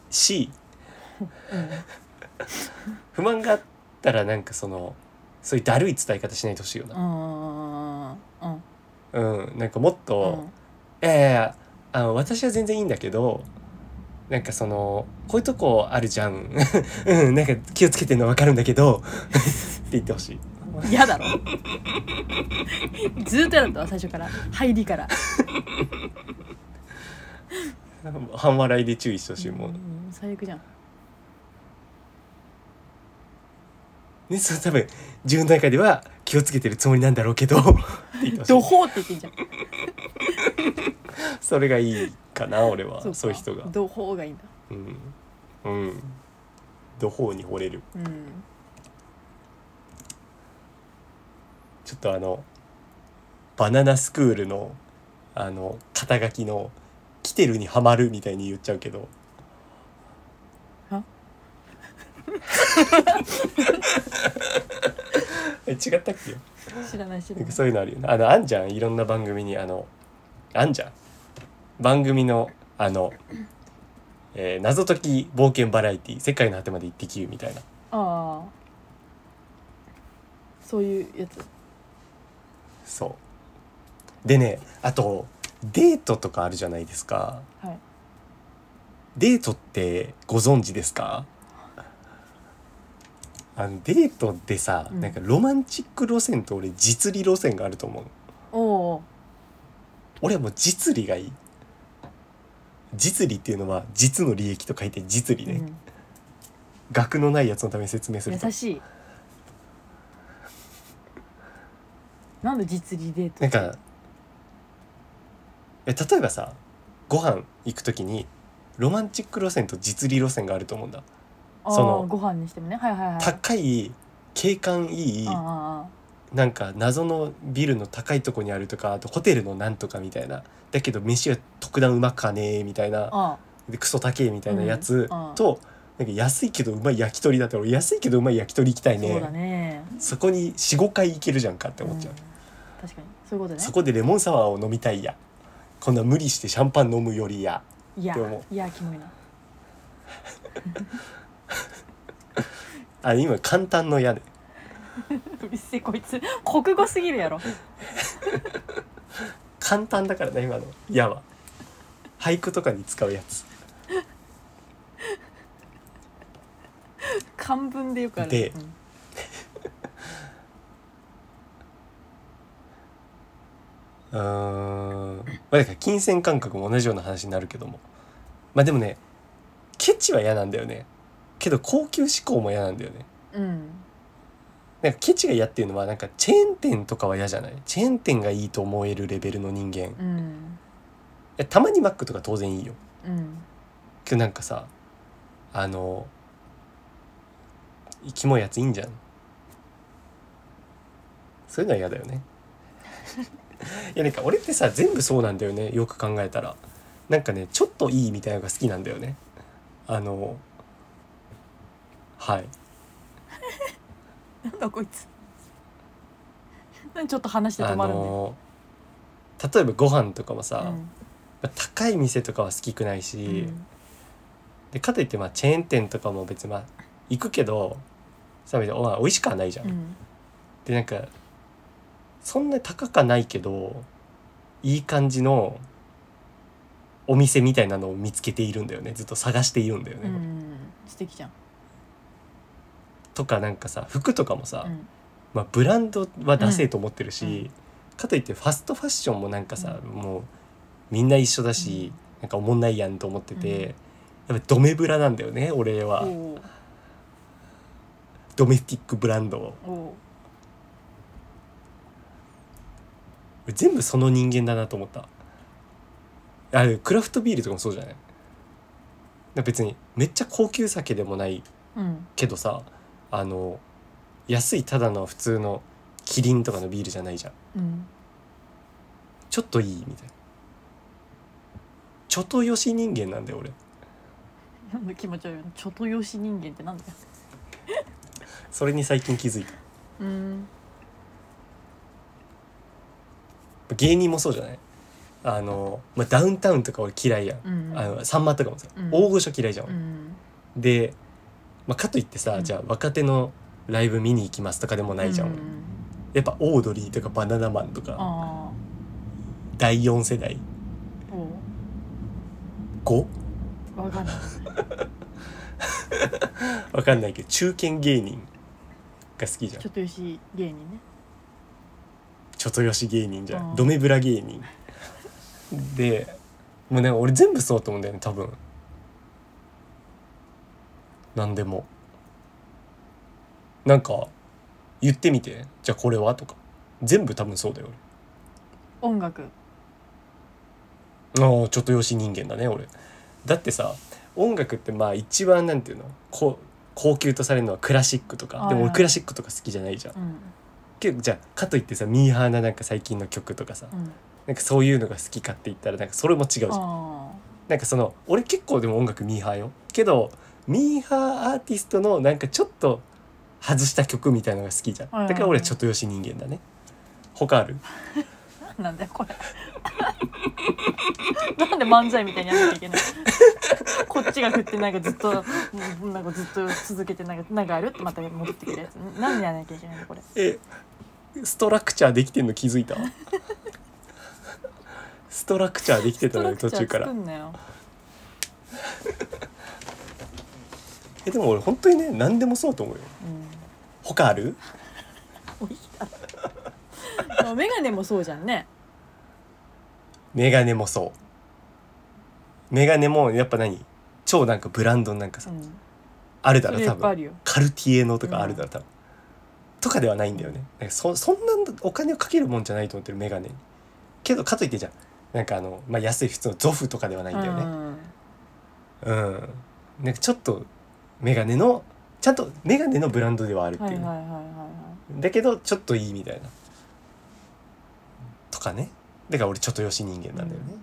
[SPEAKER 1] し不満があったらなんかそのそういうだるい伝え方しないでほしいよ
[SPEAKER 2] う
[SPEAKER 1] な、
[SPEAKER 2] んうん
[SPEAKER 1] うん、なんかもっ
[SPEAKER 2] う
[SPEAKER 1] と、
[SPEAKER 2] ん
[SPEAKER 1] いやいやいやあの私は全然いいんだけどなんかそのこういうとこあるじゃん うんなんか気をつけてるの分かるんだけど って言ってほしい
[SPEAKER 2] 嫌だろずーっと嫌だったわ最初から入りから
[SPEAKER 1] 半笑いで注意してほしいもん、
[SPEAKER 2] ん最悪じゃん
[SPEAKER 1] ねその多分自分の中では気をつけてるつもりなんだろう けどって言ってほしい
[SPEAKER 2] ドホーって言ってんじゃん
[SPEAKER 1] それがいいかな俺はそう
[SPEAKER 2] か
[SPEAKER 1] いう人が
[SPEAKER 2] 同胞がいいんだ
[SPEAKER 1] うんうんどほうに惚れる
[SPEAKER 2] うん
[SPEAKER 1] ちょっとあのバナナスクールのあの肩書きの「来てる」にはまるみたいに言っちゃうけど
[SPEAKER 2] は
[SPEAKER 1] え違ったっけ
[SPEAKER 2] 知らない知ら
[SPEAKER 1] なん
[SPEAKER 2] な
[SPEAKER 1] か
[SPEAKER 2] い
[SPEAKER 1] そういうのあるよねあのあんじゃんいろんな番組にあのあんじゃん番組のあの、えー謎解き冒険バラエティ世界の果てまで行ってきるみたいな
[SPEAKER 2] ああそういうやつ
[SPEAKER 1] そうでねあとデートとかあるじゃないですか
[SPEAKER 2] はい
[SPEAKER 1] デートってご存知ですかあのデートってさ、
[SPEAKER 2] うん
[SPEAKER 1] なんかロマンチック路線と俺実利路線があると思う
[SPEAKER 2] おお
[SPEAKER 1] 俺はもう実利がいい実利っていうのは実の利益と書いて実利
[SPEAKER 2] ー、
[SPEAKER 1] ね、学のないやつのために説明す
[SPEAKER 2] うん、
[SPEAKER 1] ると
[SPEAKER 2] 優しいなんで実利デート
[SPEAKER 1] なんかえ例えばさご飯行く時にロマンチック路線と実利路線があると思うんだ
[SPEAKER 2] あ
[SPEAKER 1] その
[SPEAKER 2] あご飯にしてもねはいはいはい
[SPEAKER 1] 高い景観いい
[SPEAKER 2] ああああ
[SPEAKER 1] なんか謎のビルの高いとこにあるとかあとホテルのなんとかみたいなだけど飯は特段うまかねえみたいな
[SPEAKER 2] ああ
[SPEAKER 1] でクソ高えみたいなやつ
[SPEAKER 2] うんうん
[SPEAKER 1] と、なんか安いけどうまい焼き鳥だったら俺安いけどうまい焼き鳥行きたいね
[SPEAKER 2] そうだね
[SPEAKER 1] そこに45回行けるじゃんかって思っちゃう、
[SPEAKER 2] ん確かにそういうことね
[SPEAKER 1] そこでレモンサワーを飲みたいやこんな無理してシャンパン飲むよりや
[SPEAKER 2] いや
[SPEAKER 1] って思
[SPEAKER 2] いやキモいな
[SPEAKER 1] あ今簡単のやね
[SPEAKER 2] うるせえこいつ国語すぎるやろ
[SPEAKER 1] 簡単だからね今の「や」は俳句とかに使うやつ
[SPEAKER 2] 漢文でよくある
[SPEAKER 1] で
[SPEAKER 2] うん
[SPEAKER 1] うーんまあだから金銭感覚も同じような話になるけどもまあでもねケチは嫌なんだよねけど高級志向も嫌なんだよね
[SPEAKER 2] うん
[SPEAKER 1] なんかケチが嫌っていうのはなんかチェーン店とかは嫌じゃないチェーン店がいいと思えるレベルの人間い
[SPEAKER 2] うん
[SPEAKER 1] やたまにマックとか当然いいよ
[SPEAKER 2] うん
[SPEAKER 1] けどなんかさあのキモいやついいんじゃんそういうのは嫌だよね いやなんか俺ってさ全部そうなんだよねよく考えたらなんかねちょっといいみたいなのが好きなんだよねあのはい
[SPEAKER 2] なんだこいつなんでちょっと話して
[SPEAKER 1] あ
[SPEAKER 2] 止まるんだよ、
[SPEAKER 1] の例えばご飯とかもさ、
[SPEAKER 2] うん
[SPEAKER 1] まあ高い店とかは好きくないし、
[SPEAKER 2] うん
[SPEAKER 1] でかといってまあチェーン店とかも別にまあ行くけどさ別にまあ美味しくはないじゃん
[SPEAKER 2] う、ん
[SPEAKER 1] でなんかそんな高かないけどいい感じのお店みたいなのを見つけているんだよねずっと探しているんだよ
[SPEAKER 2] う
[SPEAKER 1] ね、
[SPEAKER 2] ん素敵じゃん、
[SPEAKER 1] とかなんかさ服とかもさ、
[SPEAKER 2] うん
[SPEAKER 1] まあ、ブランドは出せと思ってるし、
[SPEAKER 2] うんう
[SPEAKER 1] かといってファストファッションもなんかさ、もうみんな一緒だし、なんかおもんないやんと思ってて、やっぱドメブラなんだよね俺は、
[SPEAKER 2] おう
[SPEAKER 1] ドメスティックブランドを
[SPEAKER 2] おう
[SPEAKER 1] 全部その人間だなと思ったあれクラフトビールとかもそうじゃないだから別にめっちゃ高級酒でもない
[SPEAKER 2] うん
[SPEAKER 1] けどさあの安いただの普通のキリンとかのビールじゃないじゃん
[SPEAKER 2] うん
[SPEAKER 1] ちょっといいみたいなちょとよし人間なんだよ俺
[SPEAKER 2] なんだ気持ち悪いちょっとよし人間ってなんだよ
[SPEAKER 1] それに最近気づいた
[SPEAKER 2] うん
[SPEAKER 1] 芸人もそうじゃないあの、まあ、ダウンタウンとか俺嫌いやん、
[SPEAKER 2] うん
[SPEAKER 1] あのさんまとかもさ、
[SPEAKER 2] うん
[SPEAKER 1] 大御所嫌いじゃん、
[SPEAKER 2] うん
[SPEAKER 1] で、まあ、かといってさ、
[SPEAKER 2] うん
[SPEAKER 1] じゃあ若手のライブ見に行きますとかでもないじゃん、
[SPEAKER 2] う
[SPEAKER 1] 俺
[SPEAKER 2] ん
[SPEAKER 1] やっぱオードリーとかバナナマンとか
[SPEAKER 2] あ
[SPEAKER 1] 第4世代
[SPEAKER 2] あお
[SPEAKER 1] 5?
[SPEAKER 2] うわ かんない
[SPEAKER 1] わかんないけど中堅芸人が好きじゃん
[SPEAKER 2] ちょっとよし芸人ね
[SPEAKER 1] ちょとよし芸人じゃん、
[SPEAKER 2] うん
[SPEAKER 1] ドメブラ芸人でもうね俺全部そうと思うんだよね多分何でもなんか言ってみてじゃあこれはとか全部多分そうだよ俺
[SPEAKER 2] 音楽
[SPEAKER 1] ああちょっとよし人間だね俺だってさ音楽ってまあ一番なんていうのこう高級とされるのはクラシックとかでも
[SPEAKER 2] はいは
[SPEAKER 1] 俺
[SPEAKER 2] い
[SPEAKER 1] クラシックとか好きじゃないじゃん
[SPEAKER 2] うん
[SPEAKER 1] 結構じゃあかといってさミーハーななんか最近の曲とかさ、
[SPEAKER 2] うん、
[SPEAKER 1] なんかそういうのが好きかって言ったらなんかそれも違うじゃん
[SPEAKER 2] あ
[SPEAKER 1] なんかその俺結構でも音楽ミーハーよけどミーハーアーティストのなんかちょっと外した曲みたいのが好きじゃん
[SPEAKER 2] はいはいはい
[SPEAKER 1] だから俺はちょっとよし人間だね他ある
[SPEAKER 2] ーなんだよこれ なんで漫才みたいにやんなきゃいけない こっちが振ってなんかずっとなんかずっと続けてなんかなんかあるってまた戻ってくるやつなんでやらなきゃいけないのこれ
[SPEAKER 1] えストラクチャーできてんの気づ いたストラクチャーできてたのよ途中か
[SPEAKER 2] ストラ
[SPEAKER 1] ら
[SPEAKER 2] クチャー作んなよ
[SPEAKER 1] えでも俺本当にね何でもそうと思うよ
[SPEAKER 2] う
[SPEAKER 1] 他ある
[SPEAKER 2] んもういいだろでも メガネもそうじゃんね
[SPEAKER 1] メガネもそうメガネもやっぱ何超なんかブランドのなんかさ、
[SPEAKER 2] うん
[SPEAKER 1] あるだ
[SPEAKER 2] そ
[SPEAKER 1] ろ
[SPEAKER 2] れい
[SPEAKER 1] 多
[SPEAKER 2] っぱいあ
[SPEAKER 1] 分
[SPEAKER 2] るよ
[SPEAKER 1] カルティエのとかあるだろ多分、とかではないんだよねなんかそそんなお金をかけるもんじゃないと思ってるメガネにけどかといってじゃんなんかあの、まあ、安い普通のゾフとかではないんだよ
[SPEAKER 2] う
[SPEAKER 1] ね
[SPEAKER 2] ん
[SPEAKER 1] うん、なんかちょっとメガネのちゃんとメガネのブランドではあるってい
[SPEAKER 2] は
[SPEAKER 1] う
[SPEAKER 2] いは
[SPEAKER 1] ね、
[SPEAKER 2] いはいはいは
[SPEAKER 1] だけどちょっといいみたいなとかねだから俺ちょっとよし人間なんだよね、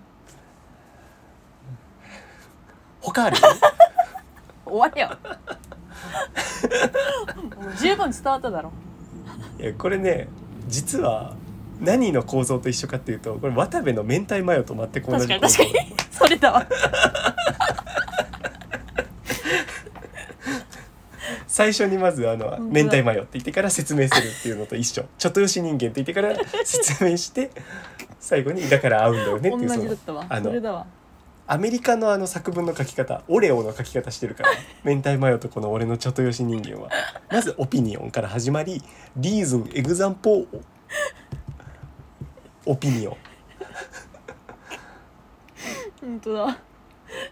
[SPEAKER 1] 他あ る
[SPEAKER 2] い終わ りよもう十分伝わっただろ
[SPEAKER 1] いやこれね実は何の構造と一緒かっていうとこれ渡部の明太マヨと全く同じ
[SPEAKER 2] 確か
[SPEAKER 1] 構
[SPEAKER 2] に
[SPEAKER 1] 造
[SPEAKER 2] 確かにそれだわ
[SPEAKER 1] 最初にまずあの
[SPEAKER 2] 本当
[SPEAKER 1] 明
[SPEAKER 2] だ
[SPEAKER 1] 太マヨって言ってから説明するっていうのと一緒ちょっとよし人間って言ってから説明して最後にだから合うんだよねってい
[SPEAKER 2] 同
[SPEAKER 1] うそ
[SPEAKER 2] じだ
[SPEAKER 1] の
[SPEAKER 2] ったわ
[SPEAKER 1] あの
[SPEAKER 2] それだわ
[SPEAKER 1] アメリカのあの作文の書き方オレオの書き方して るから明太マヨとこの俺のちょっとよし人間はまずオピニオンから始まりリーズンエグザンポーオピニオン
[SPEAKER 2] 本当だ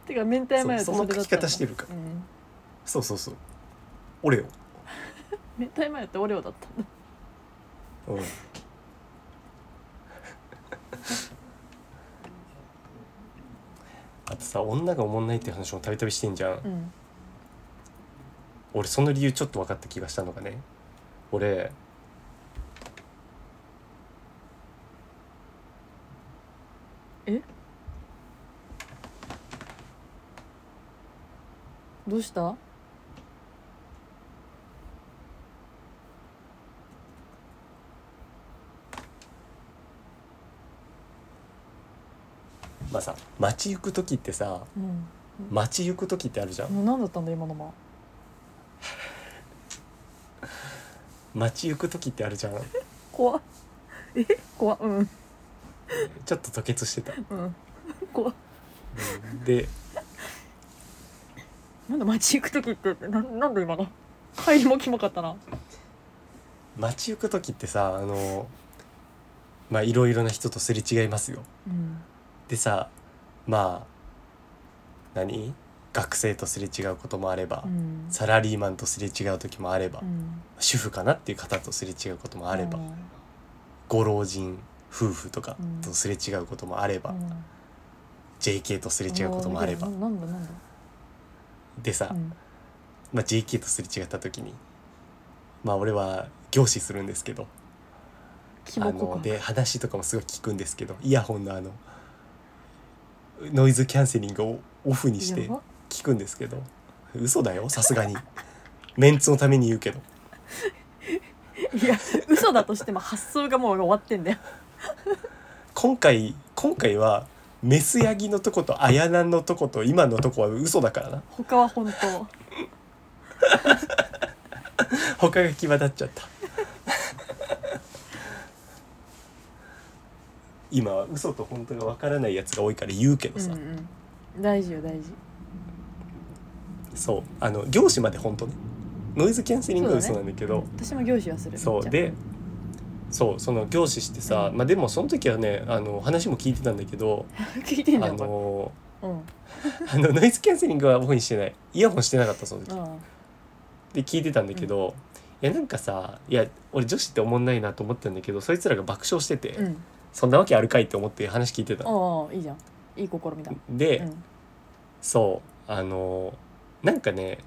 [SPEAKER 2] てか明太マヨと
[SPEAKER 1] そうその
[SPEAKER 2] れだったんだ
[SPEAKER 1] 書き方してるから
[SPEAKER 2] うん
[SPEAKER 1] そうそうそうオレ
[SPEAKER 2] 明太マヨってオレオだったんだ
[SPEAKER 1] オ、うん、あとさ女がおもんないっていう話もたびたびしてんじゃん、
[SPEAKER 2] うん
[SPEAKER 1] 俺その理由ちょっと分かった気がしたのがね俺
[SPEAKER 2] どうした
[SPEAKER 1] まあさ街行く時ってさ
[SPEAKER 2] うん
[SPEAKER 1] 街行く時ってあるじゃん
[SPEAKER 2] もう何だったんだ今のも
[SPEAKER 1] 街行く時ってあるじゃん
[SPEAKER 2] 怖っえ怖っうん
[SPEAKER 1] ちょっと吐血してた
[SPEAKER 2] うん怖っ
[SPEAKER 1] で
[SPEAKER 2] なんで街行く時ってななんで今の帰りもキモかったな
[SPEAKER 1] 街行く時ってさあのまあいろいろな人とすれ違いますよ
[SPEAKER 2] うん
[SPEAKER 1] でさまあ何学生とすれ違うこともあれば、
[SPEAKER 2] うん
[SPEAKER 1] サラリーマンとすれ違う時もあれば、
[SPEAKER 2] うん
[SPEAKER 1] 主婦かなっていう方とすれ違うこともあれば、
[SPEAKER 2] うん
[SPEAKER 1] ご老人夫婦とかとすれ違うこともあれば、
[SPEAKER 2] うん
[SPEAKER 1] JK とすれ違うこともあれば、
[SPEAKER 2] いやなんだなんだ
[SPEAKER 1] でさ、
[SPEAKER 2] うん
[SPEAKER 1] まあ、JK とすれ違った時にまあ俺は凝視するんですけど
[SPEAKER 2] キ
[SPEAKER 1] あ
[SPEAKER 2] モ告
[SPEAKER 1] の
[SPEAKER 2] 白
[SPEAKER 1] で話とかもすごい聞くんですけどイヤホンのあのノイズキャンセリングをオフにして
[SPEAKER 2] やば
[SPEAKER 1] 聞くんですけど嘘だよさすがにメンツのために言うけど
[SPEAKER 2] いや嘘だとしても発想がもう終わってんだよ
[SPEAKER 1] 今回今回はメスヤギのとことアヤナンのとこと今のとこは嘘だからな
[SPEAKER 2] 他は本当
[SPEAKER 1] 他が際立っちゃった 今は嘘と本当がわからないやつが多いから言うけどさ、
[SPEAKER 2] うんうん、大事よ大事
[SPEAKER 1] そうあの漁師まで本当ねノイズキャンセリングは嘘なんだけど
[SPEAKER 2] 私も業種はする
[SPEAKER 1] そう,、
[SPEAKER 2] じゃあ
[SPEAKER 1] でそうその業師してさ、
[SPEAKER 2] うん
[SPEAKER 1] まあでもその時はねあの話も聞いてたんだけ ど
[SPEAKER 2] 聞いて
[SPEAKER 1] あ
[SPEAKER 2] んじゃんこ
[SPEAKER 1] の
[SPEAKER 2] れうん
[SPEAKER 1] あのノイズキャンセリングは僕にしてないイヤホンしてなかったその時
[SPEAKER 2] うん
[SPEAKER 1] で聞いてたんだけど、いやなんかさいや俺女子って思んないなと思ってたんだけどそいつらが爆笑してて、
[SPEAKER 2] うん
[SPEAKER 1] そんなわけあるかいって思って話聞いてたの
[SPEAKER 2] ああいいじゃんいい試みだ
[SPEAKER 1] で、
[SPEAKER 2] うん
[SPEAKER 1] そうあのなんかね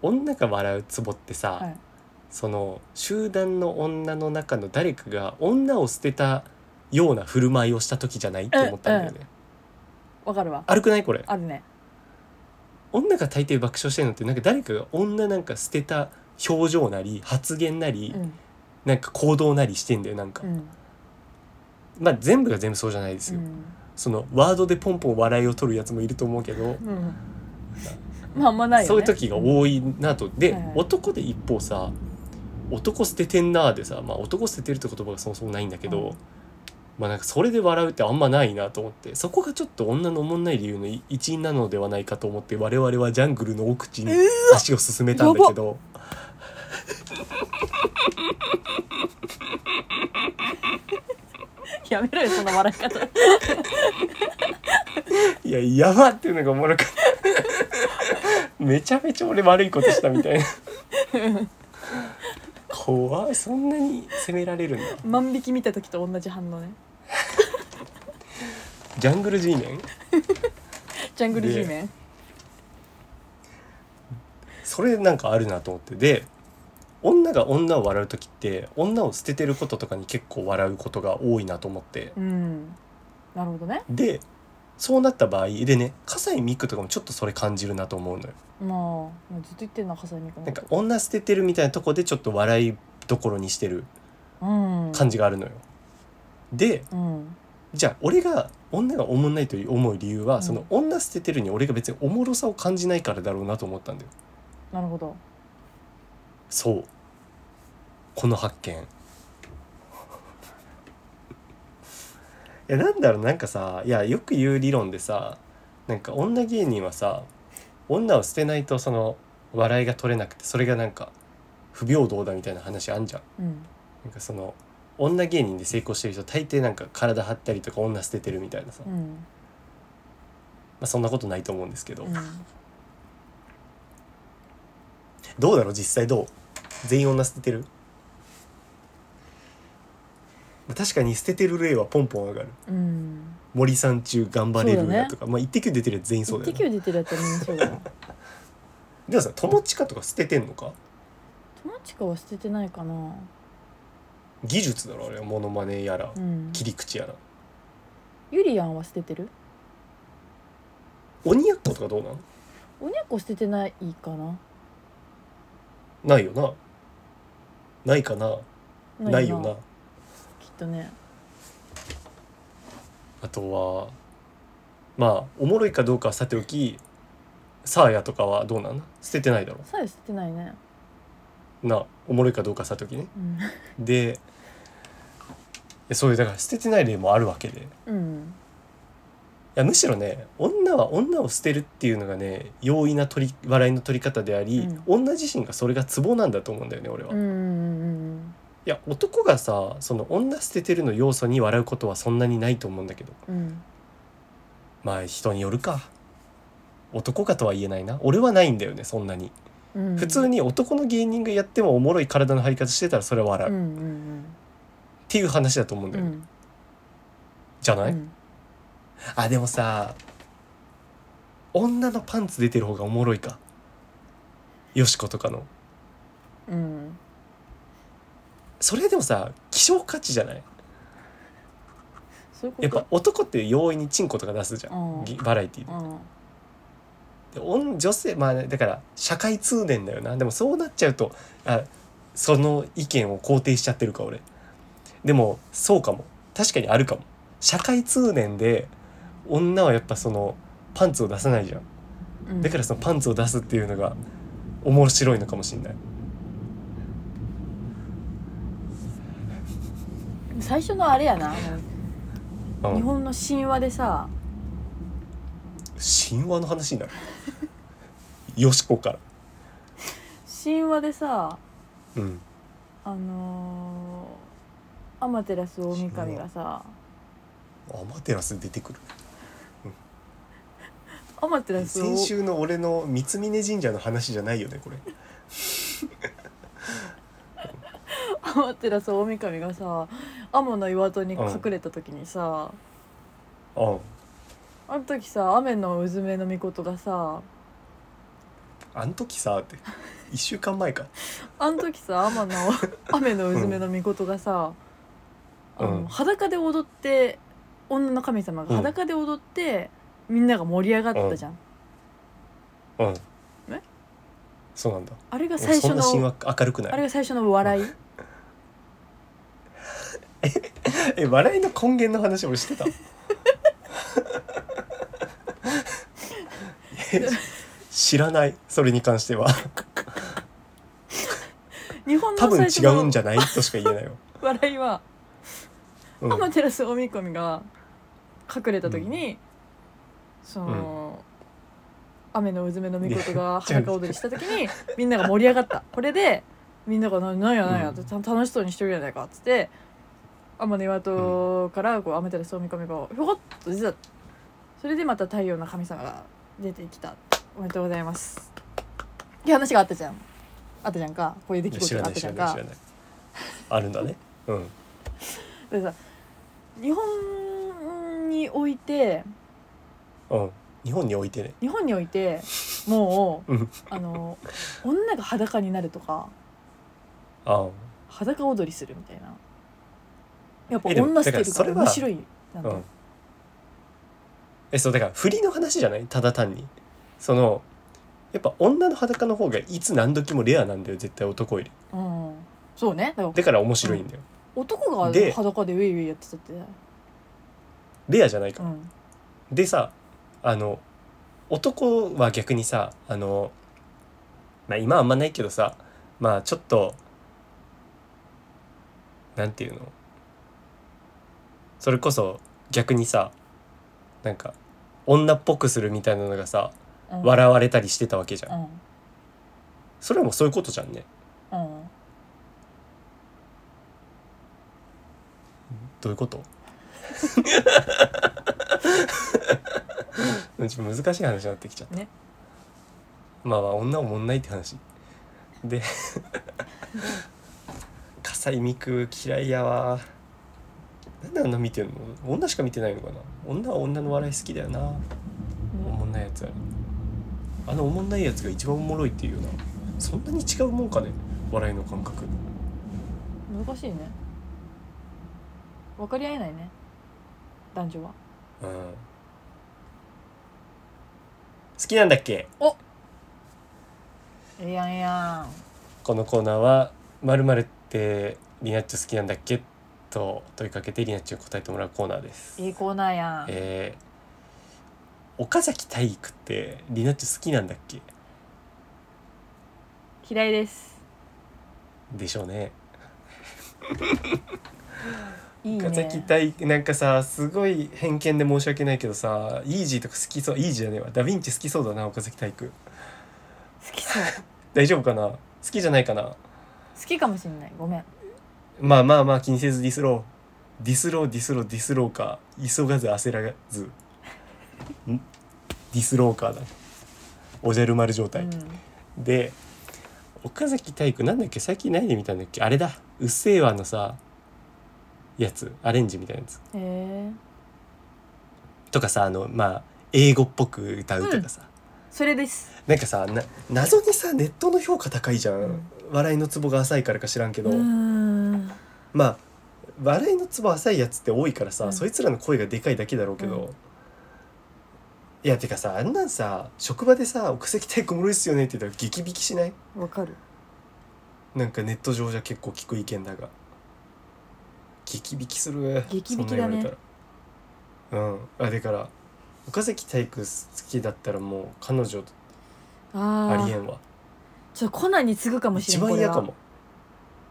[SPEAKER 1] 女が笑うツボってさ、
[SPEAKER 2] はい
[SPEAKER 1] その集団の女の中の誰かが女を捨てたような振る舞いをした時じゃないって思ったんだよね。
[SPEAKER 2] わかるわ
[SPEAKER 1] 悪くないこれ
[SPEAKER 2] あるね
[SPEAKER 1] 女が大抵爆笑してるのってなんか誰かが女なんか捨てた表情なり発言なり、
[SPEAKER 2] うん
[SPEAKER 1] なんか行動なりしてんだよなんか、
[SPEAKER 2] うん
[SPEAKER 1] まあ全部が全部そうじゃないです
[SPEAKER 2] う
[SPEAKER 1] よ、
[SPEAKER 2] ん
[SPEAKER 1] そのワードでポンポン笑いを取るやつもいると思うけど、
[SPEAKER 2] うんまああんまないよね
[SPEAKER 1] そういう時が多いなとで、
[SPEAKER 2] はいはい
[SPEAKER 1] 男で一方さ男捨ててんなーでさ、まあ、男捨ててるって言葉がそもそもないんだけど、
[SPEAKER 2] うん
[SPEAKER 1] まあなんかそれで笑うってあんまないなと思ってそこがちょっと女のおもんない理由の一因なのではないかと思って我々はジャングルの奥地に
[SPEAKER 2] うわ
[SPEAKER 1] 足を進めたんだけど、
[SPEAKER 2] やめろよその笑い方
[SPEAKER 1] いややばっていうのがおもろかった めちゃめちゃ俺悪いことしたみた いな怖いそんなに責められるんだ
[SPEAKER 2] 万引き見た時と同じ反応ね
[SPEAKER 1] ジャングル G メン
[SPEAKER 2] ジャングル G メン
[SPEAKER 1] それなんかあるなと思ってで女が女を笑う時って女を捨ててることとかに結構笑うことが多いなと思って
[SPEAKER 2] うんなるほどね
[SPEAKER 1] でそうなった場合でね葛西美久とかもちょっとそれ感じるなと思うのよ
[SPEAKER 2] まあもうずっと言ってんな笠井美
[SPEAKER 1] なん
[SPEAKER 2] 久
[SPEAKER 1] か女捨ててるみたいなとこでちょっと笑いどころにしてる
[SPEAKER 2] のうん
[SPEAKER 1] 感じがあるのよで
[SPEAKER 2] うん
[SPEAKER 1] じゃあ俺が女がおもんないと思う理由は、
[SPEAKER 2] うん
[SPEAKER 1] その女捨ててるに俺が別におもろさを感じないからだろうなと思ったんだよ
[SPEAKER 2] なるほど
[SPEAKER 1] そうこの発見 いやなんだろうなんかさいやよく言う理論でさなんか女芸人はさ女を捨てないとその笑いが取れなくてそれがなんか不平等だみたいな話あんじゃん。
[SPEAKER 2] うん
[SPEAKER 1] なんかその女芸人で成功してる人大抵なんか体張ったりとか女捨ててるみたいなさ、
[SPEAKER 2] う
[SPEAKER 1] ま
[SPEAKER 2] ん
[SPEAKER 1] あ、そんなことないと思うんですけど、
[SPEAKER 2] うん
[SPEAKER 1] どうだろう実際どう全員女捨ててる確かに捨ててる例はポンポン上がる
[SPEAKER 2] うん
[SPEAKER 1] 森さん中頑張れ
[SPEAKER 2] そ
[SPEAKER 1] る
[SPEAKER 2] うだ
[SPEAKER 1] や
[SPEAKER 2] ね
[SPEAKER 1] とか、まあ「イッテ Q!」出てるやつ全員そうだよ、ね、
[SPEAKER 2] 1.9出てるやつはみんなそう だな
[SPEAKER 1] でもさ友近とか捨ててんのか
[SPEAKER 2] 友近は捨ててないかな
[SPEAKER 1] 技術だろあれはモノマネやら
[SPEAKER 2] うん
[SPEAKER 1] 切り口やら
[SPEAKER 2] ゆりやんは捨ててる
[SPEAKER 1] 鬼奴とかどうなの
[SPEAKER 2] おにゃこ捨ててないかな
[SPEAKER 1] ないよなないかなないよな
[SPEAKER 2] きっとね
[SPEAKER 1] あとはまあおもろいかどうかはさておきサーヤとかはどうなん捨ててないだろ
[SPEAKER 2] さえ捨ててないね
[SPEAKER 1] なおもろいかどうかはさておきね
[SPEAKER 2] うん、
[SPEAKER 1] でそういうだから捨ててない例もあるわけでい
[SPEAKER 2] うん、
[SPEAKER 1] やむしろね女は女を捨てるっていうのがね容易な取り笑いの取り方であり、
[SPEAKER 2] うん
[SPEAKER 1] 女自身がそれがツボなんだと思うんだよね俺は、
[SPEAKER 2] うんう
[SPEAKER 1] い
[SPEAKER 2] ん
[SPEAKER 1] や男がさその女捨ててるの要素に笑うことはそんなにないと思うんだけど
[SPEAKER 2] うんうん
[SPEAKER 1] まあ人によるか男かとは言えないな俺はないんだよねそんなに
[SPEAKER 2] うん
[SPEAKER 1] 普通に男の芸人がやってもおもろい体の張り方してたらそれは笑
[SPEAKER 2] う
[SPEAKER 1] う、
[SPEAKER 2] ん
[SPEAKER 1] っ
[SPEAKER 2] うん
[SPEAKER 1] ていう話だと思うん
[SPEAKER 2] う
[SPEAKER 1] だ
[SPEAKER 2] ん
[SPEAKER 1] よね、じゃない、
[SPEAKER 2] うん
[SPEAKER 1] あでもさ女のパンツ出てる方がおもろいかよしことかの
[SPEAKER 2] うん
[SPEAKER 1] それでもさ希少価値じゃない
[SPEAKER 2] そういうこ
[SPEAKER 1] やっ
[SPEAKER 2] と
[SPEAKER 1] ぱ男って容易にチンコとか出すじゃん、
[SPEAKER 2] うん
[SPEAKER 1] ぎバラエティーで
[SPEAKER 2] うん
[SPEAKER 1] で女女性まあだから社会通念だよなでもそうなっちゃうとあその意見を肯定しちゃってるか俺でもそうかも確かにあるかも社会通念で女はやっぱそのパンツを出さないじゃん
[SPEAKER 2] うん
[SPEAKER 1] だからそのパンツを出すっていうのが面白いのかもしれない
[SPEAKER 2] 最初のあれやなあの日本の神話でさ
[SPEAKER 1] 神話の話になる よしこから
[SPEAKER 2] 神話でさ
[SPEAKER 1] うん
[SPEAKER 2] あのー、天照大神がさ
[SPEAKER 1] アマテラス出てくる
[SPEAKER 2] 天照大
[SPEAKER 1] 先週の俺の三峯神社の話じゃないよねこれ
[SPEAKER 2] 天照大神がさ天の岩戸に隠れた時にさ、
[SPEAKER 1] あ
[SPEAKER 2] あの時さ雨のうずめの御事がさ
[SPEAKER 1] あん時さ」って1週間前か
[SPEAKER 2] あの時さ 天の雨のうずめの御事がさ、あの
[SPEAKER 1] うん
[SPEAKER 2] 裸で踊って女の神様が裸で踊って、みんなが盛り上がったじゃん、
[SPEAKER 1] うん
[SPEAKER 2] え
[SPEAKER 1] そうなんだ
[SPEAKER 2] あれが
[SPEAKER 1] 俺
[SPEAKER 2] 最
[SPEAKER 1] そ
[SPEAKER 2] 初
[SPEAKER 1] んな神
[SPEAKER 2] の
[SPEAKER 1] 話明るく
[SPEAKER 2] あ
[SPEAKER 1] な
[SPEAKER 2] れ
[SPEAKER 1] い
[SPEAKER 2] が最初の笑い
[SPEAKER 1] え笑いの根源の話俺してた いや知らないそれに関しては
[SPEAKER 2] 日本
[SPEAKER 1] 多
[SPEAKER 2] の
[SPEAKER 1] 分
[SPEAKER 2] 最
[SPEAKER 1] 違
[SPEAKER 2] 初
[SPEAKER 1] うんじゃ
[SPEAKER 2] の
[SPEAKER 1] ないとしか言えないよ、
[SPEAKER 2] 笑いは
[SPEAKER 1] うん、
[SPEAKER 2] 天照大神が隠れた時に、その、雨のうずめの御事が
[SPEAKER 1] いや違う
[SPEAKER 2] 裸踊りした時にみんなが盛り上がったこれでみんなが「ななんやなんや」ってた楽しそうにしてるじゃないかっつって天の岩戸からこう雨照大神がひょこっと出たそれでまた太陽の神様が出てきたおめでとうございますって話があったじゃんあったじゃんかこういう出来
[SPEAKER 1] 知
[SPEAKER 2] 事
[SPEAKER 1] ら
[SPEAKER 2] が
[SPEAKER 1] な
[SPEAKER 2] あっ
[SPEAKER 1] い
[SPEAKER 2] た
[SPEAKER 1] 知
[SPEAKER 2] じゃ
[SPEAKER 1] らない
[SPEAKER 2] ん
[SPEAKER 1] 知
[SPEAKER 2] から
[SPEAKER 1] ないあるんだねうん
[SPEAKER 2] でさ日本において
[SPEAKER 1] うん日本においてね
[SPEAKER 2] 日本においてもう
[SPEAKER 1] うん
[SPEAKER 2] あの女が裸になるとか
[SPEAKER 1] ああ
[SPEAKER 2] 裸踊りするみたいなやっぱ
[SPEAKER 1] えでも
[SPEAKER 2] 女ステ
[SPEAKER 1] だ
[SPEAKER 2] ル
[SPEAKER 1] からそれ
[SPEAKER 2] が
[SPEAKER 1] は
[SPEAKER 2] 面白いなんだ、
[SPEAKER 1] うんえそうだから振りの話じゃないただ単にそのやっぱ女の裸の方がいつ何時もレアなんだよ絶対男より
[SPEAKER 2] うんそうねだから
[SPEAKER 1] だから面白いんだよ、
[SPEAKER 2] 男が
[SPEAKER 1] で
[SPEAKER 2] 裸でウェイウェイやってたってね
[SPEAKER 1] レアじゃないか
[SPEAKER 2] う
[SPEAKER 1] ら、
[SPEAKER 2] ん
[SPEAKER 1] でさあの男は逆にさあのまあ今はあんまないけどさまあちょっとなんていうのそれこそ逆にさなんか女っぽくするみたいなのがさ
[SPEAKER 2] うん
[SPEAKER 1] 笑われたりしてたわけじゃん
[SPEAKER 2] うん
[SPEAKER 1] それはもうそういうことじゃんね
[SPEAKER 2] うん
[SPEAKER 1] どういうことちょっと難しい話になってきちゃった、
[SPEAKER 2] ね
[SPEAKER 1] まあまあ女をもんないって話で 笠井美空嫌いやわなんであんな見てんの女しか見てないのかな女は女の笑い好きだよなおもんないやつあれあのおもんないやつが一番おもろいっていうよなそんなに違うもんかね笑いの感覚
[SPEAKER 2] 難しいね分かり合えないね男女は
[SPEAKER 1] うん好きなんだっけ
[SPEAKER 2] ええやんええや
[SPEAKER 1] このコーナーは「まるってリナッチョ好きなんだっけ?」と問いかけてリナッチョに答えてもらうコーナーです
[SPEAKER 2] ん。いいコーナーやん
[SPEAKER 1] えー岡崎体育ってリナッチョ好きなんだっけ
[SPEAKER 2] 嫌いです
[SPEAKER 1] でしょうね。
[SPEAKER 2] いいね
[SPEAKER 1] 岡崎体育なんかさすごい偏見で申し訳ないけどさイージーとか好きそうイージーじゃねえわダヴィンチ好きそうだな岡崎体育
[SPEAKER 2] 好きそう
[SPEAKER 1] 大丈夫かな好きじゃないかな
[SPEAKER 2] 好きかもしんないごめん
[SPEAKER 1] まあまあまあ気にせずディスろうディスろうディスろうディスろうか急がず焦らずんディスろうかだおじゃる丸状態、
[SPEAKER 2] うん
[SPEAKER 1] で岡崎体育なんだっけ最近何で見たんだっけあれだ「うっせぇわ」のさやつアレンジみたいなやつ
[SPEAKER 2] へえ
[SPEAKER 1] とかさあのまあ英語っぽく歌うとかさ、
[SPEAKER 2] それです
[SPEAKER 1] なんかさな謎にさネットの評価高いじゃん、
[SPEAKER 2] うん
[SPEAKER 1] 笑いのツボが浅いからか知らんけど、
[SPEAKER 2] うーん
[SPEAKER 1] まあ笑いのツボ浅いやつって多いからさ、
[SPEAKER 2] うん
[SPEAKER 1] そいつらの声がでかいだけだろうけど、
[SPEAKER 2] うん
[SPEAKER 1] いやてかさあんなんさ職場でさ「お席体育おもろいっすよね」って言ったら激引きしない
[SPEAKER 2] わかる
[SPEAKER 1] なんかネット上じゃ結構聞く意見だが激引きする
[SPEAKER 2] 激引きだね
[SPEAKER 1] そんな言われたらうんあだから岡崎体育好きだったらもう彼女あ
[SPEAKER 2] あ
[SPEAKER 1] りえ
[SPEAKER 2] あ
[SPEAKER 1] んわ
[SPEAKER 2] ちょっとコナンに次ぐかもしれ
[SPEAKER 1] 一
[SPEAKER 2] ない
[SPEAKER 1] 番嫌かも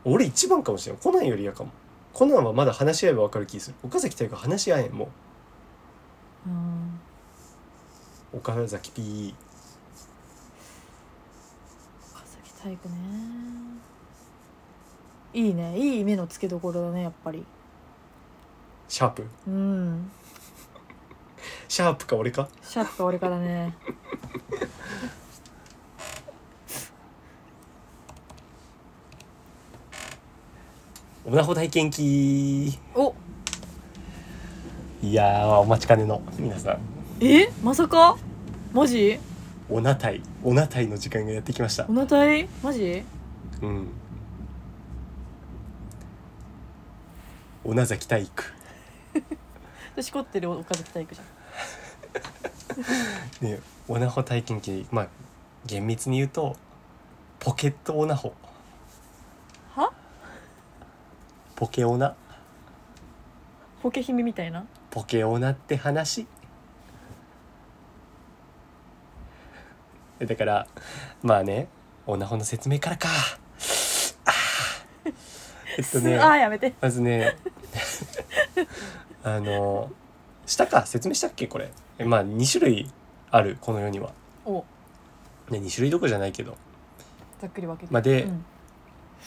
[SPEAKER 1] 俺一番かもしれんコナンより嫌かもコナンはまだ話し合えば分かる気する岡崎体育は話し合えんもう
[SPEAKER 2] うん
[SPEAKER 1] 岡崎 PE
[SPEAKER 2] 岡崎体育ねいいねいい目の付けどころだねやっぱり
[SPEAKER 1] シャープ
[SPEAKER 2] うん
[SPEAKER 1] シャープか俺か
[SPEAKER 2] シャープか俺か らね
[SPEAKER 1] オナホ体験記
[SPEAKER 2] お
[SPEAKER 1] いやーお待ちかねの皆さん
[SPEAKER 2] えまさかマジ
[SPEAKER 1] オオナタイオナタイの時間がやってきました
[SPEAKER 2] おなたいマジ
[SPEAKER 1] うんオナザキ体育
[SPEAKER 2] でしこってる岡崎体育じゃん
[SPEAKER 1] ねオナホ体験記まあ厳密に言うとポケットオナホ
[SPEAKER 2] は
[SPEAKER 1] ポケオナ
[SPEAKER 2] ポケ姫みたいな
[SPEAKER 1] ポケオナって話えだからまあねオナホの説明からかあーえっとね
[SPEAKER 2] すあーやめて
[SPEAKER 1] まずね あのしたか説明したっけこれえまあ2種類あるこの世には、
[SPEAKER 2] お
[SPEAKER 1] ね、2種類どころじゃないけど、
[SPEAKER 2] ざっくり分けて
[SPEAKER 1] まあ、で、
[SPEAKER 2] うん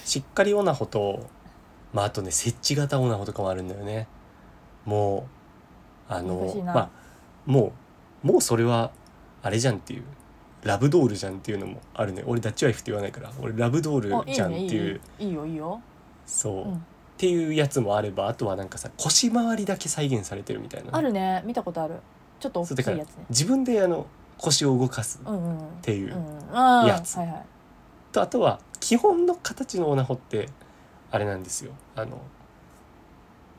[SPEAKER 1] しっかりオナホとまああとね設置型オナホとかもあるんだよねもうあ
[SPEAKER 2] 難
[SPEAKER 1] の
[SPEAKER 2] しいな
[SPEAKER 1] まあもうもうそれはあれじゃんっていうラブドールじゃんっていうのもあるね俺ダッチワイフって言わないから俺ラブドー
[SPEAKER 2] お
[SPEAKER 1] ル
[SPEAKER 2] いい
[SPEAKER 1] じゃんっ
[SPEAKER 2] ね
[SPEAKER 1] ていう
[SPEAKER 2] いいねいいよいいよ
[SPEAKER 1] そう、
[SPEAKER 2] うん
[SPEAKER 1] っていうやつもあればあとはなんかさ腰回りだけ再現されてるみたいな
[SPEAKER 2] あるね見たことあるちょっと大
[SPEAKER 1] そう
[SPEAKER 2] き
[SPEAKER 1] だから
[SPEAKER 2] いやつね
[SPEAKER 1] 自分であの腰を動かす、
[SPEAKER 2] うんうんうんって
[SPEAKER 1] いうや
[SPEAKER 2] や
[SPEAKER 1] つ
[SPEAKER 2] はいはい
[SPEAKER 1] とあとは基本の形のオナホってあれなんですよあの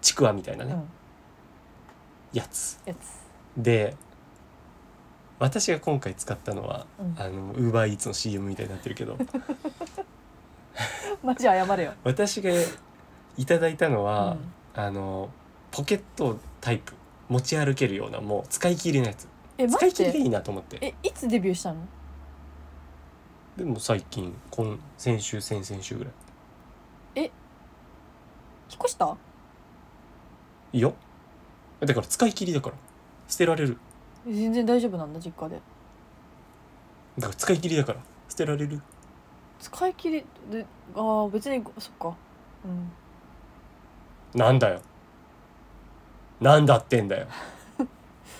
[SPEAKER 1] ちくわみたいな
[SPEAKER 2] う
[SPEAKER 1] ね、
[SPEAKER 2] ん
[SPEAKER 1] やつ
[SPEAKER 2] やつ
[SPEAKER 1] で私が今回使ったのは、
[SPEAKER 2] うん
[SPEAKER 1] あのウーバーイーツの CM みたいになってるけ ど
[SPEAKER 2] マジ謝れよ
[SPEAKER 1] 私がいただいたのは、
[SPEAKER 2] うん
[SPEAKER 1] あのポケットタイプ持ち歩けるようなもう使い切りのやつ
[SPEAKER 2] え
[SPEAKER 1] 使
[SPEAKER 2] 待
[SPEAKER 1] い
[SPEAKER 2] っ
[SPEAKER 1] 切りが
[SPEAKER 2] て
[SPEAKER 1] いいなと思って
[SPEAKER 2] えいつデビューしたの
[SPEAKER 1] でも最近今先週先々週ぐらい
[SPEAKER 2] 引っ越した
[SPEAKER 1] いいよだから使い切りだから捨てられる
[SPEAKER 2] え全然大丈夫なんだ実家で
[SPEAKER 1] だから使い切りだから捨てられる
[SPEAKER 2] 使い切りでああ別にそっかうん
[SPEAKER 1] なんだよなんだってんだよ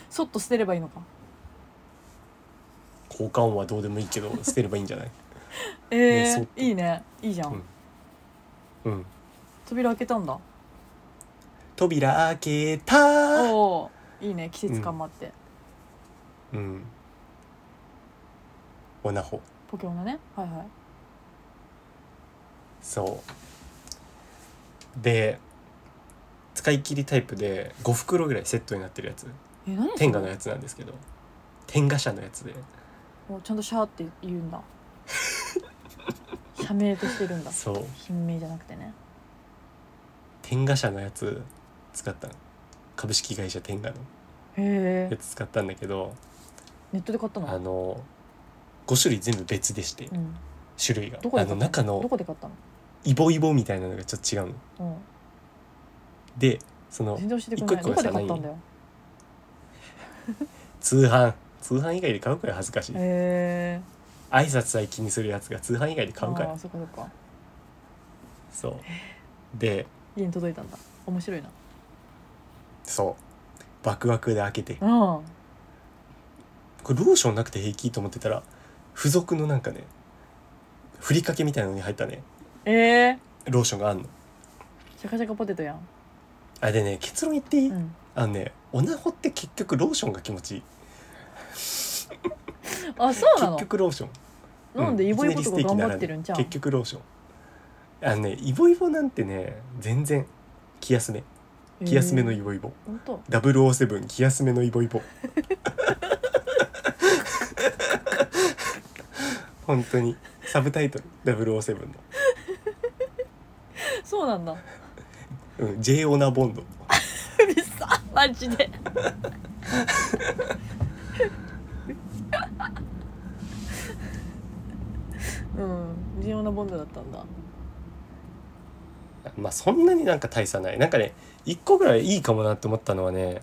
[SPEAKER 2] そっと捨てればいいのか
[SPEAKER 1] 交換音はどうでもいいけど捨てればいいんじゃない
[SPEAKER 2] え
[SPEAKER 1] ねそっ
[SPEAKER 2] ー
[SPEAKER 1] と
[SPEAKER 2] いいねいいじゃん、
[SPEAKER 1] うんうん
[SPEAKER 2] 扉開けたんだ
[SPEAKER 1] 扉開けた
[SPEAKER 2] おーいいね季節感もあって、
[SPEAKER 1] うんオナホ
[SPEAKER 2] ポケモンのねはいはい
[SPEAKER 1] そうで使い切りタイプで5袋ぐらいセットになってるやつ
[SPEAKER 2] え何それ
[SPEAKER 1] 天下のやつなんですけど天下社のやつで
[SPEAKER 2] もうちゃんとシャーって言うんだ社名としてるんだ
[SPEAKER 1] そう
[SPEAKER 2] 品名じゃなくてね
[SPEAKER 1] 天下社のやつ使ったの株式会社天下の
[SPEAKER 2] へ
[SPEAKER 1] や
[SPEAKER 2] え
[SPEAKER 1] つ使ったんだけど
[SPEAKER 2] ネットで買った
[SPEAKER 1] あ
[SPEAKER 2] の
[SPEAKER 1] の5種類全部別でして
[SPEAKER 2] うん
[SPEAKER 1] 種類が
[SPEAKER 2] どこ
[SPEAKER 1] あ
[SPEAKER 2] で買った
[SPEAKER 1] の中
[SPEAKER 2] ど
[SPEAKER 1] の
[SPEAKER 2] こで買ったの
[SPEAKER 1] イボイボみたいなのがちょっと違うの
[SPEAKER 2] う
[SPEAKER 1] でそ
[SPEAKER 2] ん
[SPEAKER 1] の
[SPEAKER 2] 全然教えてくれな
[SPEAKER 1] 一個
[SPEAKER 2] いど
[SPEAKER 1] 一個
[SPEAKER 2] こ
[SPEAKER 1] じ
[SPEAKER 2] で
[SPEAKER 1] ゃない
[SPEAKER 2] 買ったんだよ
[SPEAKER 1] 通販通販以外で買うから恥ずかしい挨
[SPEAKER 2] へえ
[SPEAKER 1] 拶さえ気にするやつが通販以外で買うから
[SPEAKER 2] あーそっかそっか
[SPEAKER 1] そうで
[SPEAKER 2] 家に届いたんだ面白いな
[SPEAKER 1] そうバクバクで開けて
[SPEAKER 2] うん
[SPEAKER 1] これローションなくて平気と思ってたら付属のなんかねふりかけみたいなのに入ったね
[SPEAKER 2] ええ
[SPEAKER 1] ローションがあんの
[SPEAKER 2] ー、シャカシャカポテトやん
[SPEAKER 1] あでね結論言っていい、
[SPEAKER 2] うん
[SPEAKER 1] あのねオナホって結局ローションが気持ちいい
[SPEAKER 2] あそう
[SPEAKER 1] 結
[SPEAKER 2] なの
[SPEAKER 1] 局ローション
[SPEAKER 2] なん
[SPEAKER 1] う
[SPEAKER 2] でイ
[SPEAKER 1] いき
[SPEAKER 2] ボ
[SPEAKER 1] な
[SPEAKER 2] イ
[SPEAKER 1] り
[SPEAKER 2] ボ
[SPEAKER 1] ス
[SPEAKER 2] とか
[SPEAKER 1] テーキ
[SPEAKER 2] 頑
[SPEAKER 1] なら
[SPEAKER 2] 張ってるんじゃん
[SPEAKER 1] 結局ローションあのねイボイボなんてね全然気休め気休めのイ
[SPEAKER 2] ボ
[SPEAKER 1] ボイボ、
[SPEAKER 2] 本当
[SPEAKER 1] 007気休めのイボイボ 本当にサブタイトル007の、
[SPEAKER 2] そうなんだう
[SPEAKER 1] うん、J オナボンド
[SPEAKER 2] るさマジでうん微妙なボンドだったんだ
[SPEAKER 1] まあそんなになんか大差ないなんかね一個ぐらいいいかもなって思ったのはね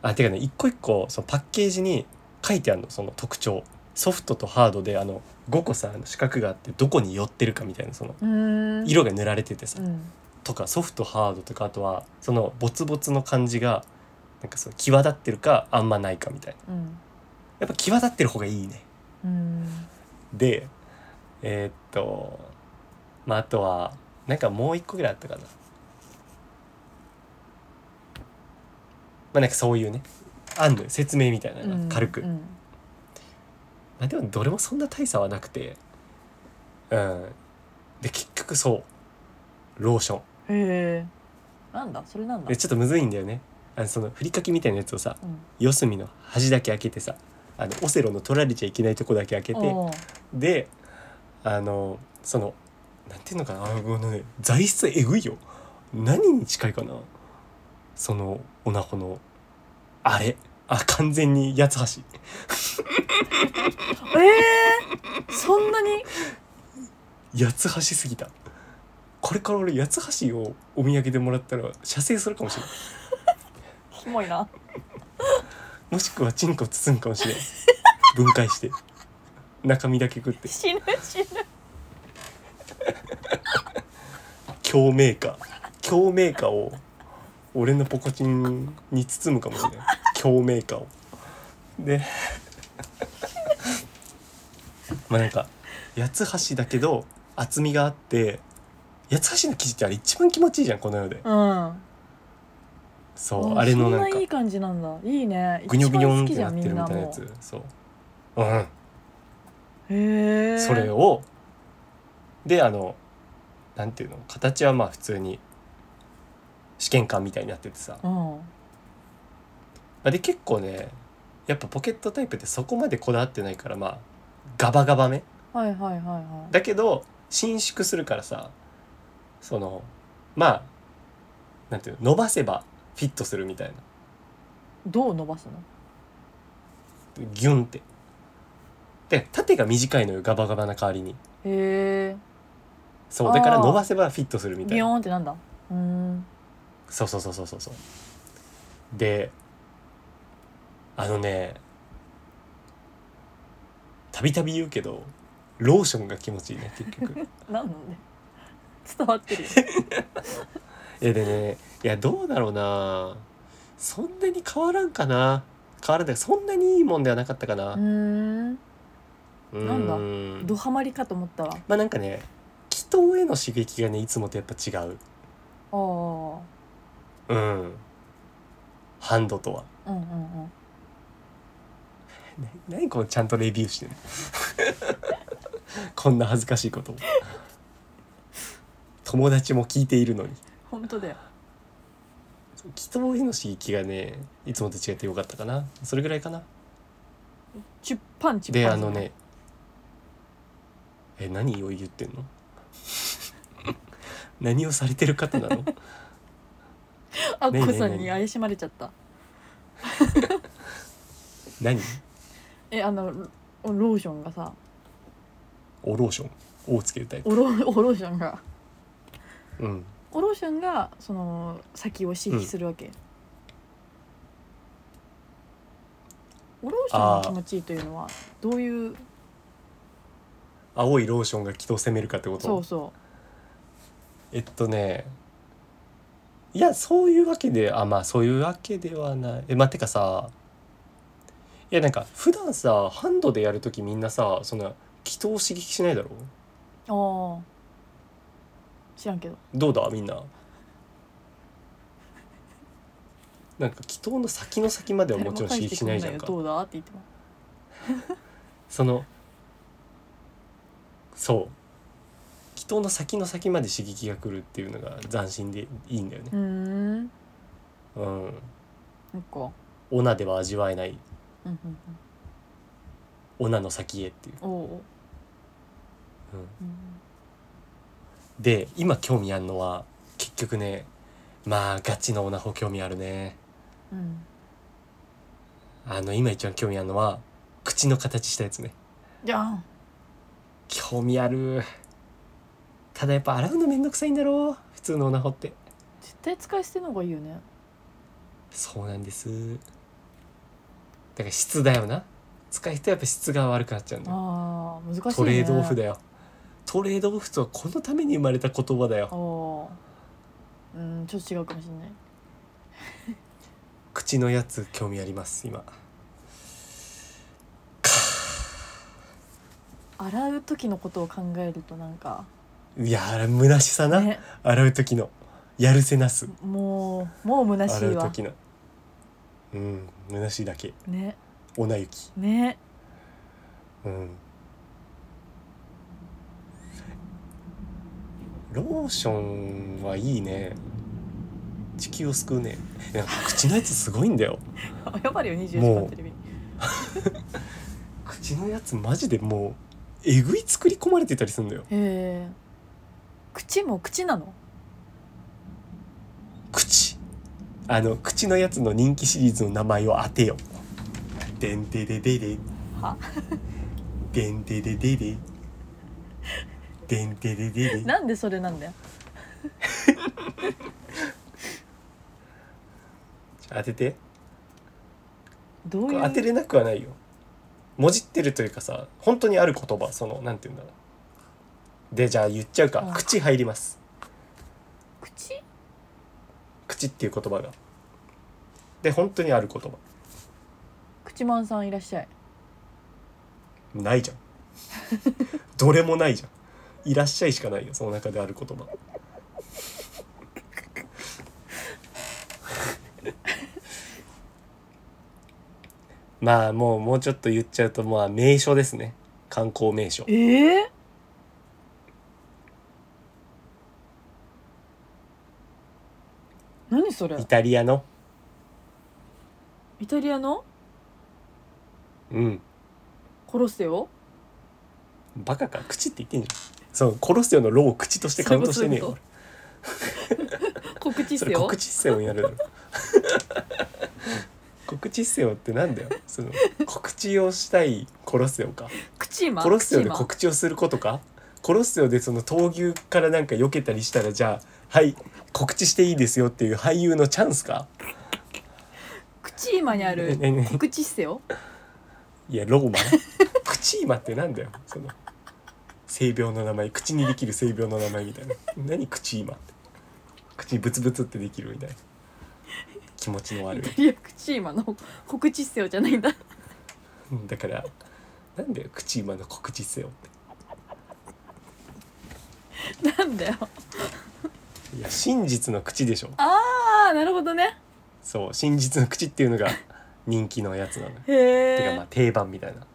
[SPEAKER 1] あてかね一個一個そのパッケージに書いてあるのその特徴ソフトとハードであの5個さあの四角があってどこに寄ってるかみたいなその
[SPEAKER 2] うーん
[SPEAKER 1] 色が塗られててさ
[SPEAKER 2] うん
[SPEAKER 1] とかソフトハードとかあとはそのボツボツの感じがなんかその際立ってるかあんまないかみたいな
[SPEAKER 2] うん
[SPEAKER 1] やっぱ際立ってる方がいいね
[SPEAKER 2] うん
[SPEAKER 1] でえーっとまああとはなんかもう一個ぐらいあったかなまあなんかそういうねあんのよ説明みたいなのが軽く、
[SPEAKER 2] うん
[SPEAKER 1] まあでもどれもそんな大差はなくてうんで結局そうローション
[SPEAKER 2] へえなんだそれなんだ
[SPEAKER 1] でちょっとむずいんだよねあのそのふりかけみたいなやつをさ
[SPEAKER 2] うん
[SPEAKER 1] 四隅の端だけ開けてさあのオセロの取られちゃいけないとこだけ開けて
[SPEAKER 2] おー
[SPEAKER 1] であのそのなんていうのかなあごめんね材質えぐいよ何に近いかなそのオナホのあれあ完全に八つ橋
[SPEAKER 2] ええそんなに
[SPEAKER 1] 八つ橋すぎたこれから俺八つ橋をお土産でもらったら射精するかもしれない
[SPEAKER 2] キモいな
[SPEAKER 1] もしくはチンコ包むかもしれない分解して中身だけ食って
[SPEAKER 2] 死ぬ死ぬ
[SPEAKER 1] 強メーカー強メーカーを俺のポコチンに包むかもしれない強メーカーをでまあなんか八つ橋だけど厚みがあって八つ橋の生地ってあれ一番気持ちいいじゃんこの世で
[SPEAKER 2] うん
[SPEAKER 1] そううんあれのなん
[SPEAKER 2] そ
[SPEAKER 1] か
[SPEAKER 2] んないい感じなんだいいね
[SPEAKER 1] グニョグニョンっ
[SPEAKER 2] 一
[SPEAKER 1] てな
[SPEAKER 2] 番
[SPEAKER 1] ってるみたいなや
[SPEAKER 2] 好きじゃんみんも
[SPEAKER 1] つそううん
[SPEAKER 2] うへえ
[SPEAKER 1] それをであのなんていうの形はまあ普通に試験管みたいになっててさ、ま
[SPEAKER 2] うん
[SPEAKER 1] あ、で結構ねやっぱポケットタイプってそこまでこだわってないからまあガバガバめ
[SPEAKER 2] はいはいはいはい
[SPEAKER 1] だけど伸縮するからさそのまあなんていうの伸ばせばフィットするみたいな
[SPEAKER 2] どう伸ばすの
[SPEAKER 1] ギュンってで縦が短いのよガバガバな代わりに
[SPEAKER 2] へえ
[SPEAKER 1] そうだから
[SPEAKER 2] あー
[SPEAKER 1] 伸ばせばフィットするみた
[SPEAKER 2] ビ
[SPEAKER 1] い
[SPEAKER 2] ヨ
[SPEAKER 1] な
[SPEAKER 2] ーンってなんだうーん
[SPEAKER 1] そうそうそうそうそうそうであのねたびたび言うけどローションが気持ちいいね結局い
[SPEAKER 2] なんのね伝わってるよ
[SPEAKER 1] やでねいやどうだろうなそんなに変わらんかな変わらんだけどそんなにいいもんではなかったかな
[SPEAKER 2] うーん
[SPEAKER 1] うー
[SPEAKER 2] なんだ
[SPEAKER 1] ん
[SPEAKER 2] ドハマりかと思ったわ
[SPEAKER 1] まあなんかね気筒への刺激がねいつもとやっぱ違う
[SPEAKER 2] あー
[SPEAKER 1] うんハンドとは
[SPEAKER 2] うんうんうん
[SPEAKER 1] な何この ちゃんとレビューしてるこんな恥ずかしいことを友達も聞いているのに
[SPEAKER 2] 本当だよ
[SPEAKER 1] 祈祷への刺激がねいつもと違ってよかったかなそれぐらいかな
[SPEAKER 2] チュッパンチュッ
[SPEAKER 1] で
[SPEAKER 2] パ
[SPEAKER 1] あ
[SPEAKER 2] ン
[SPEAKER 1] のねえ何を言ってんの 何をされてる方なの
[SPEAKER 2] あっ
[SPEAKER 1] ねえ
[SPEAKER 2] こ
[SPEAKER 1] ねえ
[SPEAKER 2] さん
[SPEAKER 1] ね
[SPEAKER 2] に
[SPEAKER 1] え
[SPEAKER 2] 怪しまれちゃった
[SPEAKER 1] 何
[SPEAKER 2] えあのロローションがさ
[SPEAKER 1] オローションをつけるタイプ
[SPEAKER 2] おろ おローションが
[SPEAKER 1] うん
[SPEAKER 2] おローションがその先を刺激するわけ、おローションが気持ちいいというのはどういう
[SPEAKER 1] 青いローションが祈祷を攻めるかってこと
[SPEAKER 2] そうそ
[SPEAKER 1] えっとねいやそういうわけであまあそういうわけではないえまあ、てかさいやなんか普段さハンドでやる時みんなさそんな気筒を刺激しないだろ
[SPEAKER 2] うああ知らんけど
[SPEAKER 1] どうだみんななんか気筒の先の先まではもちろん刺激しないじゃんか
[SPEAKER 2] どうだって言ってます
[SPEAKER 1] そのそう気筒の先の先まで刺激が来るっていうのが斬新でいいんだよね
[SPEAKER 2] うーん
[SPEAKER 1] う
[SPEAKER 2] なんか
[SPEAKER 1] ん
[SPEAKER 2] うん
[SPEAKER 1] オナでは味わえない
[SPEAKER 2] うんうん
[SPEAKER 1] オナの先へっていう、
[SPEAKER 2] おうおう
[SPEAKER 1] うん
[SPEAKER 2] うん
[SPEAKER 1] で今興味あるのは結局ねまあガチのオナホ興味あるね
[SPEAKER 2] うん
[SPEAKER 1] あの今一番興味あるのは口の形したやつね
[SPEAKER 2] じゃん
[SPEAKER 1] 興味あるただやっぱ洗うのめんどくさいんだろう普通のオナホって
[SPEAKER 2] 絶対使い捨ての方がいいよね
[SPEAKER 1] そうなんですだから質だよな使い人はやっぱ質が悪くなっちゃうんだよ
[SPEAKER 2] ああ難しいね
[SPEAKER 1] トレードオフだよトレードオフとはこのために生まれた言葉だよ
[SPEAKER 2] おーうんちょっと違うかもしれない
[SPEAKER 1] 口のやつ興味あります今
[SPEAKER 2] 洗う時のことを考えるとなんか
[SPEAKER 1] いやー虚しさな、
[SPEAKER 2] ね
[SPEAKER 1] 洗う時のやるせなす
[SPEAKER 2] もうもう虚し
[SPEAKER 1] 洗
[SPEAKER 2] いうわ
[SPEAKER 1] 時のうん虚しいだけ
[SPEAKER 2] ね
[SPEAKER 1] オナ雪
[SPEAKER 2] ね
[SPEAKER 1] うんローションはいいね地球を救うねいや口のやつすごいんだよ
[SPEAKER 2] 謝るよ24時間テレビに
[SPEAKER 1] 口のやつマジでもうえぐい作り込まれてたりするんだよ
[SPEAKER 2] へえ口も口なの
[SPEAKER 1] 口あの口のやつの人気シリーズの名前を当てよでんでででで
[SPEAKER 2] は
[SPEAKER 1] でんでででででんでででで
[SPEAKER 2] なんでそれなんだよ
[SPEAKER 1] 当てて
[SPEAKER 2] ど
[SPEAKER 1] こ
[SPEAKER 2] うい
[SPEAKER 1] れ
[SPEAKER 2] う
[SPEAKER 1] 当てれなくはないよもじってるというかさ本当にある言葉そのなんて言うんだろうでじゃあ言っちゃうか
[SPEAKER 2] うん
[SPEAKER 1] 口入ります
[SPEAKER 2] 口
[SPEAKER 1] 口っていう言葉がで本当にある言葉
[SPEAKER 2] 口マンさんいらっしゃい
[SPEAKER 1] ないじ ゃんどれもないじゃんいらっしゃいしかないよその中である 言葉まあもうもうちょっと言っちゃうとまあ名所ですね観光名所
[SPEAKER 2] ええ何それ
[SPEAKER 1] イタリアの
[SPEAKER 2] イタリアの
[SPEAKER 1] うん
[SPEAKER 2] コロッセオ
[SPEAKER 1] バカか口って言ってんじゃんそうコロッセオのロを口としてカウントしてねえよ
[SPEAKER 2] 告知
[SPEAKER 1] そ
[SPEAKER 2] せ
[SPEAKER 1] れ
[SPEAKER 2] よ
[SPEAKER 1] 告知せよになるだろ 告知せよってなんだよその告知をしたいコロッセオか
[SPEAKER 2] 口マ
[SPEAKER 1] コロッセオで
[SPEAKER 2] 口マ
[SPEAKER 1] 告知をすることかコロッセオでその闘牛からなんか避けたりしたらじゃあはい告知していいですよっていう俳優のチャンスか
[SPEAKER 2] 口今にある
[SPEAKER 1] ねねね
[SPEAKER 2] 告知せよ
[SPEAKER 1] いやローマ クチーマってなんだよその性病の名前口にできる性病の名前みたいな何クチーマって口ブツブツってできるみたいな気持ちの悪い
[SPEAKER 2] イタリア口今の告知せよじゃないんだ
[SPEAKER 1] うんだからなんだよ口今の告知せよっ
[SPEAKER 2] なんだよ
[SPEAKER 1] ていや真実の口でしょ
[SPEAKER 2] ああなるほどね
[SPEAKER 1] そう真実の口っていうのが人気のやつなのよ
[SPEAKER 2] へ
[SPEAKER 1] てかまあ
[SPEAKER 2] え
[SPEAKER 1] 定番みたいない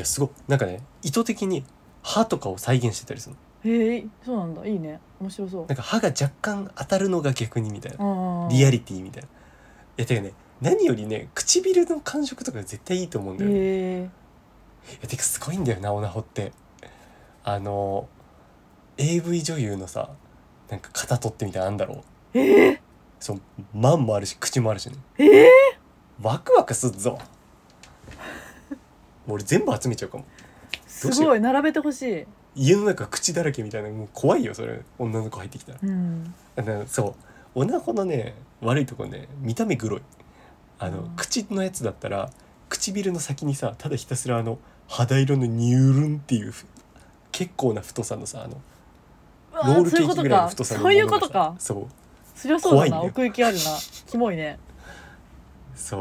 [SPEAKER 1] やすごいなんかね意図的に歯とかを再現してたりするの
[SPEAKER 2] へえそうなんだいいね面白そう
[SPEAKER 1] なんか歯が若干当たるのが逆にみたいなリ
[SPEAKER 2] リ
[SPEAKER 1] アリティみたいないやてかね何よりね唇の感触とか絶対いいと思うんだよね、
[SPEAKER 2] へえ
[SPEAKER 1] いやてかすごいんだよなオナホってあの AV 女優のさなんか肩取ってみたいなのあんだろう
[SPEAKER 2] ええ
[SPEAKER 1] そうマンもあるし口もあるしね
[SPEAKER 2] ええ
[SPEAKER 1] ワクワクすっぞ俺全部集めちゃうかも
[SPEAKER 2] す
[SPEAKER 1] どうしよう
[SPEAKER 2] ごい並べてほしい
[SPEAKER 1] 家の中口だらけみたいなもう怖いよそれ女の子入ってきたら
[SPEAKER 2] うん
[SPEAKER 1] あのそう女の子のね悪いとこね見た目グロいあの、
[SPEAKER 2] うん
[SPEAKER 1] 口のやつだったら唇の先にさただひたすらあの肌色のニュールンっていうふ結構な太さのさあの
[SPEAKER 2] うわー
[SPEAKER 1] ロールケ
[SPEAKER 2] そういう
[SPEAKER 1] ー
[SPEAKER 2] こ
[SPEAKER 1] キ
[SPEAKER 2] と
[SPEAKER 1] ぐらいの
[SPEAKER 2] か
[SPEAKER 1] 太さの
[SPEAKER 2] そういう
[SPEAKER 1] もの
[SPEAKER 2] こ
[SPEAKER 1] が
[SPEAKER 2] と
[SPEAKER 1] さ
[SPEAKER 2] か
[SPEAKER 1] そう
[SPEAKER 2] そりゃそうだな、
[SPEAKER 1] 怖いね
[SPEAKER 2] 奥行きあるなキモいね
[SPEAKER 1] そう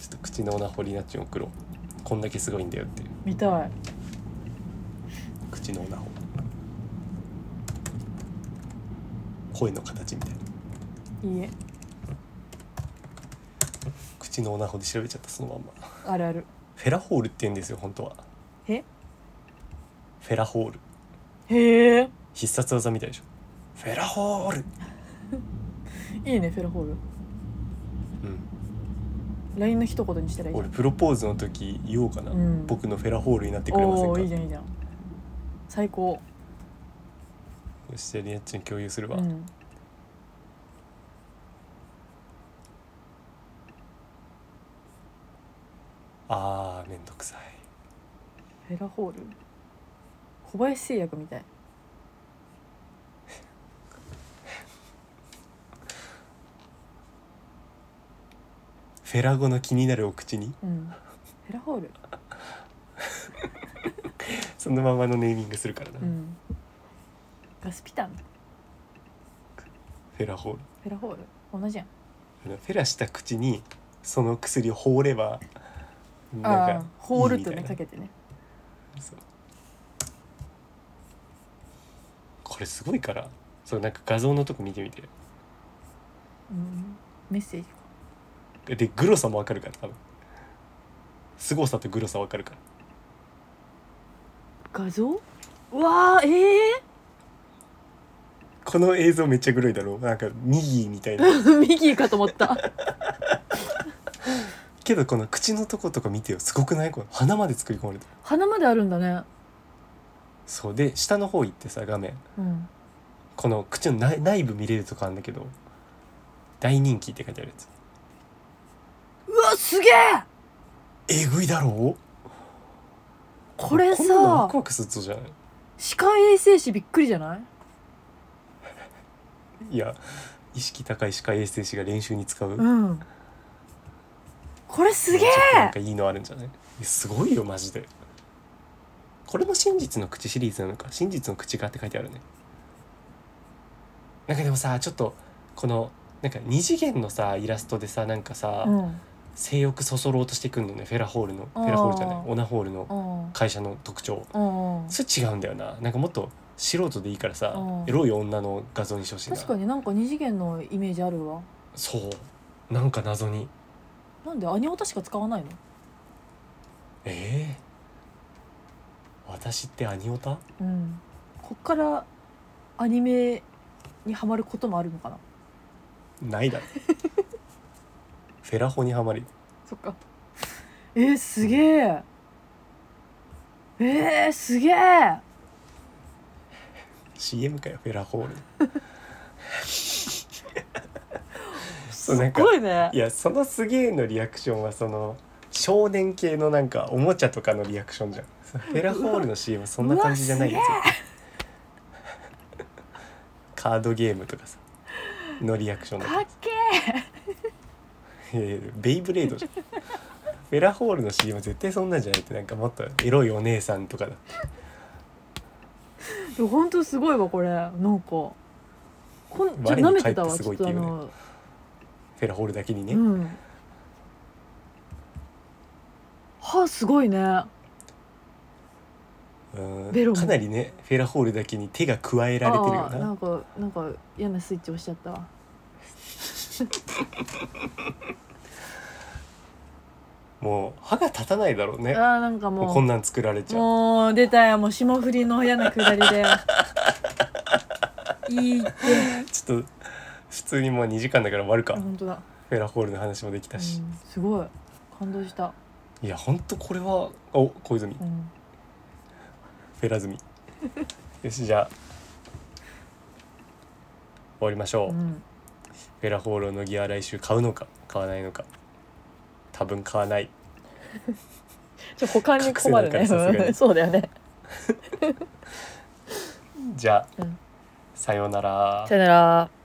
[SPEAKER 1] ちょっと口の女掘りナチョン送ろうこんだけすごいんだよっていう
[SPEAKER 2] 見たい
[SPEAKER 1] 口の女掘声の形みたいない
[SPEAKER 2] いえ
[SPEAKER 1] 口のオナホで調べちゃったそのまんま
[SPEAKER 2] あるある
[SPEAKER 1] フェラホールって言うんですよ本当は
[SPEAKER 2] え
[SPEAKER 1] フェラホール
[SPEAKER 2] へえ
[SPEAKER 1] 必殺技みたいでしょフェラホール
[SPEAKER 2] いいねフェラホール
[SPEAKER 1] うん
[SPEAKER 2] LINE の一言にしたらいいじゃ
[SPEAKER 1] 俺プロポーズの時言おうかな、
[SPEAKER 2] うん
[SPEAKER 1] 僕のフェラホールになってく
[SPEAKER 2] ん
[SPEAKER 1] れません
[SPEAKER 2] お
[SPEAKER 1] か
[SPEAKER 2] ーいいじゃんいいじゃん最
[SPEAKER 1] よ
[SPEAKER 2] 高
[SPEAKER 1] しじゃあリナッチに共有する
[SPEAKER 2] う
[SPEAKER 1] わ、
[SPEAKER 2] ん
[SPEAKER 1] あーめんどくさい
[SPEAKER 2] フェラホール小林製薬みたい
[SPEAKER 1] フェラ語の気になるお口に
[SPEAKER 2] うんフェラホール
[SPEAKER 1] そのままのネーミングするからな、
[SPEAKER 2] うんガスピタン
[SPEAKER 1] フェラホール
[SPEAKER 2] フェラホール同じやん
[SPEAKER 1] あのフェラした口にその薬を放れば
[SPEAKER 2] あ
[SPEAKER 1] なん
[SPEAKER 2] あ
[SPEAKER 1] か
[SPEAKER 2] ホールと
[SPEAKER 1] いい
[SPEAKER 2] ね
[SPEAKER 1] みた
[SPEAKER 2] か
[SPEAKER 1] いな
[SPEAKER 2] けてね
[SPEAKER 1] そうこれすごいからそうなんか画像のとこ見てみて
[SPEAKER 2] うんメッセージか
[SPEAKER 1] でグロさもわかるから多分凄さとグロさ分かるから
[SPEAKER 2] 画像うわーえ
[SPEAKER 1] この映像めっちゃグロいだろなんかミギーみたいな
[SPEAKER 2] えー、 ミギーかと思った
[SPEAKER 1] けどこの口のとことか見てよすごくないこれ鼻まで作り込まれてる
[SPEAKER 2] 鼻まであるんだね
[SPEAKER 1] そうで下の方行ってさ画面
[SPEAKER 2] うん
[SPEAKER 1] この口の内内部見れるとこあるんだけど「大人気」って書いてあるやつ
[SPEAKER 2] うわすげえ
[SPEAKER 1] えぐいだろう
[SPEAKER 2] これ
[SPEAKER 1] んなのワ
[SPEAKER 2] さ
[SPEAKER 1] クワクするとじゃない
[SPEAKER 2] 歯科衛生士びっくりじゃない
[SPEAKER 1] いや意識高い歯科衛生士が練習に使う、
[SPEAKER 2] うんこれすげ
[SPEAKER 1] ちょっとなん
[SPEAKER 2] え
[SPEAKER 1] かいいのあるんじゃないいやすごいよマジでこれも「真実の口」シリーズなのか「真実の口が」って書いてあるねなんかでもさちょっとこのなんか二次元のさイラストでさなんかさ、
[SPEAKER 2] うんうん
[SPEAKER 1] 性欲そそろうとしてくんのねフェラホールのフェラホールじゃないオナホールの会社の特徴
[SPEAKER 2] うんうん
[SPEAKER 1] それ違うんだよななんかもっと素人でいいからさ
[SPEAKER 2] うん
[SPEAKER 1] エロい女の画像にしてほしいな
[SPEAKER 2] 確かになんか二次元のイメージあるわ
[SPEAKER 1] そうなんか謎に
[SPEAKER 2] なんでアニオタしか使わないの
[SPEAKER 1] ええ私ってアニオタ
[SPEAKER 2] うんこっからアニメにハマることもあるのかな
[SPEAKER 1] ないだろ フェラホにはまり
[SPEAKER 2] そっかえー、すげええー、すげえ
[SPEAKER 1] CM かよフェラホール
[SPEAKER 2] す
[SPEAKER 1] うなんか
[SPEAKER 2] ごいね
[SPEAKER 1] いやそのすげえのリアクションはその少年系のなんかおもちゃとかのリアクションじゃんフェラホールの CM はそんな感じじゃないよ
[SPEAKER 2] うわ
[SPEAKER 1] 絶対 カードゲームとかさのリアクションだ
[SPEAKER 2] かっけ
[SPEAKER 1] いやいやベイブレードじゃんフェラホールの CM 絶対そんなんじゃないってなんかもっとエロいお姉さんとかだ
[SPEAKER 2] えでもほんとすごいわこれなんかこんちょ
[SPEAKER 1] 我に
[SPEAKER 2] 舐めて
[SPEAKER 1] 返っ
[SPEAKER 2] たわ
[SPEAKER 1] てす
[SPEAKER 2] ちょ
[SPEAKER 1] ごい
[SPEAKER 2] っ
[SPEAKER 1] って
[SPEAKER 2] とあ
[SPEAKER 1] 言うね
[SPEAKER 2] の
[SPEAKER 1] フェラホールだけにね、
[SPEAKER 2] うん歯すごいね
[SPEAKER 1] うん
[SPEAKER 2] ベロも
[SPEAKER 1] かなりねフェラホールだけに手が加えられてるよ
[SPEAKER 2] あー
[SPEAKER 1] な
[SPEAKER 2] なんかなんか嫌なスイッチ押しちゃったわ
[SPEAKER 1] もう歯が立たないだろう
[SPEAKER 2] あ
[SPEAKER 1] ね
[SPEAKER 2] ーなんか
[SPEAKER 1] も
[SPEAKER 2] も
[SPEAKER 1] う
[SPEAKER 2] う
[SPEAKER 1] こんなん作られちゃう
[SPEAKER 2] もう出たよもう霜降りの嫌なくだり でいいって
[SPEAKER 1] ちょっと普通にもう2時間だから終わるか、
[SPEAKER 2] あ
[SPEAKER 1] フ
[SPEAKER 2] 本当だ、
[SPEAKER 1] ェラホールの話もでき
[SPEAKER 2] う
[SPEAKER 1] た
[SPEAKER 2] ん、
[SPEAKER 1] し、
[SPEAKER 2] すごい感動した、
[SPEAKER 1] いやほんとこれはお小泉フ
[SPEAKER 2] うん、
[SPEAKER 1] ェラ済 みよしじゃあ終わりましょう、
[SPEAKER 2] うん、
[SPEAKER 1] フェラホールのギア来週買うのか買わないのか多分買わない
[SPEAKER 2] ちょ保管に困る
[SPEAKER 1] 隠せないからさすが
[SPEAKER 2] ね
[SPEAKER 1] に
[SPEAKER 2] そうだよね
[SPEAKER 1] じゃあ、
[SPEAKER 2] うん
[SPEAKER 1] さようなら
[SPEAKER 2] さよなら